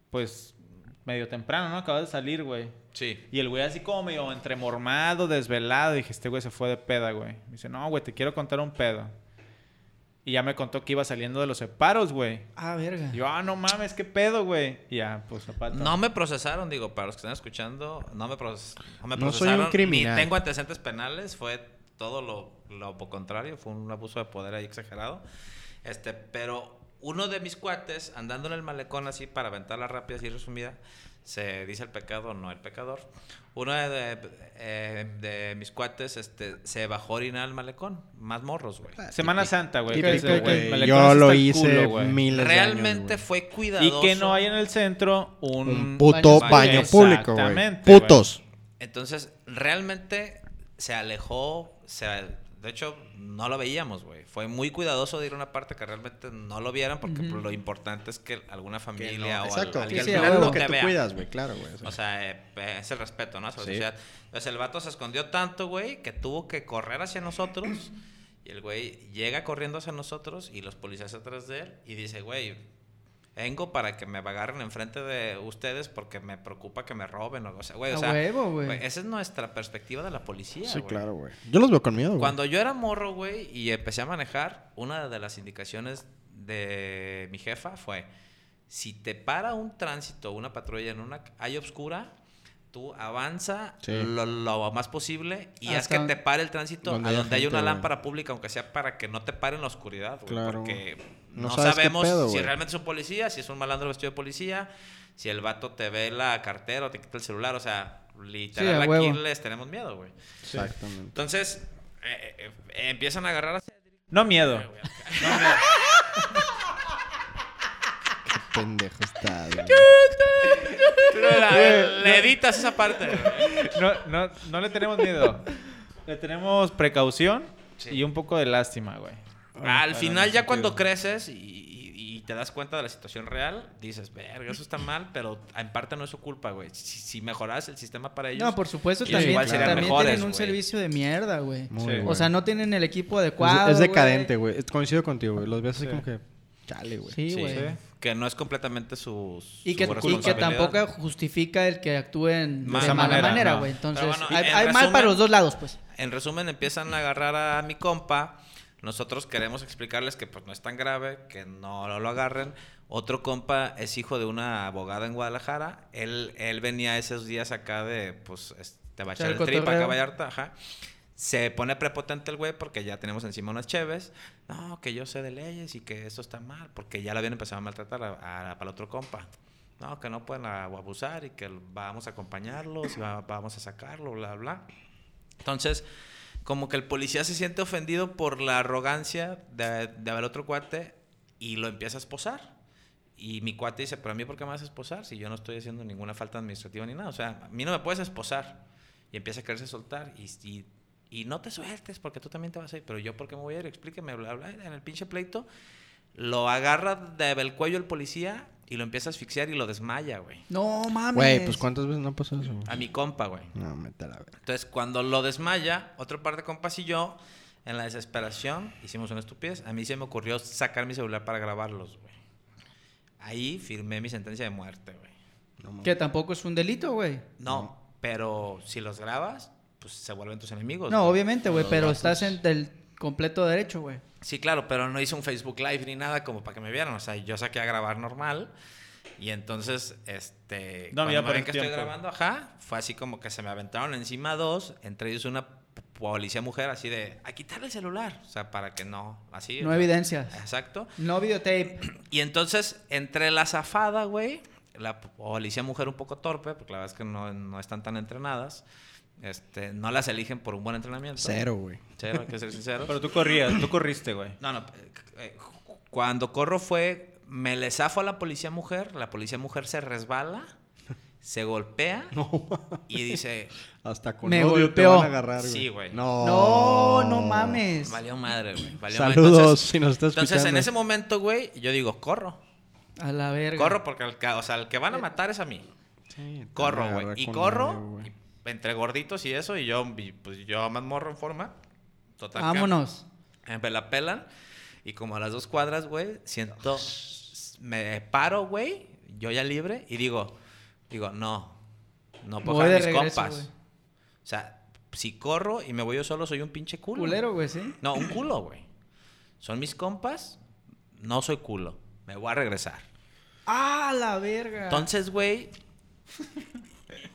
S3: pues medio temprano, ¿no? Acababa de salir, güey.
S4: Sí.
S3: Y el güey así como medio entremormado, desvelado. Dije, este güey se fue de peda, güey. Me dice, no, güey, te quiero contar un pedo. Y ya me contó que iba saliendo de los separos, güey.
S1: Ah, verga.
S3: Y Yo, ah, no mames, qué pedo, güey. Y ya, pues Zapato.
S4: No me procesaron, digo, para los que están escuchando, no me, proces- no me procesaron.
S2: No soy un criminal.
S4: Ni tengo antecedentes penales, fue todo lo, lo po- contrario, fue un abuso de poder ahí exagerado. Este, pero uno de mis cuates, andando en el malecón así para aventar la rápida así resumida, se dice el pecado, no el pecador. Uno de, de- eh, de mis cuates este, se bajó a orinar al malecón, más morros, güey.
S3: Semana Santa, güey.
S1: Ok,
S3: que dices,
S1: ok,
S3: güey,
S1: ok.
S3: me le
S2: Yo
S3: conoces
S2: lo
S3: hasta el
S2: hice
S3: culo, güey.
S2: miles de años,
S4: Realmente
S2: güey.
S4: fue cuidadoso.
S3: Y que no hay en el centro un...
S2: Un puto
S1: Baños
S2: baño
S3: públicos.
S2: público, güey.
S3: Exactamente, güey.
S2: Putos.
S4: Entonces, realmente se alejó, se, De hecho, no lo veíamos, güey. Fue muy cuidadoso de ir a una parte que realmente no lo vieran porque
S1: Ujú.
S4: pues, lo importante es que alguna familia
S2: Que no-
S4: o al-
S2: Exacto.
S4: alguien
S2: que
S1: Sí, sí,
S2: al
S4: no
S1: a
S2: final lo
S1: huevo.
S2: que
S4: te
S2: tú
S4: vea.
S2: cuidas, güey, claro, güey.
S4: O sea, eh, eh, es el respeto, ¿no? Hacia la
S2: Sí.
S4: sociedad. Entonces el vato se escondió tanto, güey, que tuvo que correr hacia nosotros. Y el güey llega corriendo hacia nosotros y los policías atrás de él y dice, güey, vengo para que me agarren enfrente de ustedes porque me preocupa que me roben o algo así. Güey, o
S1: A
S4: sea,
S1: huevo, güey.
S4: güey, esa es nuestra perspectiva de la policía,
S2: sí,
S4: güey.
S2: claro, güey. Yo los veo con miedo, güey.
S4: Cuando yo era morro, güey, y empecé a manejar, una de las indicaciones de mi jefa fue, si te para un tránsito, una patrulla en una calle oscura, tú avanza
S2: Sí. Ah,
S4: lo, lo más posible y haz
S1: Hasta
S4: que te pare el tránsito
S2: donde
S4: a
S2: haya
S4: donde hay una
S2: gente, güey.
S4: lámpara pública, aunque sea para que no te pare en la oscuridad, güey.
S2: Claro.
S4: Porque
S2: No
S4: no,
S2: sabes qué
S4: sabemos
S2: pedo,
S4: si
S2: güey.
S4: realmente es un policía, si es un malandro vestido de policía, si el vato te ve la cartera o te quita el celular, o sea... Literal, aquí
S1: huevo.
S4: les tenemos miedo, güey.
S2: Exactamente.
S4: Entonces, eh, eh, eh, empiezan a agarrar así.
S3: No miedo.
S2: Qué pendejo está, güey.
S4: Le editas esa parte.
S3: No, no, no le tenemos miedo. Le tenemos precaución
S4: Sí.
S3: y un poco de lástima, güey.
S4: Al final,
S3: no,
S4: ya
S3: sí,
S4: cuando
S3: sí.
S4: creces y, y- y te das cuenta de la situación real, dices, verga, eso está mal, pero en parte no es su culpa, güey. Si, si mejoras el sistema para ellos.
S1: No, por supuesto,
S4: Y
S1: también,
S4: igual serían
S1: también
S4: mejores,
S1: tienen un
S4: güey.
S1: servicio de mierda, güey.
S2: Muy,
S3: Sí.
S2: güey.
S1: O sea, no tienen el equipo adecuado.
S2: Es, es
S1: güey.
S2: decadente, güey. Es- Coincido contigo, güey. Los ves así
S3: Sí.
S2: como que. Chale, güey.
S1: Sí,
S4: Sí,
S1: güey.
S3: sí.
S4: Que no es completamente su.
S1: Y que,
S4: su
S1: y que
S4: responsabilidad.
S1: tampoco justifica el que actúen
S4: De
S1: de
S4: esa
S1: mala
S4: manera,
S1: manera,
S3: no.
S1: güey. Entonces,
S4: Pero bueno,
S1: hay,
S4: en
S1: hay mal
S4: resumen-
S1: para los dos lados, pues.
S4: En resumen, empiezan a agarrar a mi compa. Nosotros queremos explicarles que pues no es tan grave, que no lo, lo agarren. Otro compa es hijo de una abogada en Guadalajara. Él, él venía esos días acá de, pues, te va a echar el
S1: Charco
S4: trip acá a
S1: Torreo.
S4: Vallarta, ajá. Se pone prepotente el güey porque ya tenemos encima unas cheves. No, que yo sé de leyes y que eso está mal, porque ya la habían empezado a maltratar a- a- para el otro compa. No, que no pueden a- abusar y que vamos a acompañarlos y va- vamos a sacarlo, bla, bla. Entonces, como que el policía se siente ofendido por la arrogancia de, de haber otro cuate y lo empieza a esposar. Y mi cuate dice, pero a mí ¿por qué me vas a esposar si yo no estoy haciendo ninguna falta administrativa ni nada? O sea, a mí no me puedes esposar. Y empieza a quererse soltar y, y, y no te sueltes porque tú también te vas a ir. Pero yo ¿por qué me voy a ir? Explíqueme, bla, bla, en el pinche pleito. Lo agarra del cuello el policía y lo empieza a asfixiar y lo desmaya, güey.
S1: No mames.
S2: Güey, pues cuántas veces no pasó eso, güey.
S4: A mi compa, güey.
S2: No, mete la verga.
S4: Entonces, cuando lo desmaya, otro par de compas y yo, en la desesperación, hicimos una estupidez. A mí se me ocurrió sacar mi celular para grabarlos, güey. Ahí firmé mi sentencia de muerte, güey.
S1: Que tampoco es un delito, güey.
S4: No, pero si los grabas, pues se vuelven tus enemigos.
S1: No,
S4: güey.
S1: obviamente, güey, pero estás en el completo derecho, güey.
S4: Sí, claro, pero no hice un Facebook Live ni nada como para que me vieran. O sea, yo saqué a grabar normal. Y entonces, este.
S3: No
S4: cuando
S3: había
S4: me ven
S3: perdido
S4: que estoy
S3: tiempo.
S4: grabando, ajá. Fue así como que se me aventaron encima dos. Entre ellos una p- policía mujer, así de. A quitarle el celular. O sea, para que no. Así.
S1: No
S4: o sea,
S1: evidencias.
S4: Exacto.
S1: No videotape.
S4: Y entonces, entre la zafada, güey, la policía mujer un poco torpe, porque la verdad es que no, no están tan entrenadas, este, no las eligen por un buen entrenamiento.
S2: Cero, güey.
S4: Cero, hay que ser sinceros.
S3: Pero tú corrías, tú corriste, güey.
S4: No, no. eh, eh, Cuando corro fue, me le zafo a la policía mujer, la policía mujer se resbala, se golpea y dice,
S2: Hasta con
S1: Me
S2: odio te
S1: golpeó.
S2: van a agarrar, güey.
S4: Sí, güey.
S2: No.
S4: Oh.
S1: No, no mames.
S4: valió madre, güey. Valió madre".
S2: Saludos
S4: Entonces-
S2: si nos estás escuchando.
S4: Entonces, en ese momento, güey, yo digo, corro.
S1: A la verga.
S4: Corro porque, el, ca- o sea, el que van a matar es a mí.
S2: Sí, te
S4: Corro,
S2: van a
S4: güey.
S2: agarrar
S4: Y
S2: con
S4: corro
S2: odio, güey.
S4: y entre gorditos y eso, y yo, y, pues yo más morro en forma. Total. que
S1: Vámonos.
S4: Me Pues la pelan. Y como a las dos cuadras, güey, siento. Me paro, güey. Yo ya libre. Y digo, digo, no. No puedo
S1: Voy
S4: dejar
S1: de
S4: mis
S1: regreso,
S4: compas.
S1: güey.
S4: O sea, si corro y me voy yo solo, soy un pinche culo.
S1: Culero, güey, sí.
S4: No, un culo, güey. Son mis compas. No soy culo. Me voy a regresar.
S1: A la verga.
S4: Entonces, güey.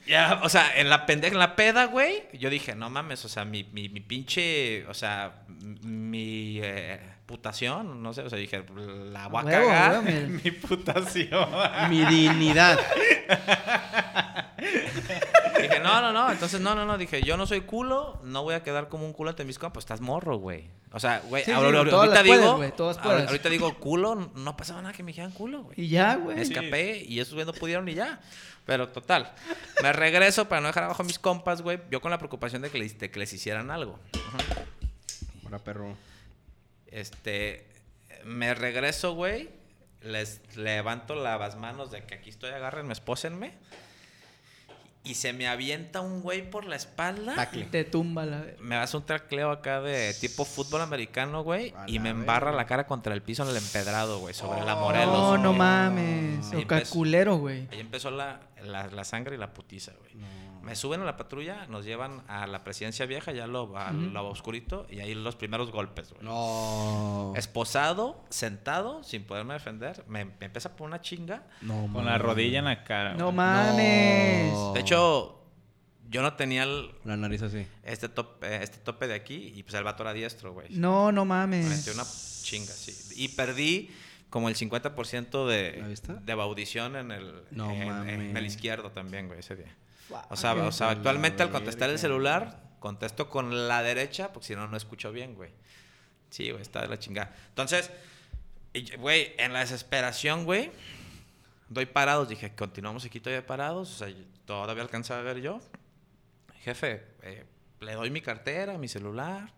S4: Ya, o sea, en la pendeja, en la peda, güey, yo dije, no mames, o sea, mi, mi, mi pinche, o sea, m- mi eh, putación, no sé, o sea, dije, la voy a
S1: Huevo,
S4: cagar.
S1: huevo, mira.
S3: Mi putación.
S2: Mi dignidad.
S4: Dije, no, no, no, entonces, no, no, no, dije, yo no soy culo, no voy a quedar como un culo ante mis compas, estás morro, güey. O sea, güey,
S1: Sí, sí,
S4: ahor- ahor-
S1: todas
S4: ahorita
S1: las puedes,
S4: digo,
S1: güey, todas
S4: ahor-
S1: puedes.
S4: ahorita digo, culo, no pasaba nada que me dijeran culo, güey.
S1: Y ya, güey.
S4: Me escapé y esos güey no pudieron y ya. Pero total, me regreso para no dejar abajo a mis compas, güey. Yo con la preocupación de que les, de que les hicieran algo. Ajá.
S2: Ahora, perro.
S4: Este, me regreso, güey. Les levanto las manos de que aquí estoy, agárrenme, espósenme. Y se me avienta un güey por la espalda.
S1: Y
S2: Tacle.
S1: te tumba la verga.
S4: Me hace un tracleo acá de tipo fútbol americano, güey.
S2: A
S4: Y
S2: la
S4: me embarra
S2: verga.
S4: la cara contra el piso en el empedrado, güey. Sobre la
S2: Oh.
S4: Morelos.
S1: No, no
S4: güey.
S1: mames.
S4: Ahí
S1: O caculero, güey.
S4: Ahí empezó la, la, la sangre y la putiza, güey.
S2: No.
S4: Me suben a la patrulla, nos llevan a la presidencia vieja, ya lo, a
S1: Ujú.
S4: lo oscurito, y ahí los primeros golpes, güey.
S2: No.
S4: Esposado, sentado, sin poderme defender, me, me empieza por una chinga.
S2: No,
S3: Con la
S2: mames.
S3: rodilla en la cara.
S1: No
S3: güey.
S1: mames.
S2: No.
S4: De hecho, yo no tenía el-
S2: La nariz así.
S4: este, tope, este tope de aquí, y pues el vato era diestro, güey.
S1: No, no
S4: Me
S1: mames.
S4: metió una chinga, sí. Y perdí como el 50%
S2: ¿La
S4: de,
S2: vista?
S4: de baudición en el,
S2: No
S4: en-
S2: mames.
S4: en el izquierdo también, güey, ese día.
S1: Fuck.
S4: O sea, o sea,
S2: la
S4: actualmente al contestar el
S2: verga.
S4: celular, contesto con la derecha, porque si no, no escucho bien, güey. Sí, güey, está de la chingada. Entonces, y yo- güey, en la desesperación, güey, doy parados. Dije, continuamos aquí todavía parados. O sea, yo- todavía alcanzaba a ver yo. Jefe, eh, le doy mi cartera, mi celular.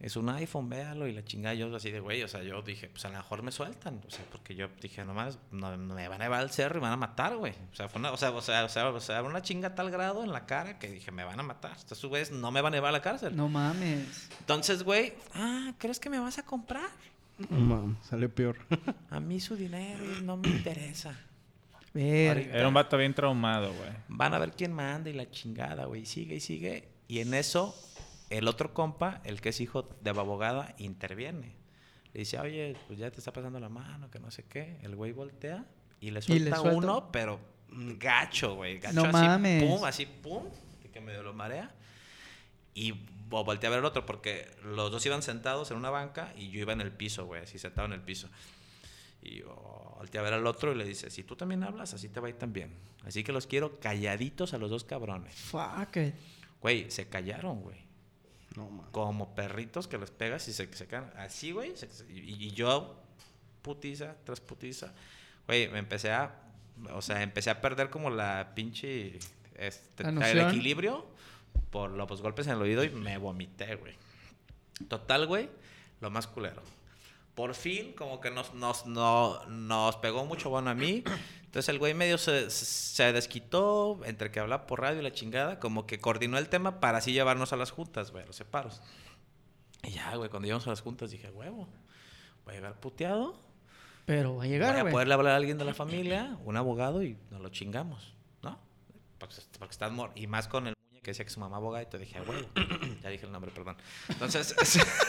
S4: Es un iPhone, véalo. Y la chingada, yo así de, güey, o sea, yo dije, pues a lo mejor me sueltan. O sea, porque yo dije, no mames, no, no me van a llevar al cerro y me van a matar, güey. O sea, fue una, o sea, o sea, o sea, o sea, una chinga a tal grado en la cara que dije, me van a matar. Estos güeyes no me van a llevar a la cárcel.
S1: No mames.
S4: Entonces, güey, ah, ¿crees que me vas a comprar?
S2: No mames, sale peor.
S4: A mí su dinero no me interesa.
S1: Verga.
S3: Era un vato bien traumado, güey.
S4: Van a ver quién manda y la chingada, güey. Sigue y sigue. Y en eso, el otro compa, el que es hijo de abogada, interviene. Le dice, oye, pues ya te está pasando la mano, que no sé qué. El güey voltea y le
S1: Y le
S4: suelta,
S1: suelta.
S4: uno, pero gacho, güey. Gacho
S1: No
S4: así,
S1: mames.
S4: pum, así, pum, de que medio lo marea. Y vo- volteé a ver al otro porque los dos iban sentados en una banca y yo iba en el piso, güey, así sentado en el piso. Y yo volteé a ver al otro y le dice, si tú también hablas, así te va a ir también. Así que los quiero calladitos a los dos cabrones.
S1: Fuck it.
S4: Güey, se callaron, güey.
S2: No mames.
S4: Como perritos que les pegas y se, se quedan así, güey. se- se- y, y yo, putiza tras putiza. Güey, me empecé a... O sea, empecé a perder como la pinche... Este,
S1: La
S4: el
S1: noción.
S4: equilibrio por los golpes en el oído y me vomité, güey. Total, güey, lo más culero. Por fin, como que nos, nos, no, nos pegó mucho bueno a mí. Entonces el güey medio se, se desquitó entre que hablaba por radio y la chingada, como que coordinó el tema para así llevarnos a las juntas, güey, a los separos. Y ya, güey, cuando llegamos a las juntas dije, huevo, voy a llegar puteado,
S1: Pero va a llegar,
S4: voy a
S1: güey.
S4: poderle hablar a alguien de la familia, un abogado y nos lo chingamos, ¿no? Porque, porque estás mor- y más con el muñe que decía que su mamá abogada y te dije, "Ah, huevo, ya dije el nombre, perdón. Entonces,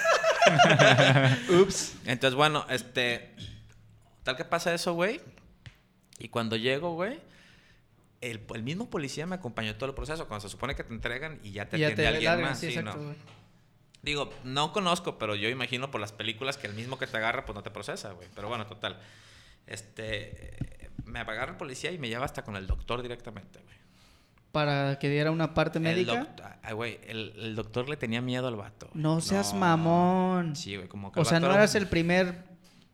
S2: Ups.
S4: Entonces, bueno, este. Tal que pasa eso, güey. Y cuando llego, güey. El, el mismo policía me acompañó en todo el proceso. Cuando se supone que te entregan y ya te
S1: Y ya
S4: atiende
S1: te
S4: alguien
S1: largan,
S4: más.
S1: sí,
S4: sí,
S1: exacto,
S4: no.
S1: güey.
S4: Digo, no conozco, pero yo imagino por las películas que el mismo que te agarra, pues no te procesa, güey. Pero bueno, total. Este. eh, Me agarra el policía y me lleva hasta con el doctor directamente, güey.
S1: Para que diera una parte
S4: El,
S1: médica.
S4: doct- ah, güey, el, el doctor le tenía miedo al vato. güey.
S1: No seas
S2: No.
S1: mamón.
S4: Sí, güey, como que
S1: o
S4: el
S1: sea,
S4: vato
S1: no
S4: era
S1: eras
S4: un-
S1: el primer.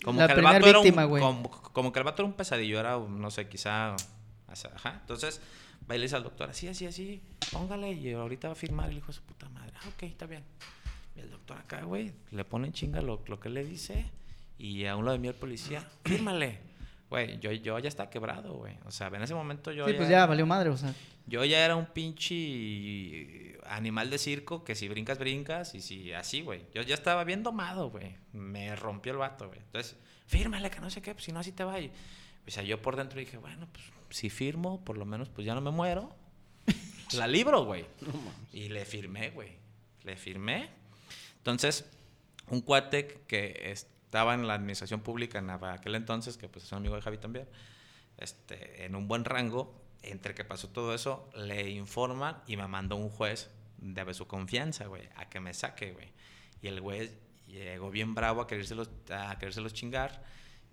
S4: Como
S1: la
S4: que el
S1: primera
S4: vato era un-
S1: víctima, güey.
S4: Como, como que el vato era un pesadillo, era, un, no sé, quizá. o sea, ajá. Entonces, va y le dice al doctor, así, así, así, póngale y ahorita va a firmar el hijo de su puta madre. Ah, ok, está bien. Y el doctor acá, güey, le pone en chinga lo, lo que le dice y a un lado de mí el policía, fírmale. Güey, yo, yo ya estaba quebrado, güey. O sea, en ese momento yo
S1: Sí,
S4: ya...
S1: pues ya valió madre, o sea.
S4: Yo ya era un pinche animal de circo que si brincas, brincas y si así, güey. Yo ya estaba bien domado, güey. Me rompió el vato, güey. Entonces, fírmale que no sé qué, pues si no así te va. Y, o sea, yo por dentro dije, bueno, pues si firmo, por lo menos pues ya no me muero. La libro, güey. Y le firmé, güey. Le firmé. Entonces, un cuate que estaba en la administración pública en aquel entonces, que pues es un amigo de Javi también, este, en un buen rango, entre que pasó todo eso, le informan y me mandó un juez de su confianza, güey, a que me saque, güey. Y el juez llegó bien bravo a querérselos, a querérselos chingar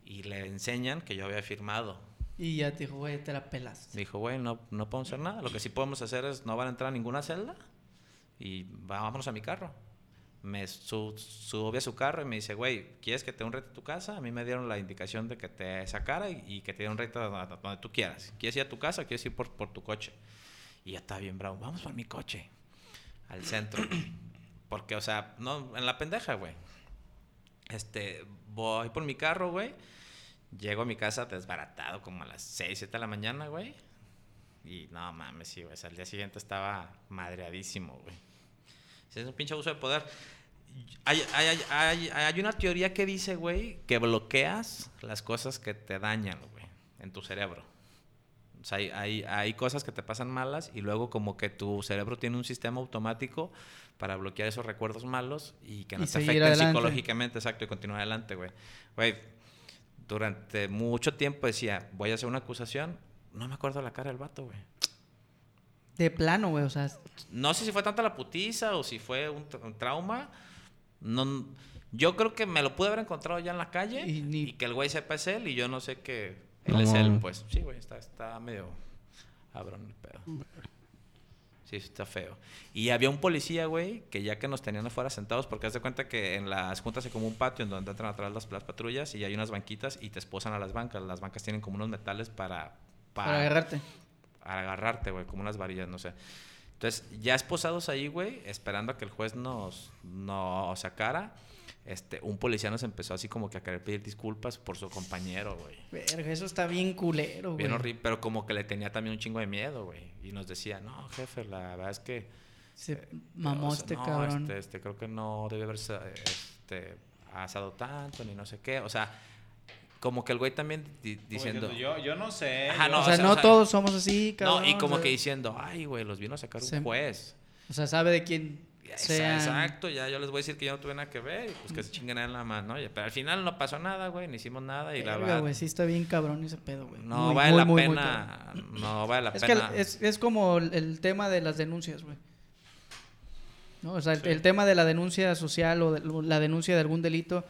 S4: y le enseñan que yo había firmado.
S1: Y ya te dijo, güey, te la pelas.
S4: Dijo, güey, no, no podemos hacer nada. Lo que sí podemos hacer es no van a entrar a ninguna celda y va- vámonos a mi carro. Me su- sube a su carro y me dice, güey, ¿quieres que te dé un reto a tu casa? A mí me dieron la indicación de que te sacara y, y que te diera un reto a- a- a donde tú quieras. ¿Quieres ir a tu casa o quieres ir por, por tu coche? Y ya está bien bravo. Vamos por mi coche. Al centro. Porque, o sea, no, en la pendeja, güey. Este, voy por mi carro, güey. Llego a mi casa desbaratado como a las 6, 7 de la mañana, güey. Y no mames, sí, güey. O sea, al día siguiente estaba madreadísimo, güey. Sí, es un pinche abuso de poder. Hay, hay, hay- hay- hay una teoría que dice, güey, que bloqueas las cosas que te dañan, güey, en tu cerebro. O sea, hay, hay- hay cosas que te pasan malas y luego como que tu cerebro tiene un sistema automático para bloquear esos recuerdos malos y que no
S1: Y
S4: te
S1: seguir
S4: afecten
S1: adelante.
S4: psicológicamente, exacto, y continuar adelante, güey. Güey, durante mucho tiempo decía, voy a hacer una acusación, no me acuerdo la cara del vato, güey.
S1: De plano, güey, o sea,
S4: No sé si fue tanta la putiza o si fue un, tra- un trauma. No, yo creo que me lo pude haber encontrado ya en la calle
S1: Y
S4: y,
S1: ni-
S4: que el güey sepa es él y yo no sé que él
S2: No
S4: es él.
S2: mames.
S4: Pues sí, güey, está, está medio cabrón el pedo. Sí, está feo. Y había un policía, güey, que ya que nos tenían afuera sentados, porque haz de cuenta que en las juntas hay como un patio en donde entran atrás las, las patrullas y hay unas banquitas y te esposan a las bancas. Las bancas tienen como unos metales para...
S1: para agarrarte.
S4: A agarrarte, güey, como unas varillas, no sé. Entonces, ya esposados ahí, güey, esperando a que el juez nos, nos sacara, este, un policía nos empezó así como que a querer pedir disculpas por su compañero, güey.
S1: Verga, eso está bien culero, Oh, güey.
S4: Bien horrible, pero como que le tenía también un chingo de miedo, güey. Y nos decía, no, jefe, la verdad es que...
S1: Se
S4: o
S1: mamó
S4: sea,
S1: este
S4: Eh, no,
S1: cabrón.
S4: Este, este, creo que no debe haberse este, asado tanto, ni no sé qué. O sea, como que el güey también di- diciendo...
S3: Yo, yo no sé.
S4: Ajá,
S3: yo-
S4: no,
S1: o sea,
S4: o sea,
S1: no
S4: o sea,
S1: todos somos así, cabrón.
S4: no, y como
S1: o sea,
S4: que diciendo, ay, güey, los vino a sacar
S1: Se-
S4: un juez.
S1: O sea, sabe de quién
S4: Ya,
S1: sea.
S4: Exacto, ya yo les voy a decir que yo no tuve nada que ver, y pues que se chinguen en la mano, oye, pero al final no pasó nada, güey, ni hicimos nada y la
S1: Verga,
S4: verdad
S1: güey, sí está bien cabrón ese pedo, güey.
S4: no
S1: Muy,
S4: vale
S1: muy,
S4: la
S1: muy, muy cabrón.
S4: pena, no vale la
S1: es
S4: pena.
S1: que es, es como el, el tema de las denuncias, güey. ¿No? O sea, el, el tema de la denuncia social o de- o la denuncia de algún delito,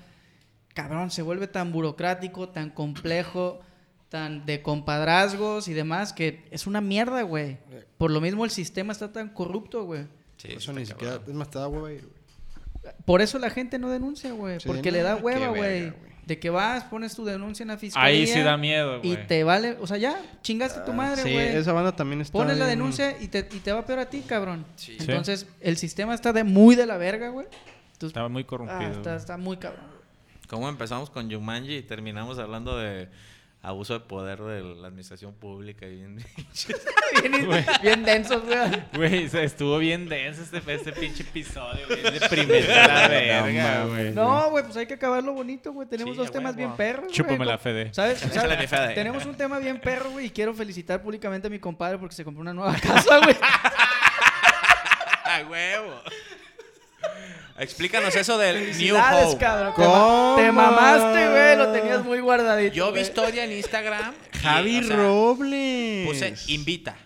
S1: cabrón, se vuelve tan burocrático, tan complejo, tan de compadrazgos y demás, que es una mierda, güey. Por lo mismo el sistema está tan corrupto, güey.
S4: Sí,
S2: Eso
S4: está
S2: ni
S4: cabrón.
S2: siquiera. Es más, te da hueva ir, güey.
S1: Por eso la gente no denuncia, güey.
S2: Sí,
S1: porque
S2: no,
S1: le da
S2: qué
S1: hueva, güey.
S2: verga, güey.
S1: De que vas, pones tu denuncia en la fiscalía.
S3: Ahí sí da miedo,
S1: Y
S3: güey.
S1: te vale. O sea, ya, chingaste tu madre,
S2: Ah, sí,
S1: güey.
S2: esa banda también está.
S1: Pones la
S2: bien-
S1: denuncia y te, y te va peor a ti, cabrón.
S4: Sí.
S1: Entonces, el sistema está de muy de la verga, güey. Entonces,
S3: Estaba muy
S1: ah,
S3: corrompido.
S1: está, está muy cabrón. güey.
S4: ¿Cómo empezamos con Jumanji y terminamos hablando de abuso de poder de la administración pública y bien-
S1: Bien, bien densos, güey.
S3: Güey, se estuvo bien denso este, este pinche episodio, güey. Es deprimente a la verga,
S2: mames,
S3: güey.
S1: No, güey, pues hay que acabarlo bonito, güey. Tenemos
S4: Sí,
S1: dos
S4: a
S1: temas
S4: huevo.
S1: bien perros, güey.
S3: Chúpame la Fede.
S1: ¿Sabes?
S4: Échale
S1: ¿Sabes?
S4: mi Fede.
S1: Tenemos un tema bien perro, güey. Y quiero felicitar públicamente a mi compadre porque se compró una nueva casa, güey.
S4: ¡Ah, huevo! Explícanos eso del New
S1: Felicidades,
S4: Hope.
S1: cabrón. Te,
S2: ¿Cómo?
S1: ma- te mamaste, güey. Lo tenías muy guardadito.
S4: Yo vi
S1: güey.
S4: historia en Instagram. y,
S2: Javi
S4: o sea,
S2: Robles.
S4: Puse invita.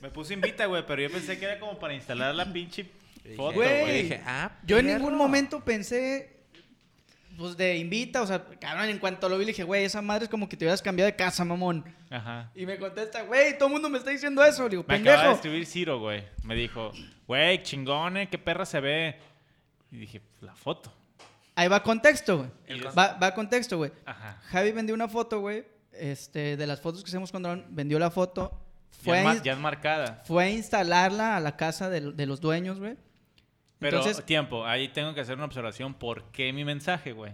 S3: Me puse invita, güey, pero yo pensé que era como para instalar la pinche foto,
S1: Güey.
S4: Y
S3: güey.
S4: dije, ah,
S1: Yo en
S4: perro.
S1: ningún momento pensé, pues de invita, o sea, cabrón, en cuanto lo vi le dije, güey, esa madre es como que te hubieras cambiado de casa, mamón.
S3: Ajá.
S1: Y me contesta, güey, todo el mundo me está diciendo eso. Le digo,
S3: Me acaba de
S1: pendejo.
S3: escribir Ciro, güey. Me dijo, güey, chingone, qué perra se ve. Y dije, la foto.
S1: Ahí va contexto, güey.
S4: El con-
S1: Va, va contexto, güey.
S3: Ajá.
S1: Javi vendió una foto, güey, este, de las fotos que hacemos con Dron, vendió la foto. Fue,
S3: ya,
S1: a,
S3: es ma-
S1: ins-
S3: ya es marcada.
S1: fue a instalarla a la casa de, de los dueños, güey.
S3: Pero
S1: Entonces,
S3: tiempo, ahí tengo que hacer una observación. ¿Por qué mi mensaje, güey?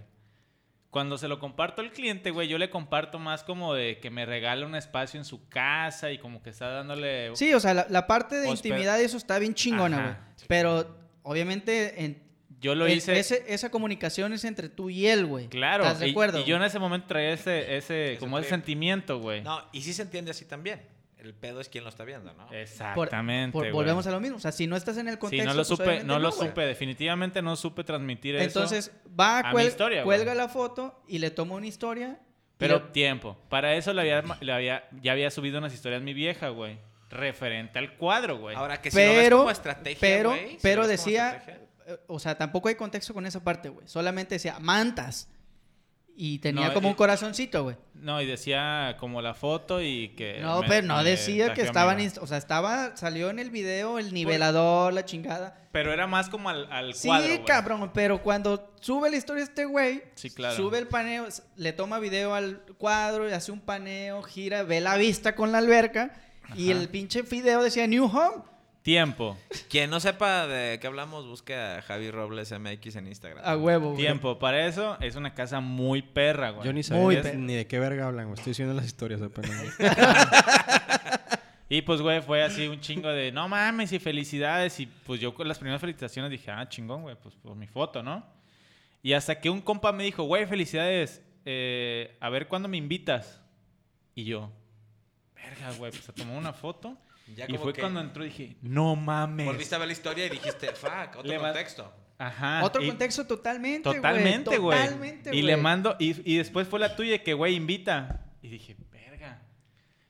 S3: Cuando se lo comparto al cliente, güey, yo le comparto más como de que me regala un espacio en su casa y como que está dándole...
S1: Sí, o sea, la, la parte de
S3: Hosped-
S1: intimidad y eso está bien chingona,
S3: Pues, Ajá.
S1: güey. Pero, obviamente, en,
S3: Yo lo
S1: Es-
S3: hice...
S1: e- ese- esa comunicación es entre tú y él, güey.
S3: Claro.
S1: ¿Estás de
S3: y,
S1: acuerdo?
S3: y yo en ese momento traía ese, ese,
S4: Ese
S3: como ese
S4: trip.
S3: sentimiento, güey.
S4: No, y sí se entiende así también. El pedo es quien lo está viendo, ¿no?
S3: Eh,
S1: Por-
S3: Exactamente,
S1: por-
S3: güey.
S1: volvemos a lo mismo. O sea, si no estás en el
S3: Sí,
S1: contexto.
S3: no lo
S1: pues,
S3: supe,
S1: obviamente
S3: no lo
S1: güey.
S3: supe. Definitivamente no supe transmitir eso.
S1: Entonces, va,
S3: a mi
S1: cuel-
S3: historia, güey.
S1: cuelga la foto y le toma una historia. y
S3: Pero
S1: le-
S3: tiempo. Para eso le había, le había- ya había subido unas historias mi vieja, güey. Referente al cuadro, güey.
S4: Ahora que si lo ves
S1: pero,
S4: como estrategia,
S1: pero,
S4: güey, si lo
S1: pero
S4: ves como
S1: decía,
S4: estrategia.
S1: eh, o sea, tampoco hay contexto con esa parte, güey. Solamente decía mantas y tenía
S3: No,
S1: como
S3: y-
S1: un corazoncito, güey.
S3: No, y decía como la foto y que.
S1: No,
S3: Eh, me-
S1: pero no
S3: me
S1: decía que
S3: tajeó a mi
S1: estaban,
S3: mamá. Pues
S1: inst- o sea, estaba, salió en el video el nivelador, la chingada.
S3: Pero era más como al, al
S1: Sí,
S3: cuadro. güey.
S1: cabrón, pero cuando sube la historia este güey,
S3: Sí, claro.
S1: sube el paneo, s- le toma video al cuadro y hace un paneo, gira, ve la vista con la alberca y el pinche video decía New Home.
S3: Tiempo.
S4: Quien no sepa de qué hablamos, busque a Javi Robles MX en Instagram.
S1: A huevo. güey.
S3: Tiempo. Para eso es una casa muy perra, güey.
S2: Yo ni
S1: Muy
S2: sabía
S1: pe-
S2: ni de qué verga hablan, güey. Estoy diciendo las historias apenas. güey.
S3: Y pues, güey, fue así un chingo de no mames y felicidades. Y pues yo con las primeras felicitaciones dije, ah, chingón, güey, pues por mi foto, ¿no? Y hasta que un compa me dijo, güey, felicidades, eh, a ver cuándo me invitas. Y yo, verga, güey, pues se tomó una foto.
S4: Ya
S3: y
S4: como
S3: fue
S4: que
S3: cuando entró y dije, no mames.
S4: Volviste a ver la historia y dijiste, fuck, otro
S3: Le ma-
S4: contexto.
S3: Ajá.
S1: Ah, Otro
S3: y-
S1: contexto totalmente, güey.
S3: Totalmente, güey.
S1: Totalmente,
S3: Y
S1: güey.
S3: le mando, y, y después fue la tuya que, güey, invita. Y dije, verga.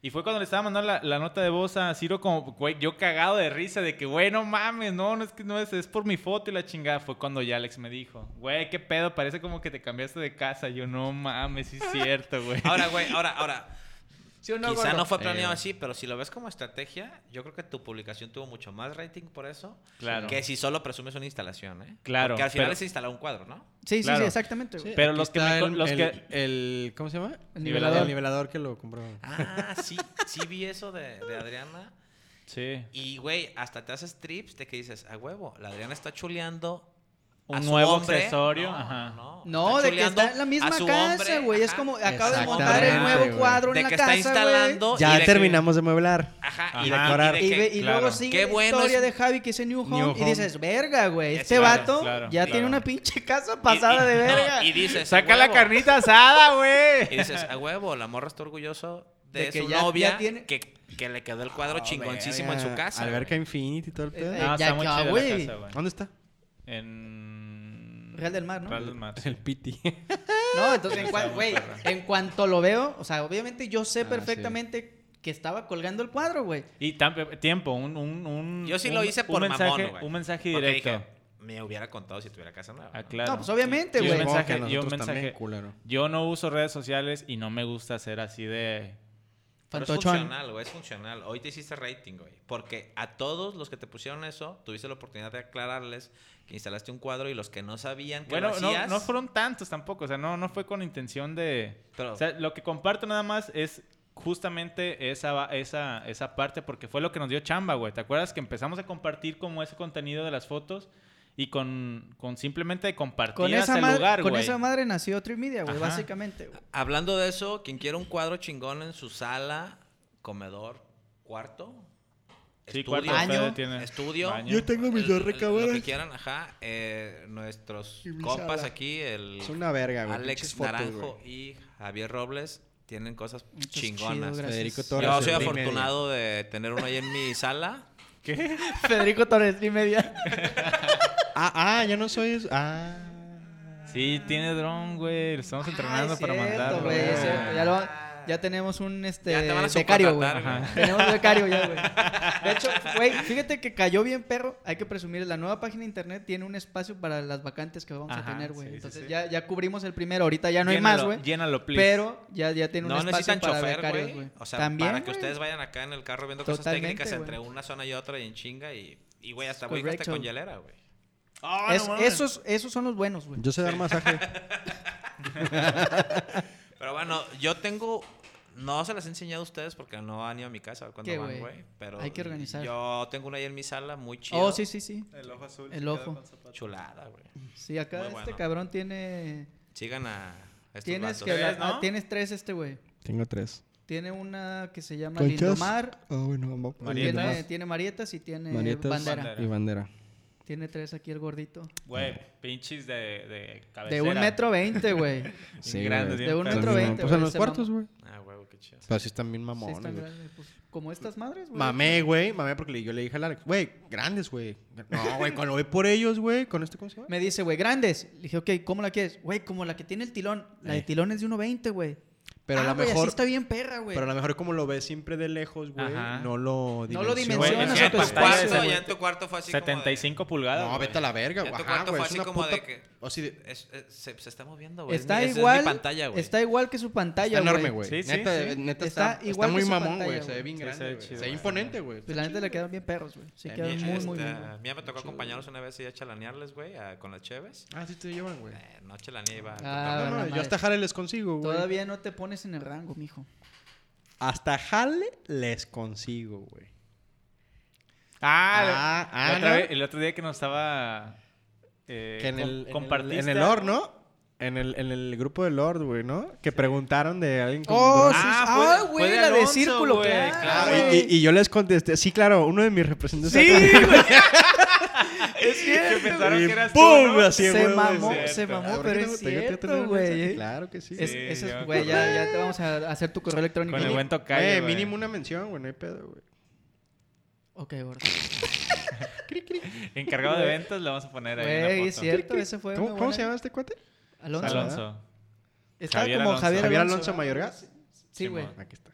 S3: Y fue cuando le estaba mandando la, la nota de voz a Ciro, como, güey, yo cagado de risa, de que, güey, no mames, no, no es que no es, es por mi foto y la chingada. Fue cuando ya Alex me dijo, güey, qué pedo, parece como que te cambiaste de casa. Yo, no mames, sí es cierto, güey.
S4: Ah. Ahora, güey, ahora, ahora.
S1: ¿Sí o no,
S4: Quizá
S1: gordo?
S4: no fue planeado
S3: Eh.
S4: así, pero si lo ves como estrategia, yo creo que tu publicación tuvo mucho más rating por eso
S3: Claro.
S4: que si solo presumes una instalación, ¿eh?
S3: Claro,
S4: Porque al final
S3: pero-
S4: es instalar un cuadro, ¿no?
S1: Sí, sí, sí,
S3: Claro.
S1: exactamente, güey.
S3: Pero
S2: Aquí
S3: los que
S2: está
S3: me con-
S2: el,
S3: los
S2: el-
S3: que-
S2: el- ¿Cómo se llama?
S1: El
S2: El
S1: nivelador.
S2: nivelador que lo compró.
S4: Ah, sí, sí vi eso de, de Adriana.
S3: Sí.
S4: Y, güey, hasta te haces trips de que dices, a huevo, la Adriana está chuleando. a
S3: Un
S4: su
S3: nuevo
S4: hombre".
S3: accesorio.
S4: No,
S3: Ajá.
S4: No,
S1: No, de que
S4: chuleando
S1: está en la misma
S4: a su
S1: casa,
S4: hombre,
S1: güey. Es
S4: ajá.
S1: como, acabo de montar el
S2: Exactamente,
S1: nuevo
S2: güey.
S1: cuadro
S4: De
S1: en la
S4: que
S1: casa,
S4: está
S1: güey.
S4: instalando. y
S2: Ya
S4: de que-
S2: terminamos de mueblar.
S4: Ajá, y de,
S3: Ajá.
S4: y de
S1: Y,
S4: que-
S1: ve- y
S3: Claro.
S1: luego sigue
S4: Qué
S1: la
S4: bueno
S1: historia
S4: es-
S1: de Javi que es en New Home,
S2: New
S1: y
S2: Home.
S1: dices, verga, güey, este
S4: claro,
S1: vato
S3: claro,
S1: ya
S3: claro.
S1: tiene una pinche casa
S4: y-
S1: pasada de
S4: y- no,
S1: verga.
S4: y dices,
S3: Saca
S4: "A
S3: la
S4: huevo".
S3: carnita asada, güey.
S4: Y dices, a huevo, la morra está orgulloso de,
S1: De que
S4: su
S1: ya- ya
S4: novia
S1: tiene-
S4: que, que le quedó el cuadro
S2: Oh,
S4: chingoncísimo en su
S2: verga.
S4: casa.
S2: Alberca
S4: güey.
S2: Infinity y todo el pedo.
S1: Eh,
S3: No,
S1: ya
S3: está muy
S1: acá,
S3: chida la
S1: güey.
S3: casa, güey.
S2: ¿Dónde está?
S3: En.
S1: Real del Mar, ¿no?
S3: Real del Mar.
S2: El Piti.
S1: No, entonces, en,
S3: Está
S1: cuan-
S3: muy
S1: güey,
S3: perra.
S1: en cuanto lo veo, o sea, obviamente yo sé
S2: Ah, sí.
S1: perfectamente que estaba colgando el cuadro, güey.
S3: Y tam- tiempo, un, un, un-
S4: Yo sí
S3: un-
S4: lo hice por
S3: un mensaje,
S4: mamón, güey.
S3: Un mensaje
S4: Porque
S3: directo.
S4: dije, me hubiera contado si tuviera casa nueva.
S3: Ah,
S4: ¿no?
S3: claro.
S1: No, pues obviamente,
S3: Y un
S1: güey.
S3: mensaje,
S2: Supongo que
S3: y un
S2: nosotros también,
S3: mensaje.
S2: culero.
S3: Yo no uso redes sociales y no me gusta ser así de...
S4: Pero es
S1: Fantochón.
S4: funcional, güey, es funcional. Hoy te hiciste rating, güey. Porque a todos los que te pusieron eso, tuviste la oportunidad de aclararles que instalaste un cuadro y los que no sabían que
S3: Bueno,
S4: lo
S3: no,
S4: hacías.
S3: no fueron tantos tampoco. O sea, no, no fue con intención de...
S4: Pero-
S3: O sea, lo que comparto nada más es justamente esa, va- esa, esa parte porque fue lo que nos dio chamba, güey. ¿Te acuerdas que empezamos a compartir como ese contenido de las fotos? Y con, con simplemente compartir
S1: Con,
S3: hasta
S1: esa,
S3: el
S1: madre,
S3: lugar,
S1: con
S3: güey.
S1: esa madre nació Trip Media, güey,
S3: Ajá.
S1: básicamente. güey.
S4: Hablando de eso, quien quiera un cuadro chingón en su sala, comedor, cuarto,
S3: Sí,
S4: estudio,
S3: cuarto
S1: Baño.
S3: Fede tiene
S4: estudio.
S3: baño.
S2: Yo tengo mis
S4: el-
S2: dos
S4: el- Lo que
S2: recámaras.
S4: quieran, ajá. eh, nuestros
S1: Y mi
S4: compas
S1: sala.
S4: aquí, el
S2: Es una verga, güey.
S4: Alex
S2: pinches fotos,
S4: Naranjo
S2: güey.
S4: y Javier Robles tienen cosas
S1: Muchas
S4: chingonas.
S1: chido,
S2: Federico
S1: gracias.
S2: Torres.
S4: Yo soy
S2: Torres Stream
S4: afortunado de tener uno ahí en mi sala.
S1: Federico Torres y media.
S2: Ah, ah, ya no soy. eso. Ah.
S3: Sí, tiene dron, güey. Lo estamos entrenando
S1: Ah, es
S3: para
S1: cierto,
S3: mandarlo.
S1: güey, es
S3: güey.
S1: cierto. Ya, lo- ya tenemos un este,
S4: Ya te van a
S1: becario, güey.
S4: subcontratar, güey.
S1: Tenemos becario ya, güey. De hecho, güey, fíjate que cayó bien, perro. Hay que presumir, la nueva página de internet tiene un espacio para las vacantes que vamos
S3: Ajá,
S1: a tener, güey.
S3: sí, sí,
S1: Entonces
S3: sí.
S1: Ya, ya cubrimos el primero. Ahorita ya no hay más,
S3: Llénalo,
S1: güey.
S3: Llénalo, please.
S1: Pero ya, ya tiene un
S4: No
S1: espacio
S4: necesitan
S1: para
S4: chofer,
S1: becarios,
S4: güey.
S1: güey.
S4: O sea,
S1: También,
S4: para que
S1: güey.
S4: ustedes vayan acá en el carro viendo cosas
S1: Totalmente,
S4: técnicas
S1: güey.
S4: entre una zona y otra y en chinga y, y güey, hasta güey,
S1: Correcto.
S4: con hielera, güey.
S3: Ah,
S1: Es-
S3: no mames.
S1: esos, esos son los buenos,
S3: pues.
S1: güey.
S2: Yo sé dar masaje.
S4: Pero bueno, yo tengo. No se las he enseñado a ustedes porque no han ido a mi casa cuando
S1: ¿Qué,
S4: van,
S1: güey?
S4: güey. Pero
S1: Hay que organizar.
S4: Yo tengo una ahí en mi sala muy chida.
S1: Oh, sí, sí, sí.
S3: El ojo azul.
S1: El
S3: se queda
S1: ojo.
S3: con zapato.
S4: Chulada, güey.
S1: Sí, acá
S4: Muy
S1: este
S4: bueno.
S1: cabrón tiene...
S4: Sigan a estos
S1: Tienes,
S4: vatos.
S1: que,
S3: Tres,
S1: ah,
S3: ¿no?
S1: tienes tres este, güey.
S2: Tengo tres.
S1: Tiene una que se llama
S2: ¿Conchas?
S1: Lindomar.
S2: Ah, bueno, vamos.
S3: Marietas.
S1: Tiene, tiene Marietas y tiene
S2: Marietas
S1: bandera.
S3: Bandera.
S2: y bandera.
S1: Tiene tres aquí el gordito.
S3: Güey, pinches de, de cabecera.
S1: De un metro veinte, güey.
S3: Bien
S2: Sí,
S3: grandes,
S2: güey.
S3: bien
S1: De un
S3: perros.
S1: metro veinte,
S2: Pues
S1: güey,
S2: en los
S1: se
S2: cuartos, güey.
S4: Ah, huevo, qué chido.
S2: Pero sí están bien
S1: Sí,
S2: mamones,
S1: están
S2: güey.
S1: grandes, pues, como estas madres, güey.
S2: Mamé, güey. Mamé porque le- yo le dije al Alex, güey, grandes, güey. No, güey, cuando voy por ellos, güey, con este, ¿cómo se llama?
S1: Me dice, güey, grandes. Le dije, ok, ¿cómo la quieres? Güey, como la que tiene el tilón. La de
S2: Eh.
S1: tilón es de 1.20, güey.
S2: Pero a
S1: Ah,
S2: lo
S1: güey,
S2: mejor.
S1: Así está bien perra, güey.
S2: Pero a lo mejor, como lo ves siempre de lejos, güey,
S3: Ajá.
S2: no lo
S1: No lo
S2: dimensionas.
S3: Güey,
S1: dimensionas
S3: es
S1: a
S3: que
S1: tu
S3: en tu cuarto
S1: espacio,
S4: ya
S1: güey.
S4: en tu cuarto fue así como de-
S3: 75 pulgadas.
S2: No,
S3: güey.
S2: vete a la verga,
S4: Ya tu
S2: güey. Ajá,
S4: cuarto
S2: güey.
S4: fue
S2: Es
S4: así
S2: una
S4: como de
S2: puta-
S4: que-
S2: O sea, de-
S4: Es- es- se, se está moviendo, güey.
S1: Está
S4: Es mi- es-
S1: igual.
S4: Es mi pantalla, güey.
S1: Está igual que su pantalla,
S2: Está
S1: güey.
S2: enorme, güey.
S3: Sí, sí,
S2: neta,
S3: sí.
S2: neta
S1: Está
S2: está, está,
S1: igual que
S2: muy
S1: su
S2: mamón,
S1: pantalla,
S2: güey. Se ve
S1: güey.
S2: bien
S3: Sí,
S2: grande,
S3: se ve
S2: güey.
S3: chido,
S2: se ve
S3: güey.
S2: imponente, güey.
S1: Pues la neta le quedan bien perros, güey. Sí,
S2: A
S1: quedan
S2: mí,
S1: muy,
S4: Este,
S1: muy bien. güey.
S4: A mí ya me tocó acompañarlos una vez y a chalanearles, güey, a- con las cheves.
S2: Ah, sí te llevan, güey.
S4: Eh, no chalaneé, iba.
S1: Ah,
S2: No,
S1: la
S2: no,
S1: madre.
S2: yo hasta jale les consigo, güey.
S1: Todavía no te pones en el rango, mijo.
S2: Hasta jale les consigo, güey.
S3: Ah,
S2: Ah,
S3: la
S2: ah,
S3: otra
S2: ¿no?
S3: vez- el otro día que nos estaba... eh,
S2: Que en
S3: com-
S2: el,
S3: compartiste
S2: en el Lord, ¿no? En el, en el grupo de Lord, güey, ¿no? Que preguntaron de alguien con
S1: Oh,
S2: drogas.
S1: sí.
S3: Ah,
S1: Ah,
S3: fue-
S1: güey,
S3: fue de
S1: la de
S3: Alonso,
S1: círculo,
S3: güey,
S1: claro.
S3: claro.
S2: Ah, y, y- y yo les contesté, sí, claro, uno de mis representantes.
S1: Sí, güey. es
S3: Que
S1: cierto.
S3: pensaron
S2: Y
S3: que eras tú,
S2: ¡pum!
S3: ¿no?
S2: Así,
S1: Se
S2: güey, güey,
S1: mamó,
S2: sí.
S1: se
S3: cierto.
S1: mamó,
S2: Ahora
S1: pero
S2: que
S1: es
S2: tengo- tengo- tengo-
S1: cierto,
S2: tengo un mensaje,
S1: güey.
S2: Claro que sí.
S1: Es-
S3: Sí,
S1: ese
S3: ya me
S1: es, güey, ya, ya te vamos a hacer tu correo electrónico.
S3: Con el buen tocayo,
S2: Güey,
S3: güey.
S2: mínimo una mención, güey, no hay pedo, güey.
S1: Ok, gordo.
S3: Encargado de ventas, le vamos a poner ahí en la
S1: Güey,
S3: foto.
S1: es cierto, ese fue.
S2: ¿Cómo,
S1: una
S2: cómo
S1: buena-
S2: se llama este cuate?
S1: Alonso.
S3: Alonso.
S1: Estaba
S3: Javier
S1: como Javier Alonso.
S3: Alonso.
S2: Javier Alonso
S1: ¿verdad?
S2: Mayorga.
S1: Sí, güey.
S2: Simón, Aquí está.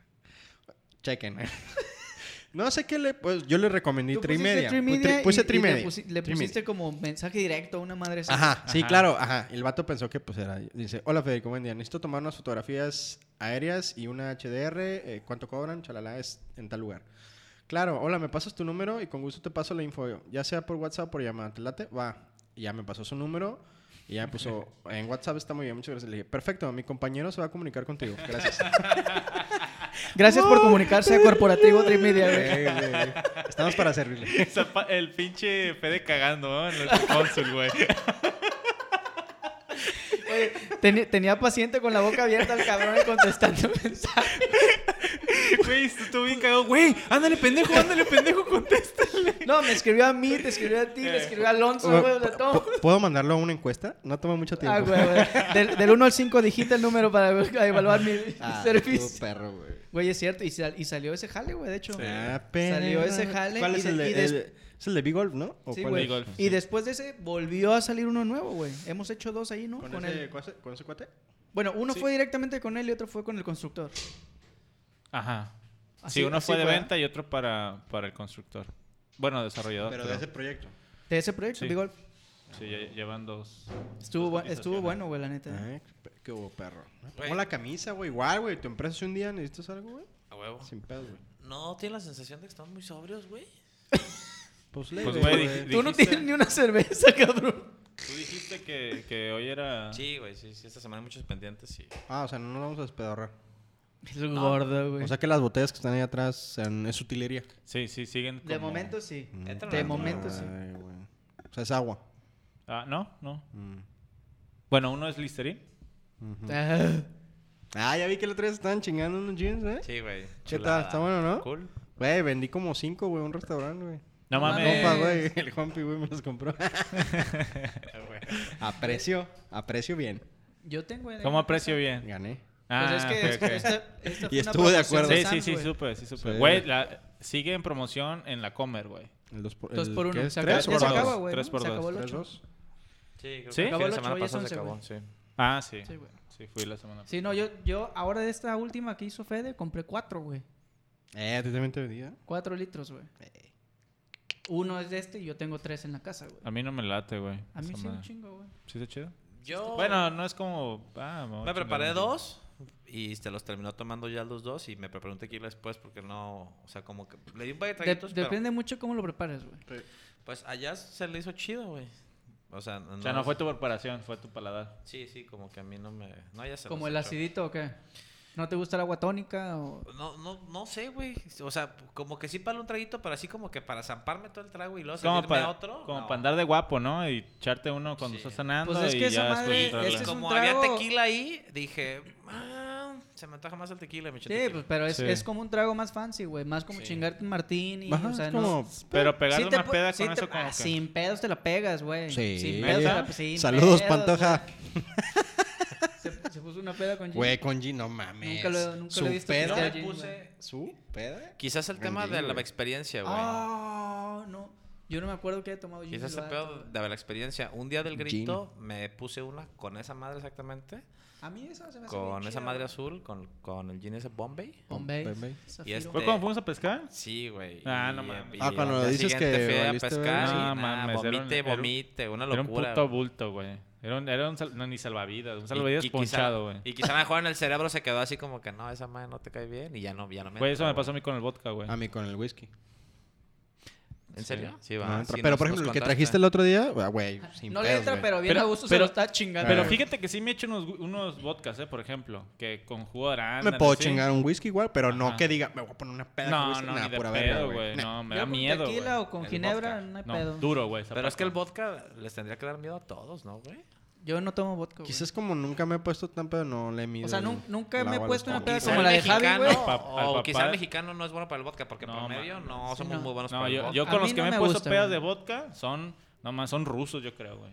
S2: Chequen. no sé qué le. Pues yo le recomendé
S1: Tú
S2: Trimedia.
S1: pusiste
S2: Pu-
S1: Trimedia
S2: tri-
S1: y-
S2: Puse
S1: y le
S2: Trimedia.
S1: pusi- Le
S2: Trimedia.
S1: pusiste como mensaje directo a una madre. así.
S2: Ajá, sí,
S3: Ajá.
S2: claro, ajá. El vato pensó que pues era. Dice, hola Federico, buen día. Necesito tomar unas fotografías aéreas y una HDR. eh, ¿Cuánto cobran? Chalala, es en tal lugar. Claro, hola, me pasas tu número y con gusto te paso la info. Ya sea por WhatsApp o por llamada. ¿Te late? Va. Y ya me pasó su número. Y ya me puso, en WhatsApp está muy bien, muchas gracias. Le dije, perfecto, mi compañero se va a comunicar contigo. Gracias.
S1: Gracias por comunicarse a Corporativo Trimedia, güey.
S2: Eh, güey, Estamos para servirle.
S3: Esa pa- El pinche Fede cagando, ¿no? En el cónsul, güey.
S1: Tenía, tenía paciente con la boca abierta al cabrón y contestando mensajes.
S3: Güey, estuvo bien cagado. Güey, ándale, pendejo, ándale, pendejo, contesta.
S1: No, me escribió a mí, te escribió a ti,
S2: Eh,
S1: le escribió a Alonso, güey, de todo.
S2: P- ¿Puedo mandarlo a una encuesta? No toma mucho tiempo.
S1: Ah, güey, güey. Del, 1 al 5 digita el número para ver- evaluar mi
S2: Ah, tú,
S1: servicio.
S2: perro, güey.
S1: Güey, es cierto. Y, sal- y salió ese jale, güey, de hecho.
S2: Ah,
S1: Salió
S2: perro.
S1: ese jale
S2: ¿Cuál
S1: y
S2: es
S1: de-
S2: el, de-
S1: y des-
S2: el- es el de Big Golf, no? ¿O
S1: Sí,
S2: cuál
S1: güey.
S2: es?
S3: Big Golf.
S1: Y después de ese volvió a salir uno nuevo, güey. Hemos hecho dos ahí, ¿no?
S2: ¿Con,
S1: Con
S2: ese,
S1: el-
S2: cuate- con ese cuate?
S1: Bueno, uno fue directamente con él y otro fue con el constructor.
S3: Ajá.
S1: Así-
S2: Ah,
S3: sí, uno
S1: así
S3: fue de
S1: fue,
S3: venta y otro para, para el constructor. Bueno, desarrollador.
S2: Pero de ese proyecto.
S1: De ese proyecto,
S3: Sí.
S1: digo,
S3: Sí, ya- llevan dos.
S1: estuvo, bu-
S3: Dos
S1: estuvo
S3: cotizaciones.
S1: bueno, güey, la neta.
S2: Ay, Ah, qué hubo, perro. Me
S4: Güey.
S2: Pongo la camisa, güey. Igual, güey. Tu empresa si un día necesitas algo, güey.
S4: A huevo.
S2: Sin pedo, güey.
S4: No, tiene la sensación de que están muy sobrios, güey.
S2: Pues,
S3: Pues, güey, dij-
S1: Tú no
S3: dijiste-
S1: tienes ni una cerveza, cabrón.
S3: Tú dijiste que, que hoy era...
S4: Sí, güey, sí, sí. Esta semana hay muchos pendientes y...
S2: Ah, o sea, no nos vamos a despedorrar.
S1: Es gordo, güey.
S2: O sea que las botellas que están ahí atrás sean- es utilería.
S3: Sí, sí, siguen
S1: de
S3: como-
S1: momento sí.
S4: Entra
S1: De
S4: la-
S1: momento sí.
S2: Ay, güey. O sea, es agua.
S3: Ah, no, no.
S2: Mm.
S3: Bueno, uno es Listerine.
S1: Ah,
S2: Ah, ya vi que el otro día se estaban chingando unos jeans, ¿eh?
S4: Sí, güey.
S2: ¿Qué
S4: Chulada.
S2: tal? ¿Está bueno, no?
S4: Cool.
S2: Güey, vendí como cinco, güey, a un restaurante, güey.
S3: No
S1: Ah, No
S3: mames.
S2: Compa,
S1: mames.
S2: güey, el Juanpi, güey, me los compró.
S4: Ah,
S2: aprecio, aprecio bien.
S1: Yo tengo. en-
S3: ¿Cómo aprecio bien?
S2: Gané.
S1: Pues
S3: Ah,
S1: es que
S3: ok,
S1: esta-
S3: ok.
S1: esta- esta fue
S2: Y
S1: una
S2: estuvo de
S1: promoción
S2: acuerdo.
S3: Sí, sí,
S1: Sam's,
S3: sí,
S1: güey.
S3: supe, sí, supe.
S2: Sí.
S3: Güey, la- sigue en promoción en la Comer, güey.
S2: El dos por,
S1: Dos por
S2: ¿qué
S1: uno.
S2: es?
S1: Se
S2: ¿Tres
S1: acaba-
S2: por
S1: ya se
S2: dos?
S1: acaba, güey.
S3: Tres
S1: ¿no?
S3: por
S1: Se
S3: dos.
S1: acabó el
S2: ¿Tres,
S1: ocho.
S2: dos?
S4: Sí, creo
S3: ¿Sí?
S4: que
S1: Acabó
S4: la
S1: el
S4: semana
S1: ocho, ya
S4: pasada
S1: es
S4: se acabó, sí.
S3: Ah, sí.
S1: Sí, güey.
S3: Sí, fui la semana
S1: Sí, no, yo, yo ahora de esta última que hizo Fede compré cuatro, güey.
S2: Eh, ¿tú también te vendía?
S1: Cuatro litros, güey. Uno es de este y yo tengo tres en la casa, güey.
S3: A mí no me late, güey.
S1: A mí
S3: esa
S1: sí un
S3: madre.
S1: chingo, güey.
S3: ¿Sí está chido?
S4: Yo...
S3: Bueno, no es como... Ah, voy a
S4: Este, Me
S3: chingar
S4: preparé
S3: un-
S4: dos y se los terminó tomando ya los dos y me preparé un tequila después porque no, o sea, como que le di un par de
S1: De-
S4: traguitos, pero,
S1: depende mucho cómo lo prepares, güey.
S4: pues allá se le hizo chido, güey. O sea,
S3: O sea, no fue tu preparación, fue tu paladar.
S4: Sí, sí, como que a mí no me... No, ya se
S1: ¿Como
S4: los
S1: el
S4: echó.
S1: acidito o qué? ¿No te gusta el agua tónica o...?
S4: No, no, no sé, güey. O sea, como que sí para un traguito, pero así como que para zamparme todo el trago y luego
S3: Es como
S4: salirme
S3: para
S4: a otro.
S3: como
S4: no.
S3: pa' andar de guapo, ¿no? Y echarte uno cuando
S4: Sí.
S3: estás sanando
S1: Pues es
S3: y
S1: que esa
S3: ya
S1: madre- este
S3: después
S4: Y
S3: entrarle.
S1: es un
S4: como había
S1: trago-
S4: tequila ahí, dije, ah, se me antoja más el tequila, me eché
S1: Sí,
S4: tequila.
S1: pues, pero es,
S3: Sí.
S1: es como un trago más fancy, güey. Más como
S4: Sí.
S1: chingarte un martini.
S2: Ajá,
S1: o sea,
S2: es
S1: no-
S2: como...
S3: Pero pegarle
S1: Sí te
S3: una
S1: pu-
S3: peda
S1: sí
S3: con
S1: te-
S3: eso como
S1: ah,
S3: que...
S1: Sin pedos te la pegas, güey.
S2: Sí.
S1: eh, Sin pedos te la...
S3: ¿Neta?
S1: sin pedos,
S2: Saludos, Pantoja.
S1: güey. Se, se puso una peda con Gin.
S2: Güey, con G, no mames.
S1: Nunca lo- nunca lo he
S2: ¿Su
S1: visto
S4: No
S2: peda?
S1: pistear
S4: me
S1: Gin,
S4: puse...
S2: ¿Su peda?
S4: Quizás el
S2: Con
S4: tema
S2: gin,
S4: de la
S2: güey.
S4: experiencia, güey.
S1: Ah, no. Yo no me acuerdo que haya tomado Gin.
S4: Quizás
S1: el
S4: ese
S1: vato,
S4: pedo
S1: güey.
S4: de la experiencia. Un día del
S2: Gin.
S4: grito me puse una con esa madre exactamente.
S1: A mí esa se me hace
S4: Con
S1: Pues, bien
S4: esa
S1: chida,
S4: madre
S1: güey.
S4: azul, con, con el gin ese Bombay.
S1: Bombay.
S2: Bombay.
S1: Zafiro.
S4: este-
S3: ¿Fue cuando fuimos a pescar?
S4: Sí, güey.
S3: Ah,
S4: y-
S3: no mames.
S4: y
S2: Ah,
S4: al
S2: cuando
S4: día
S2: dices
S4: siguiente
S2: que
S4: fui a
S2: valiste
S4: pescar.
S3: verga.
S4: y
S3: No
S4: nada,
S3: mames, era un-
S4: vomite,
S3: era un-
S4: vomite. Una
S3: Era un
S4: locura.
S3: puto bulto, güey. Era un, era un sal- no, ni salvavidas, un salvavidas
S4: quizá-
S3: ponchado, güey.
S4: Y quizá a lo mejor en el cerebro se quedó así como que no, esa madre no te cae bien y ya no, ya no me.
S3: Güey, eso
S4: entra,
S3: me pasó a mí con el vodka, güey.
S2: A mí con el whisky.
S4: ¿En serio? Sí, va.
S2: No entra.
S4: Sí,
S2: Ah, pero,
S4: nos-
S2: por
S4: nos
S2: ejemplo, el que
S4: contaste.
S2: trajiste el otro día, ah, güey, sin
S1: No le
S2: pedos,
S1: entra,
S2: güey.
S1: pero bien
S3: Pero-
S1: a gusto se
S3: pero-
S1: lo está chingando.
S3: Pero
S2: Ah.
S3: fíjate que sí me he hecho unos, unos vodkas, ¿eh? Por ejemplo, que con jugo de
S2: Me
S3: arándano.
S2: puedo
S3: así.
S2: chingar un whisky igual, pero no
S3: Ajá.
S2: que diga, me voy a poner una peda con
S3: No,
S2: whisky.
S3: no,
S2: Nah,
S3: ni de
S2: pura
S3: pedo,
S2: verga,
S3: güey.
S2: Nah.
S3: No, me
S1: Yo
S3: da
S1: con
S3: miedo, güey.
S1: tequila o con
S4: El
S1: ginebra,
S4: vodka.
S1: no hay
S3: No,
S1: pedo.
S3: duro, güey. esa
S4: Pero es
S3: parte.
S4: que el vodka les tendría que dar miedo a todos, ¿no, güey?
S1: Yo no tomo vodka, güey.
S2: Quizás como nunca me he puesto tan pedo, no le mido.
S1: O sea,
S2: el-
S1: nun- nunca me
S2: el
S1: he
S2: agua al
S1: puesto una
S2: estómago.
S1: peda como la de Javi, güey.
S4: o,
S3: Al pa- al papá-
S4: quizá el mexicano no es bueno para el vodka, porque
S3: No,
S4: promedio
S3: man.
S4: no
S1: Sí,
S4: somos
S1: no.
S4: muy buenos
S3: No,
S4: para el
S3: yo,
S4: vodka.
S3: yo
S1: A
S3: con los
S1: mí
S3: que
S1: no
S3: me he
S1: me
S3: puesto
S1: gusta,
S3: pedas
S1: güey.
S3: de vodka son... No, más son rusos, yo creo, güey.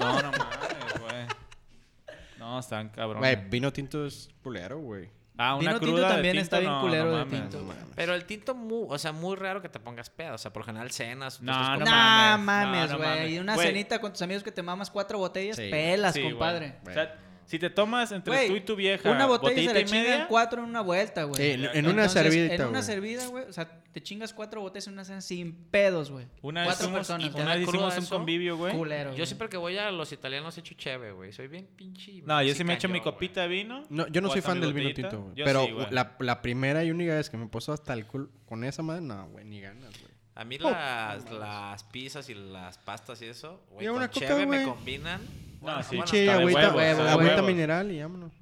S3: No, no mames, güey. No, están cabrones.
S2: Güey, vino tinto es culero, güey.
S3: Ah, una
S1: Vino tinto
S3: cruda de
S1: también
S3: tinto,
S1: está bien
S3: no,
S1: culero
S3: no
S1: de
S3: mames.
S1: tinto.
S2: No mames.
S4: Pero el tinto, mu- o sea, muy raro que te pongas pedo. O sea, por lo general cenas. tú estás
S3: Ah, No,
S4: con-
S3: no
S1: Nah,
S3: mames,
S1: mames,
S3: no, no
S1: güey.
S3: mames.
S1: Y una
S3: Güey.
S1: cenita con tus amigos que te mamas cuatro botellas,
S2: Sí.
S1: pelas,
S3: Sí, güey.
S1: compadre.
S3: O sea, si te tomas entre
S1: Güey,
S3: tú y tu vieja
S1: Una botella y
S3: botellita
S1: se la
S3: y media,
S1: chingan cuatro en una vuelta, güey.
S2: Sí, en- en una
S1: Entonces,
S2: servidita,
S1: En una
S2: güey.
S1: servida, güey. O sea, te chingas cuatro botellas en una cena sin pedos, güey.
S3: una vez
S1: cuatro
S3: hicimos,
S1: personas.
S3: una vez
S4: cruda
S3: hicimos un
S4: eso?
S3: convivio, güey.
S1: Culero.
S4: Yo
S1: güey.
S4: siempre que voy a los italianos echo cheve, güey. Soy bien pinche.
S3: No, yo sí me
S4: mexican
S3: echo mi
S4: yo,
S3: copita de vino.
S2: No, yo no
S3: o
S2: soy
S3: hasta
S2: fan
S3: mi
S2: del vino
S3: botellita.
S2: tinto, güey.
S3: Yo
S2: Pero
S3: sí, güey.
S2: la, la primera y única vez que me puso hasta el culo con esa madre, no, güey, ni ganas, güey.
S4: güey. A mí las, las pizzas y las pastas y eso, güey,
S2: Y
S4: con
S2: una coca,
S4: cheve me
S2: güey.
S4: combinan. Bueno,
S3: sí,
S4: bueno,
S2: Che,
S4: hasta-
S3: de
S2: agüita,
S3: huevos,
S1: está de
S2: agüita
S3: huevos.
S2: mineral y vámonos.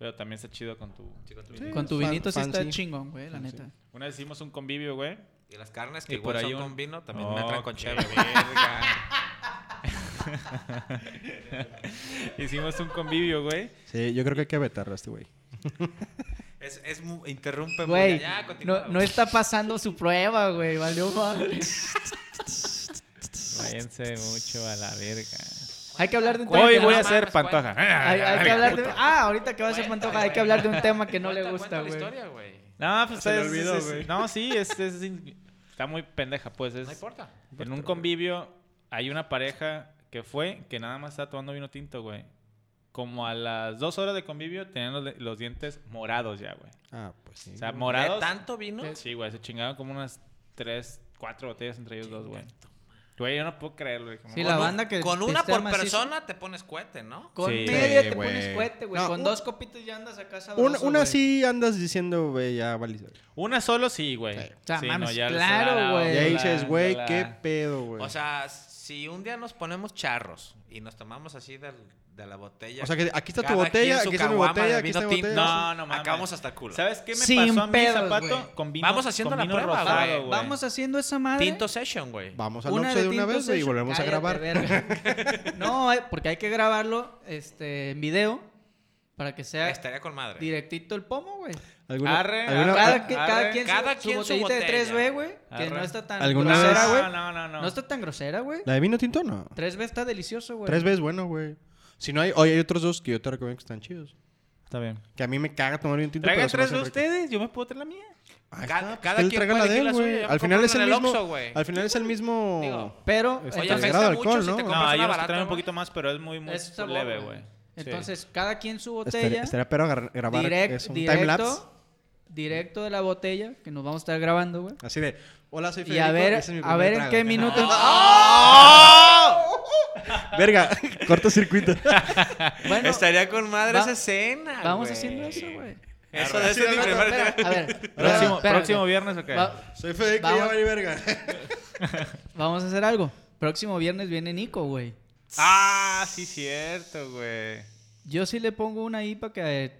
S3: Pero también está chido con tu...
S4: Sí, con tu-
S2: Sí.
S1: Con tu
S2: Fan-
S1: vinito sí está
S2: fancy.
S1: chingón, güey, la neta.
S3: Una vez hicimos un convivio, güey.
S4: Y las carnes
S3: Y
S4: que
S3: por
S4: igual
S3: ahí
S4: son
S3: un-
S4: con vino también
S3: Oh,
S4: me entran con
S3: qué
S4: cheve, güey.
S3: verga. hicimos un convivio, güey.
S2: Sí, yo creo que hay que vetarlo a este güey.
S4: Es, es mu- interrumpe muy-
S1: Güey,
S4: Pues, ya, continúa,
S1: no, no está pasando su prueba, güey. Valió madre.
S3: Váyanse mucho a la verga.
S1: Hay que hablar de un tema.
S3: Hoy
S1: que
S3: voy
S1: no-
S3: a
S4: mames,
S3: hacer pantoja.
S1: hay, hay que hablar de... Ah, ahorita que va a ser
S4: Cuenta,
S1: pantoja, hay
S4: güey.
S1: que hablar de un tema que no
S4: Cuenta-
S1: le gusta,
S4: cuenta la
S1: güey.
S4: historia, güey.
S3: No, pues
S2: Se le
S3: es-
S2: olvidó,
S3: es-
S2: güey.
S3: No, sí, es, es- está muy pendeja, pues. Es,
S4: No importa.
S3: En un convivio hay una pareja que fue que nada más estaba tomando vino tinto, güey. Como a las dos horas de convivio tenían los, de- los dientes morados ya, güey.
S2: Ah, pues sí.
S3: O sea,
S4: ¿De
S3: morados.
S4: tanto vino?
S3: Sí, güey, se chingaron como unas tres, cuatro botellas entre ellos dos, güey. Güey, yo no puedo creerlo. güey, como-
S1: Sí, la banda que
S4: Con una
S1: pistea
S4: por
S1: macizo.
S4: persona te pones cohete, ¿no?
S1: Con
S3: Sí,
S1: media te
S2: güey.
S1: pones cohete, güey.
S2: No,
S1: Con
S2: un-
S1: dos copitos ya andas acá sabroso,
S2: una una
S1: güey.
S2: sí andas diciendo, güey, ya valí.
S3: Una solo sí, güey.
S2: Sí.
S1: O sea,
S3: Sí,
S1: mames,
S3: ya se
S1: claro,
S3: la-
S1: güey.
S2: Y
S1: Eh,
S2: ahí
S3: la-
S2: dices, güey,
S3: la-
S2: qué pedo, güey.
S4: O sea, si un día nos ponemos charros y nos tomamos así del- de la botella.
S2: O sea, que aquí está tu
S4: cada
S2: botella,
S4: quien su
S2: aquí está mi
S4: caguama de
S2: botella, aquí
S4: vino
S2: está mi
S4: tinto,
S2: botella.
S3: No, no mames.
S4: Acabamos hasta el culo.
S3: ¿Sabes qué me
S1: Sin
S3: pasó a mí
S1: pedos,
S3: zapato?
S1: güey.
S3: Con vino,
S4: Vamos haciendo
S3: con
S4: la
S3: vino
S4: prueba,
S3: rosado,
S4: güey.
S3: güey.
S1: Vamos haciendo esa madre.
S4: Tinto session, güey.
S2: Vamos al Oxxo de una
S1: Tinto
S2: vez güey, y
S1: Session.
S2: volvemos
S1: Cállate,
S2: a grabar.
S1: verga. no, eh, porque hay que grabarlo este, en video para que sea
S4: Estaría con madre.
S1: directito el pomo, güey.
S2: ¿Alguna,
S3: Arre,
S2: alguna-
S3: arre.
S1: Cada, que- cada
S3: arre.
S1: quien,
S4: Cada
S1: su,
S4: quien su
S1: botellita
S4: botella.
S1: de 3B, güey. Que
S3: Arre.
S1: no está tan
S2: ¿Alguna vez?
S1: grosera, güey.
S3: No, no, no, Ah, no.
S1: No está tan grosera, güey.
S2: ¿La de vino tinto no?
S1: 3B está delicioso, güey.
S2: Tres veces bueno, güey. Si no hay... Oye, hay otros dos que yo te recomiendo que están chidos.
S3: Está bien.
S2: Que a mí me caga tomar vino tinto,
S3: Traigan
S2: pero se me
S3: tres
S2: hacen
S3: de
S2: ricos.
S3: ustedes, yo me puedo traer la mía.
S2: Ahí
S4: Cada-
S2: está, pues,
S4: cada
S2: que él
S4: quien
S2: traiga la
S4: puede
S2: de
S4: elegir
S2: él,
S4: la suya,
S2: güey.
S4: ya
S2: Al final
S4: compran
S2: es el
S4: en el
S2: mismo.
S4: Oxxo, güey.
S2: al final es el mismo.
S4: Digo,
S1: Pero eh,
S2: Está
S1: entonces,
S4: afecta
S2: integrado
S4: mucho
S2: alcohol,
S4: si te
S2: ¿no?
S4: compras
S3: No,
S4: una
S3: ellos
S4: barata,
S3: traen un
S4: güey.
S3: poquito más, pero es muy, muy
S1: es sabor,
S3: leve, güey.
S1: Entonces, cada quien su
S2: Estaría,
S1: botella.
S2: estaría pero agarrar- grabar
S1: direct-
S2: eso, un time lapse.
S1: directo, directo de la botella que nos vamos a estar grabando, güey.
S2: Así de, hola, soy
S1: Y
S2: Federico.
S1: a ver,
S2: ese es mi
S1: a
S2: primer
S1: ver en
S2: trago".
S1: qué minuto. Ah,
S4: ¡Ah!
S2: Verga, cortocircuito.
S1: Bueno,
S4: Estaría con madre
S1: va-
S4: esa escena.
S1: vamos
S4: güey.
S1: haciendo eso, güey.
S4: Eso de ese es mi
S1: Espera,
S4: primer
S1: espera, a ver,
S3: Próximo,
S1: espera,
S3: próximo
S1: güey.
S3: viernes, ok.
S1: Va-
S2: soy Federico,
S1: Vamos.
S2: ya vale verga.
S1: vamos a hacer algo. Próximo viernes viene Nico, güey.
S3: Ah, sí, cierto, güey.
S1: Yo sí le pongo una ahí para que.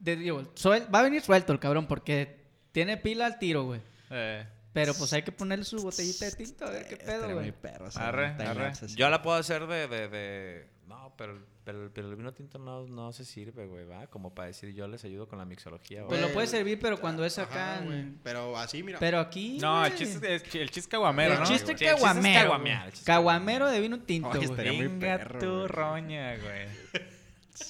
S1: de- digo, suel- va a venir suelto el cabrón porque tiene pila al tiro, güey.
S3: Eh,
S1: Pero pues hay que ponerle su botellita
S2: Este,
S1: de tinto a ver qué pedo,
S2: Estaría muy
S1: güey.
S2: perro hacer
S3: Arre,
S2: un time
S3: arre.
S2: lapse así.
S4: Yo la puedo hacer de... de, de- No, pero, el- pero, el- pero el vino tinto no, no se sirve, güey, ¿va? Como para decir, yo les ayudo con la mixología,
S1: Pues
S4: güey.
S1: lo puede servir, pero cuando es acá.
S2: Ajá,
S1: en-
S2: güey. Pero así, mira.
S1: Pero aquí.
S3: No, el
S1: güey.
S3: chiste es el chiste caguamero,
S1: El
S3: ¿no?
S1: chiste
S4: Sí, el chiste es
S1: caguamero.
S4: caguamear, el
S1: güey.
S4: chiste es
S1: Caguamero de vino tinto,
S2: Oye,
S1: güey.
S2: estaría muy
S3: Venga
S2: perro,
S3: tu
S2: güey.
S3: roña, güey.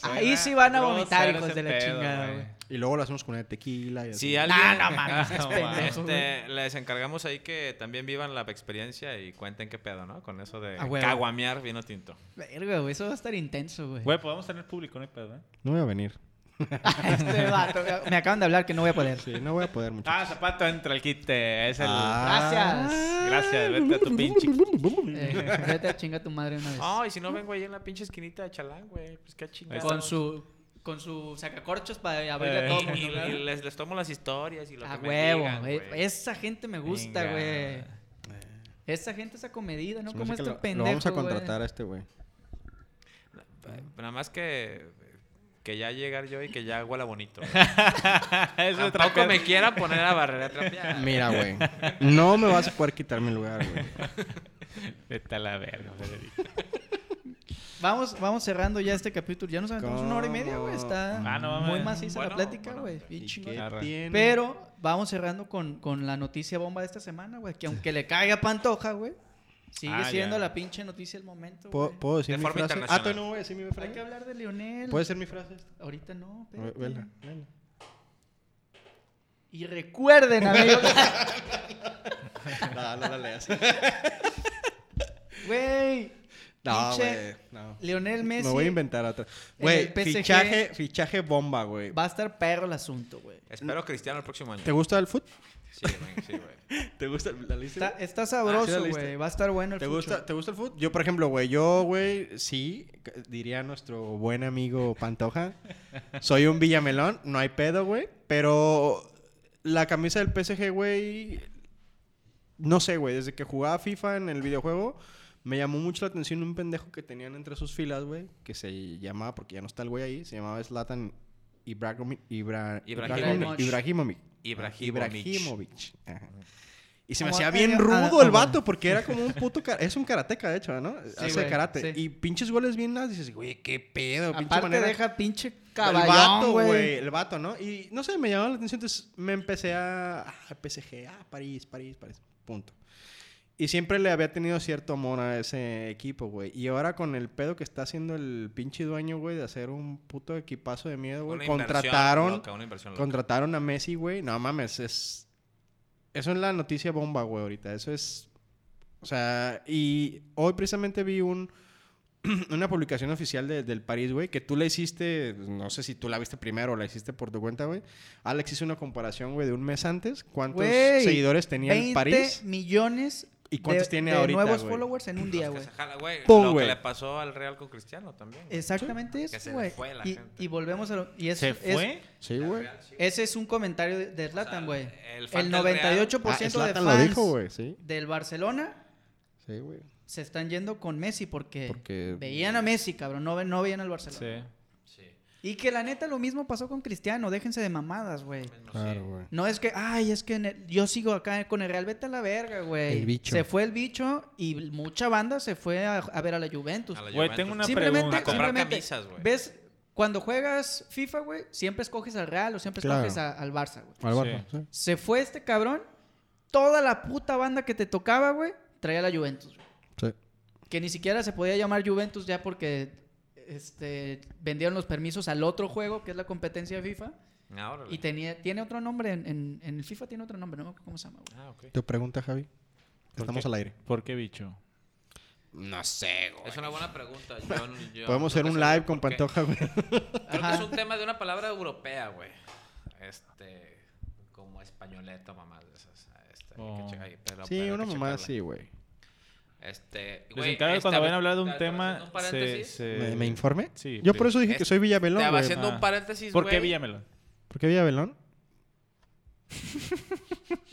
S1: Ahí
S3: Suena
S1: sí van a
S3: grosero
S1: vomitar, hijos
S3: ese
S1: de la
S3: pedo,
S1: chingada, güey.
S2: Y luego lo hacemos con una tequila y así.
S4: Si alguien...
S3: Ah, no mames.
S1: pendejo,
S4: Este, les encargamos ahí que también vivan la experiencia y cuenten qué pedo, ¿no? Con eso de
S1: A huevo.
S4: caguamear vino tinto.
S1: Verga, güey, eso va a estar intenso, güey.
S3: Güey, podemos tener público, no hay pedo, ¿eh?
S2: No voy a venir.
S1: Este vato, me acaban de hablar que no voy a poder.
S2: Sí, no voy a poder mucho.
S3: Ah, zapato entra el quite. Es el.
S2: Ah,
S1: Gracias.
S3: Gracias, vete a tu pinche.
S1: Eh, vete a chingar a tu madre una vez.
S4: No, y si no vengo ahí en la pinche esquinita de Chalán, güey. Pues qué chingada.
S1: con su con su sacacorchos para abrirle a
S3: Eh,
S1: todo
S4: Y,
S1: mundo,
S4: y-
S1: ¿verdad?
S4: y les, les tomo las historias y lo
S1: A
S4: que me
S1: huevo,
S4: digan,
S1: güey.
S4: güey.
S1: esa gente me gusta,
S3: Venga.
S1: güey. Esa gente es acomedida, ¿no?
S2: Se me
S1: Como
S2: hace que
S1: este
S2: lo,
S1: pendejo.
S2: lo vamos a
S1: güey.
S2: contratar a este güey.
S4: Nada más que. Que ya llegar yo y que ya huela bonito. güey.
S3: Eso de
S4: Tampoco
S3: trapear.
S4: me quiera poner a barrer a trapear.
S2: Mira, güey. No me vas a poder quitar mi lugar, güey.
S3: Vete a la verga, Federico.
S1: Vamos, vamos cerrando ya este capítulo. Ya nos aventamos una hora y media, güey. Está
S3: Ah, no mames.
S1: muy maciza
S4: Bueno,
S1: la plática,
S4: bueno,
S1: güey. Bien
S2: ¿Y
S1: chingón.
S2: qué
S3: Arre.
S2: tiene?
S1: Pero vamos cerrando con, con la noticia bomba de esta semana, güey. Que aunque le caiga a Pantoja, güey. Sigue
S3: Ah,
S1: siendo
S3: ya.
S1: la pinche noticia del momento,
S2: ¿Puedo,
S1: güey.
S2: puedo decir
S4: De
S2: mi
S4: forma
S2: frase?
S4: internacional.
S2: Ah, ¿tú no voy a decir mi
S1: Hay que
S2: frase?
S1: hablar de Lionel.
S2: ¿Puede ser mi frase?
S1: Ahorita no,
S2: Pues, Ve-
S1: espérate.
S2: Vela, vela.
S1: Y recuerden, amigos.
S2: No, no la leas.
S1: Güey.
S2: No,
S1: pinche
S2: güey. No.
S1: Lionel Messi.
S2: Me voy a inventar otra.
S1: En el
S2: Güey,
S1: PSG.
S2: fichaje, fichaje bomba, güey.
S1: Va a estar perro el asunto, güey.
S4: Espero Cristiano el próximo año.
S2: ¿Te gusta el fútbol?
S4: Sí, güey, sí, güey.
S2: ¿Te gusta la lista?
S1: Está, está
S2: Ah, sí la
S1: sabroso,
S2: lista.
S1: güey. Va a estar bueno el
S2: ¿Te
S1: fucho.
S2: gusta, ¿Te gusta el fútbol? Yo, por ejemplo, güey, yo, güey, sí, c- diría nuestro buen amigo Pantoja, soy un villamelón, no hay pedo, güey, pero la camisa del PSG, güey, no sé, güey, desde que jugaba FIFA en el videojuego, me llamó mucho la atención un pendejo que tenían entre sus filas, güey, que se llamaba, porque ya no está el güey ahí, se llamaba Zlatan Ibrahimovic. Ibra,
S1: Ibrahimovic.
S2: Ibrahimovic. Ibrahimovic.
S4: Ibrahimovic.
S2: Ibrahimovic. Ajá. Y se me
S1: Como Ah,
S2: hacía
S1: a-
S2: bien
S1: a-
S2: rudo
S1: a-
S2: el vato porque era como un puto... ca- Es un karateca, de hecho, ¿no? Hace
S1: güey,
S2: karate.
S1: sí.
S2: Y pinches goles bien las dices, güey, qué pedo. pinche
S1: Aparte
S2: manera.
S1: deja pinche
S2: el vato,
S1: caballón,
S2: güey.
S1: güey.
S2: El vato, ¿no? Y no sé, me llamaba la atención. Entonces me empecé a... Ah, PSG, ah, París, París, París. Punto. Y siempre le había tenido cierto amor a ese equipo, güey. Y ahora con el pedo que está haciendo el pinche dueño, güey, de hacer un puto equipazo de miedo,
S4: Una
S2: güey.
S4: inversión
S2: Contrataron...
S4: loca, una inversión loca.
S2: Contrataron a Messi, güey. No mames, es. Eso es la noticia bomba, güey, ahorita. Eso es. O sea, y hoy precisamente vi un. Una publicación oficial de- del París, güey, que tú la hiciste, no sé si tú la viste primero o la hiciste por tu cuenta, güey. Alex hizo una comparación, güey, de un mes antes, cuántos
S1: Güey,
S2: seguidores tenía el
S1: 20
S2: París.
S1: millones
S2: ¿Y cuántos
S1: de,
S2: tiene
S1: de
S2: ahorita,
S1: nuevos
S2: güey?
S1: followers en un día,
S4: Los
S1: güey.
S4: que se jala, güey.
S2: Pum,
S4: Lo que
S2: güey.
S4: le pasó al Real con Cristiano también. güey.
S1: Exactamente
S4: Que se
S1: eso,
S4: le
S1: güey.
S4: fue la
S1: Y,
S4: gente.
S1: y volvemos a lo... Y es,
S3: ¿Se
S1: es-
S3: fue?
S2: Sí, güey.
S1: Ah, ese es un comentario de- de Zlatan, güey.
S4: el fan
S1: el
S4: del Real-
S1: 98%
S2: Ah,
S1: de
S2: Zlatan
S1: fans
S2: lo dijo, güey, sí.
S1: del Barcelona
S2: Sí, güey.
S1: se están yendo con Messi porque,
S2: Porque-
S1: veían a Messi, cabrón. No, ve- no veían al Barcelona.
S3: Sí.
S4: Sí.
S1: Y que la neta lo mismo pasó con Cristiano, déjense de mamadas, güey.
S4: No sé.
S2: Claro, güey.
S1: No es que, ay, es que en el- yo sigo acá con el Real, vete a la verga, güey.
S2: El bicho.
S1: Se fue el bicho y mucha banda se fue a, a ver a la Juventus.
S4: A la
S3: Pues, Güey,
S4: Juventus.
S3: tengo una
S1: simplemente,
S3: pregunta.
S4: A comprar
S1: simplemente,
S4: camisas, güey.
S1: ¿Ves? Cuando juegas FIFA, güey, siempre escoges al Real o siempre
S2: Claro.
S1: escoges a- al Barça, güey.
S2: Al
S3: Sí.
S2: Barça, sí.
S1: Se fue este cabrón, toda la puta banda que te tocaba, güey, traía a la Juventus, güey.
S2: sí.
S1: Que ni siquiera se podía llamar Juventus ya porque este, vendieron los permisos al otro juego, que es la competencia de FIFA.
S4: Ah, órale.
S1: Y tenía, tiene otro nombre, en, en, en el FIFA tiene otro nombre, no me acuerdo cómo se llama, güey.
S4: Ah, ok.
S2: Tu pregunta, Javi.
S3: ¿Por
S2: Estamos
S3: qué?
S2: al aire.
S3: ¿Por qué bicho?
S2: No sé, güey.
S4: Es una buena pregunta. yo- yo
S2: Podemos
S4: no
S2: hacer
S4: me
S2: un
S4: sé
S2: live con
S4: por qué.
S2: Pantoja, güey.
S4: Creo
S1: Ajá.
S4: que es un tema de una palabra europea, güey. Este. Como españoleta, mamás de esas. Este, hay
S3: Oh.
S4: que checar ahí, pero- pero
S2: Sí,
S4: hay
S2: una
S4: que
S2: mamá
S4: checarla.
S2: sí, güey.
S4: Este.
S3: Les encargo que
S4: güey, esta-
S3: Pues, cuando vayan a hablar de un
S4: estaba
S3: tema,
S4: haciendo un
S3: se,
S4: paréntesis.
S3: se-
S2: ¿Me, me informé?
S3: Sí,
S2: Yo
S3: sí.
S2: por eso dije que
S4: Es-
S2: soy Villamelón,
S4: Te va
S2: güey.
S4: haciendo
S3: Ah.
S4: un paréntesis,
S3: ¿Por qué
S4: güey.
S3: Villamelón?
S2: ¿Por qué Villamelón?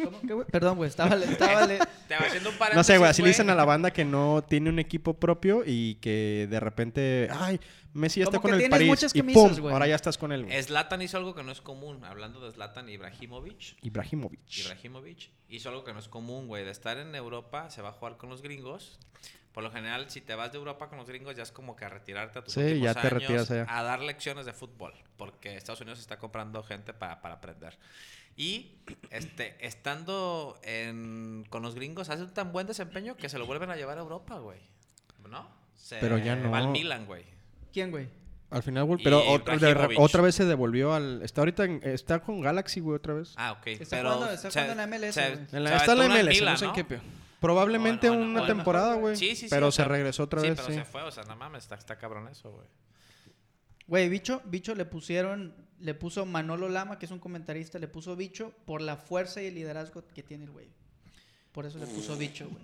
S1: ¿Cómo que, güey? Perdón, güey, estaba, le- estaba le-
S4: Te va haciendo un paréntesis.
S2: No sé, güey. Así le dicen a la banda que no tiene un equipo propio y que de repente... Ay, Messi ya está
S1: Como
S2: con
S1: que
S2: el
S1: tienes
S2: París.
S1: muchas
S2: y
S1: camisas,
S2: pum,
S1: güey.
S2: ahora ya estás con él, güey.
S4: Zlatan hizo algo que no es común. Hablando de Zlatan Ibrahimovic.
S2: Ibrahimovic.
S4: Ibrahimovic hizo algo que no es común, güey. De estar en Europa, se va a jugar con los gringos. Por lo general, si te vas de Europa con los gringos, ya es como que a retirarte a tus
S2: Sí,
S4: últimos
S2: ya te
S4: años,
S2: retiras allá.
S4: a dar lecciones de fútbol, porque Estados Unidos está comprando gente para, para aprender. Y este, estando en- con los gringos, hace un tan buen desempeño que se lo vuelven a llevar a Europa, güey. ¿No? Se
S2: Pero ya no.
S4: Va al Milan, güey.
S1: ¿Quién, güey?
S2: Al final, güey.
S4: Y
S2: Pero otra, de-
S4: Ibrahimovic.
S2: otra vez se devolvió al... Está ahorita... en- está con Galaxy, güey, otra vez.
S4: Ah, ok.
S1: Está
S4: pero
S1: jugando- está
S4: se-
S1: jugando en la MLS,
S4: se-
S1: güey.
S2: En la-
S4: se
S2: está en la
S4: aventó una
S2: MLS,
S4: Milan,
S2: no sé en
S4: ¿no?
S2: qué pe- Probablemente
S4: Bueno, bueno,
S2: una
S4: bueno.
S2: temporada, güey.
S4: Sí, sí, sí,
S2: Pero
S4: o
S2: se
S4: sea,
S2: regresó otra
S4: sí,
S2: vez,
S4: pero
S2: sí.
S4: se fue, o sea, no mames, está, está cabrón eso, güey.
S1: Güey, bicho, bicho le pusieron, le puso Manolo Lama, que es un comentarista, le puso bicho por la fuerza y el liderazgo que tiene el güey. Por eso le puso bicho, güey.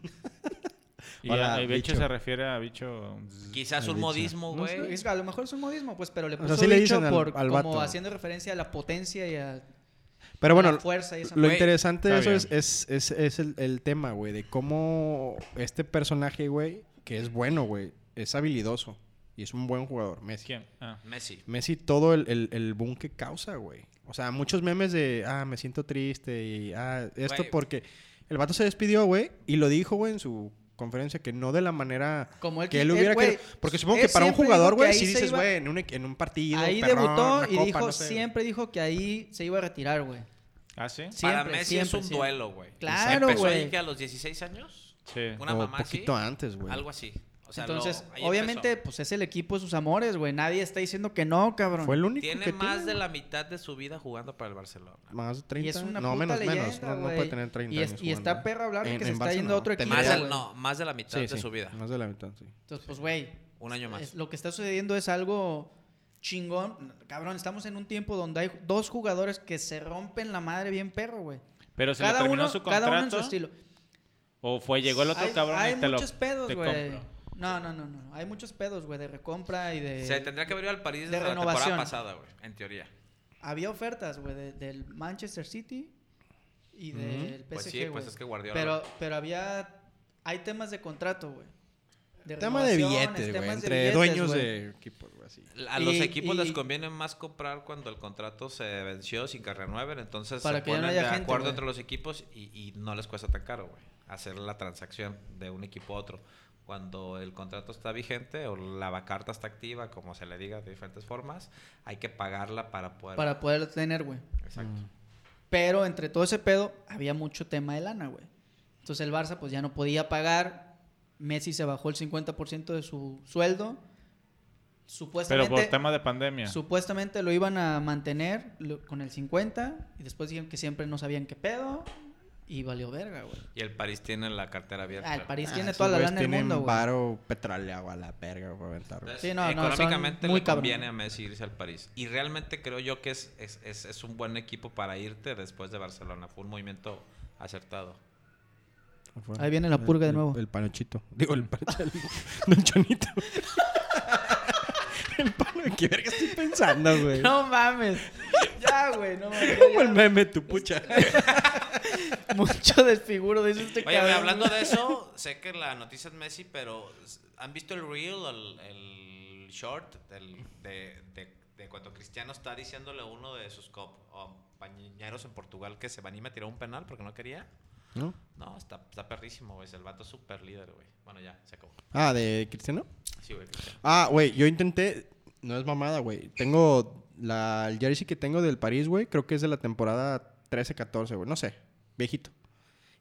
S3: Y
S2: Hola,
S3: a- y bicho
S2: bicho.
S3: se refiere a bicho...
S4: Quizás un
S2: dicho.
S4: modismo,
S1: No sé,
S4: güey.
S1: es- a lo mejor es un modismo, pues, pero le
S2: O sea,
S1: puso
S2: sí le
S1: bicho
S2: dicen al-
S1: por,
S2: al
S1: como
S2: vato.
S1: haciendo referencia a la potencia y a...
S2: Pero bueno,
S1: La fuerza y esa
S2: lo
S1: madre.
S2: interesante de
S3: Está
S2: eso es, es, es- es el, el tema, güey, de cómo este personaje, güey, que es bueno, güey, es habilidoso y es un buen jugador, Messi.
S3: ¿Quién? Ah.
S4: Messi.
S2: Messi, todo el, el, el boom que causa, güey. O sea, muchos memes de, ah, me siento triste y, ah, esto
S4: Güey.
S2: porque el vato se despidió, güey, y lo dijo, güey, en su conferencia que no de la manera
S1: Como él
S2: que
S1: qui-
S2: él
S1: él,
S2: hubiera
S1: güey,
S2: querido. Porque supongo
S1: él
S2: que para un
S1: siempre dijo
S2: jugador,
S1: que
S2: güey,
S1: ahí
S2: si
S1: se
S2: dices,
S1: iba-
S2: güey, en un, e- en un partido,
S1: Ahí
S2: perrón,
S1: debutó
S2: una
S1: y
S2: copa,
S1: dijo,
S2: no sé, güey.
S1: siempre dijo que ahí se iba a retirar, güey.
S3: ¿Ah, sí?
S4: Para
S1: Siempre,
S4: Messi es
S1: siempre,
S4: un
S1: siempre.
S4: duelo, güey.
S1: Claro,
S4: Empezó
S1: güey.
S4: ahí que a los 16 años.
S3: Sí.
S4: Una
S2: O
S4: mamá
S2: poquito
S4: así,
S2: antes, güey.
S4: Algo así. O sea,
S1: Entonces,
S4: lo- ahí
S1: obviamente,
S4: empezó.
S1: pues es el equipo de sus amores, güey. Nadie está diciendo que no, cabrón.
S2: Fue el único
S4: Tiene
S2: que tiene,
S4: más de
S2: güey.
S4: la mitad de su vida jugando para el Barcelona.
S2: Más de 30.
S1: Y es una
S2: no,
S1: puta
S2: menos,
S1: leyenda,
S2: menos. No, no
S1: güey.
S2: puede tener 30
S1: y es-
S2: años
S1: Y está
S2: jugando. ¿eh?
S1: perro hablar de
S2: En-
S1: que se
S2: en
S1: está yendo
S2: Barcelona,
S1: a otro
S2: te
S1: equipo,
S4: Más
S2: mata,
S1: güey.
S4: del- no, más de la mitad
S2: Sí,
S4: de
S2: sí,
S4: su vida.
S2: Más de la mitad, sí.
S1: Entonces, pues, güey.
S4: Un año más.
S1: es- Lo que está sucediendo es algo chingón. Cabrón, estamos en un tiempo donde hay dos jugadores que se rompen la madre bien perro, güey.
S4: Pues
S3: Pero se le
S1: Cada
S3: terminó
S1: uno,
S3: su
S1: cada
S3: contrato.
S1: uno en su estilo.
S3: O fue, llegó el otro
S1: hay,
S3: cabrón
S1: hay
S3: y te lo.
S1: muchos pedos,
S3: te
S1: güey.
S3: compro.
S1: No, no, no, no. Hay muchos pedos, güey, de recompra y de...
S4: Se tendría que haber ido al
S1: de
S4: París desde la temporada
S1: renovación.
S4: pasada, güey. En teoría.
S1: Había ofertas, güey, de- del Manchester City y del PSG,
S4: Pues sí, pues
S1: güey.
S4: es que Guardiola-
S1: Pero, pero había... Hay temas de contrato, güey. De
S2: Tema de
S1: renovaciones,
S2: billetes, güey.
S1: temas de
S2: Entre
S1: billetes,
S2: dueños
S1: güey. Pues
S2: de equipos, güey, así.
S4: A los
S1: Y-
S4: equipos
S1: y-
S4: les conviene más comprar cuando el contrato se venció sin que renueven. Entonces
S1: Para
S4: se
S1: que ya no
S4: ponen de
S1: haya gente,
S4: acuerdo
S1: güey.
S4: entre los equipos y, y no les cuesta tan caro, güey. Hacer la transacción de un equipo a otro. Cuando el contrato está vigente o la vacarta está activa, como se le diga de diferentes formas, hay que pagarla para poder.
S1: Para poderlo tener, güey.
S4: Exacto.
S1: Pero entre todo ese pedo había mucho tema de lana, güey. Entonces el Barça pues ya no podía pagar. Messi se bajó el 50% de su sueldo.
S3: Pero
S1: Supuestamente,
S3: por tema de pandemia.
S1: supuestamente lo iban a mantener lo- con el 50 y después dijeron que siempre no sabían qué pedo y valió verga, güey.
S4: Y el París tiene la cartera abierta.
S1: Ah, el París
S2: Ah,
S1: tiene
S2: esos
S1: toda la
S2: güeyes
S1: lana del
S2: tienen
S1: mundo, güey.
S2: varo petroleo a la verga, güey, para aventar, güey.
S4: Entonces,
S1: Sí, no, no, son
S4: económicamente
S1: muy
S4: le
S1: cabrón.
S4: conviene a Messi irse al París. Y realmente creo yo que es, es, es- es un buen equipo para irte después de Barcelona. Fue un movimiento acertado.
S1: Ahí viene la purga de
S2: El-
S1: nuevo.
S2: El panochito. Digo, el panochito. Don Chonito. el pano. ¿Qué verga estoy pensando, güey?
S1: No mames. Ya, güey, no mames. ya,
S2: Como el meme, tu pucha.
S1: ya. Mucho desfiguro dice este
S4: Oye,
S1: cabrón.
S4: hablando de eso, sé que la noticia es Messi, pero ¿han visto el reel, el, el short del- de, de- de cuando Cristiano está diciéndole a uno de sus compañeros en Portugal que se va a tirar un penal porque no quería?
S2: ¿No?
S4: No, está, está perrísimo, güey. El vato es súper líder, güey. Bueno, ya, se acabó.
S2: Ah, ¿de Cristiano?
S4: Sí, güey, Cristiano.
S2: Ah, güey, yo intenté. No es mamada, güey. Tengo. La, el jersey que tengo del París, güey, creo que es de la temporada 13-14, güey. No sé. Viejito.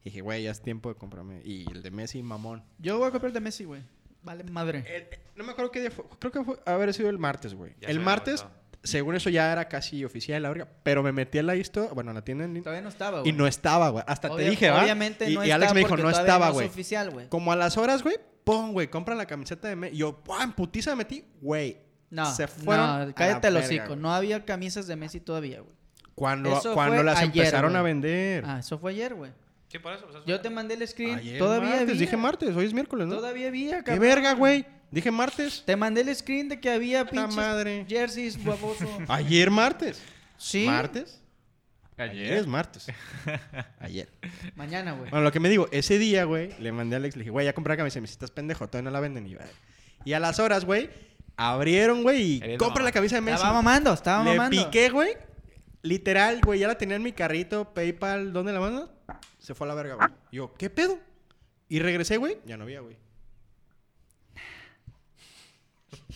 S2: Y dije, güey, ya es tiempo de comprarme. Y el de Messi, mamón.
S1: Yo voy a comprar de Messi, güey. Vale, madre.
S2: El- no me acuerdo qué día fue. Creo que fue haber sido el martes, güey.
S4: Ya se
S2: El
S4: había
S2: martes,
S4: agotado.
S2: según eso, ya era casi oficial la verga. Pero me metí a la histo, bueno, a la tienda en línea.
S1: Todavía no estaba, güey.
S2: Y no estaba, güey. Hasta
S1: Obvia-
S2: te dije, ¿va?
S1: Obviamente
S2: y,
S1: no
S2: y
S1: está
S2: Alex me dijo,
S1: porque
S2: no
S1: todavía
S2: estaba,
S1: es
S2: güey.
S1: oficial, güey.
S2: Como a las horas, güey, pum, güey, compra la camiseta de Messi. Y yo, ¡pum! En putiza me metí, güey.
S1: No,
S2: se fueron. a
S1: no,
S2: la
S1: cállate el
S2: verga,
S1: hocico.
S2: güey.
S1: No había camisas de Messi todavía, güey.
S2: Cuando,
S1: Eso
S2: cuando
S1: fue
S2: las
S1: ayer,
S2: empezaron
S1: güey.
S2: a vender.
S1: Ah, eso fue ayer, güey.
S4: Sí, por eso. pues, eso-
S1: Yo te mandé el screen.
S2: Ayer
S1: todavía
S2: martes,
S1: había.
S2: dije martes, hoy es miércoles, ¿no?
S1: Todavía había,
S2: ¡Qué
S1: cabrón.
S2: verga, güey! Dije martes.
S1: Te mandé el screen de que había
S2: Puta
S1: pinches
S2: madre.
S1: jerseys, Ah, huevoso.
S2: Ayer martes.
S1: Sí.
S2: ¿Martes? Ayer
S3: Ayer.
S2: es martes. Ayer.
S1: Mañana, güey.
S2: Bueno, lo que me digo, ese día, güey, le mandé a Alex, le dije, güey, ya compré la camisa. Y me dice, estás pendejo, todavía no la venden. Y, yo, "Ay". y a las horas, güey, abrieron, güey, y
S4: Eres
S2: compra
S4: mamá.
S2: la camisa de Messi.
S1: Estaba mamando, estaba
S2: le
S1: mamando.
S2: piqué, güey. Literal, güey, ya la tenía en mi carrito, PayPal, ¿dónde la mando? Se fue a la verga, güey. Y Yo, ¿qué pedo? Y regresé, güey, ya no había, güey.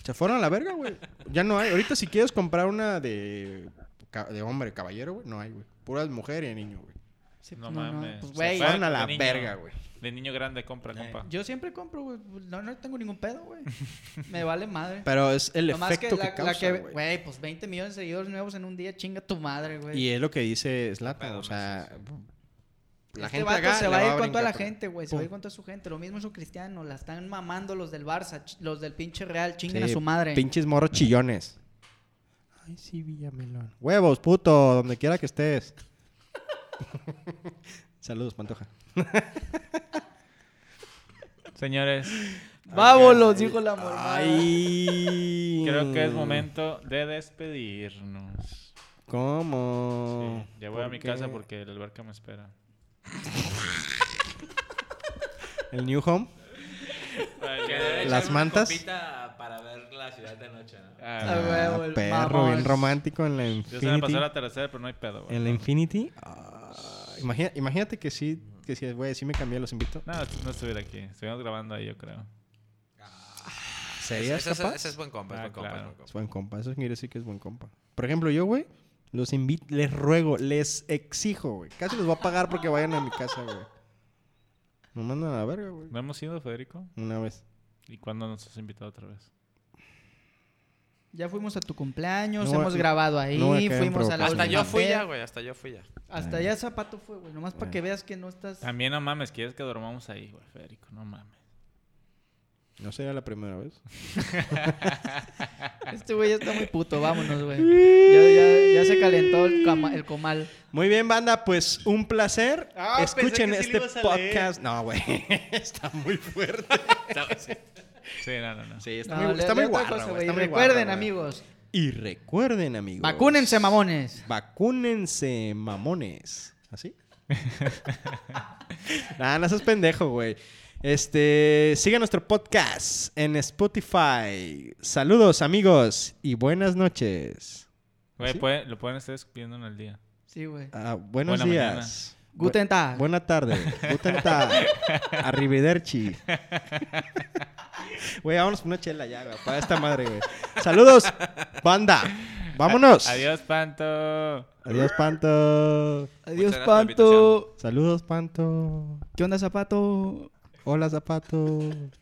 S2: Se fueron a la verga, güey. Ya no hay. Ahorita si quieres comprar una de, ca- de hombre, caballero, güey, no hay, güey. Puras mujer y de niño, güey.
S1: Sí,
S3: No mames.
S1: pues,
S3: Se
S1: güey.
S3: fue.
S2: Fueron a la
S3: de niño.
S2: verga, güey.
S3: De niño grande,
S1: Eh,
S3: compra, compa.
S1: Yo siempre compro, güey. pues, No, no tengo ningún pedo, güey. Me vale madre.
S2: Pero es el
S1: Nomás
S2: efecto que,
S1: la- la
S2: causa,
S1: que-
S2: güey.
S1: Güey, pues 20 millones de seguidores nuevos en un día, chinga tu madre, güey.
S2: Y es lo que dice Slatan,
S4: Pero
S2: o sea...
S1: La
S2: La
S1: este
S2: gente
S1: vato
S2: acá
S1: se
S2: le
S1: va a ir con
S2: brincar,
S1: toda la
S2: pero-
S1: gente, güey. Se va a ir
S2: Pum.
S1: con toda su gente. Lo mismo hizo Cristiano. La están mamando los del Barça, ch- los del pinche Real. Chinguen a
S2: Sí,
S1: su madre.
S2: Pinches morros chillones. Ay, sí, Villamelón. Huevos, puto, donde quiera que estés. Saludos, Pantoja.
S3: Señores,
S1: Vámonos, dijo la mormada.
S2: Ay.
S3: creo que es momento de despedirnos.
S2: ¿Cómo?
S3: Sí, ya voy a
S2: ¿Por
S3: mi
S2: qué?
S3: casa porque la alberca me espera.
S2: ¿El New Home? Las mantas.
S4: para ver la ciudad de noche, ¿no?
S1: Ah,
S3: Ah,
S1: huevo, el
S2: perro,
S1: mamón.
S2: bien romántico en la
S3: ya se me
S2: Infinity.
S3: pasó la tercera, pero no hay pedo, güey.
S2: En la Infinity. Ah, imagina- imagínate que sí, que sí, güey, sí me cambié, los invito.
S3: No, no estuviera aquí. Estuvimos grabando ahí, yo creo.
S2: ¿Serías
S4: ese, ese-
S2: capaz?
S4: ese es buen compa, es
S3: Ah,
S4: buen compa, es
S3: claro.
S4: buen compa.
S2: Es buen compa, eso quiere decir que es buen compa. Por ejemplo, yo, güey, los invito, les ruego, les exijo, güey. Casi les voy a pagar porque vayan a mi casa, güey. Me mandan a la verga, güey.
S3: ¿No hemos ido, Federico?
S2: Una vez.
S3: ¿Y cuándo nos has invitado otra vez?
S1: Ya fuimos a tu cumpleaños,
S2: No,
S1: hemos
S2: no,
S1: grabado ahí,
S2: no voy a caer en
S1: fuimos a Pues la
S4: Hasta
S1: última
S4: yo fui
S1: peda.
S4: ya, güey, hasta yo fui ya.
S1: Hasta allá zapato fue, güey. Nomás para que veas que no estás.
S3: También no mames, quieres que dormamos ahí, güey, Federico, no mames.
S2: No sería la primera vez.
S1: Este güey ya está muy puto, vámonos, güey. Ya, ya- ya se calentó el, cama- el comal.
S2: Muy bien, banda, pues un placer.
S3: Ah, pensé que
S2: Escuchen
S3: sí
S2: este
S3: lo ibas a
S2: podcast. No, güey. Está muy fuerte.
S3: Sí, no, no, no.
S2: Sí, está
S1: No,
S2: muy,
S1: le- le
S2: está muy
S1: otra
S2: guarro,
S1: cosa,
S2: güey,
S1: güey.
S2: está muy
S1: Recuerden,
S2: guarro, güey.
S1: amigos,
S2: Y recuerden, amigos.
S1: vacúnense, mamones.
S2: Vacúnense, mamones. ¿Así? nah, no seas pendejo, güey. Este, sigue nuestro podcast en Spotify. Saludos, amigos, y buenas noches.
S3: Güey,
S2: ¿Sí?
S3: puede- lo pueden estar escupiendo en el día.
S1: Sí, güey.
S2: Ah, buenos
S3: Buena
S2: días. Bu-
S1: Guten Tag.
S2: Buena tarde. Guten Tag. Arrivederci. Güey, vámonos por una chela ya, güey. Para esta madre, güey. Saludos, banda. Vámonos.
S3: Adiós, Panto.
S2: Adiós, Panto.
S1: Adiós,
S4: Muchas gracias por la
S1: Panto.
S2: Saludos, Panto.
S1: ¿Qué onda, zapato?
S2: Hola, Zapato.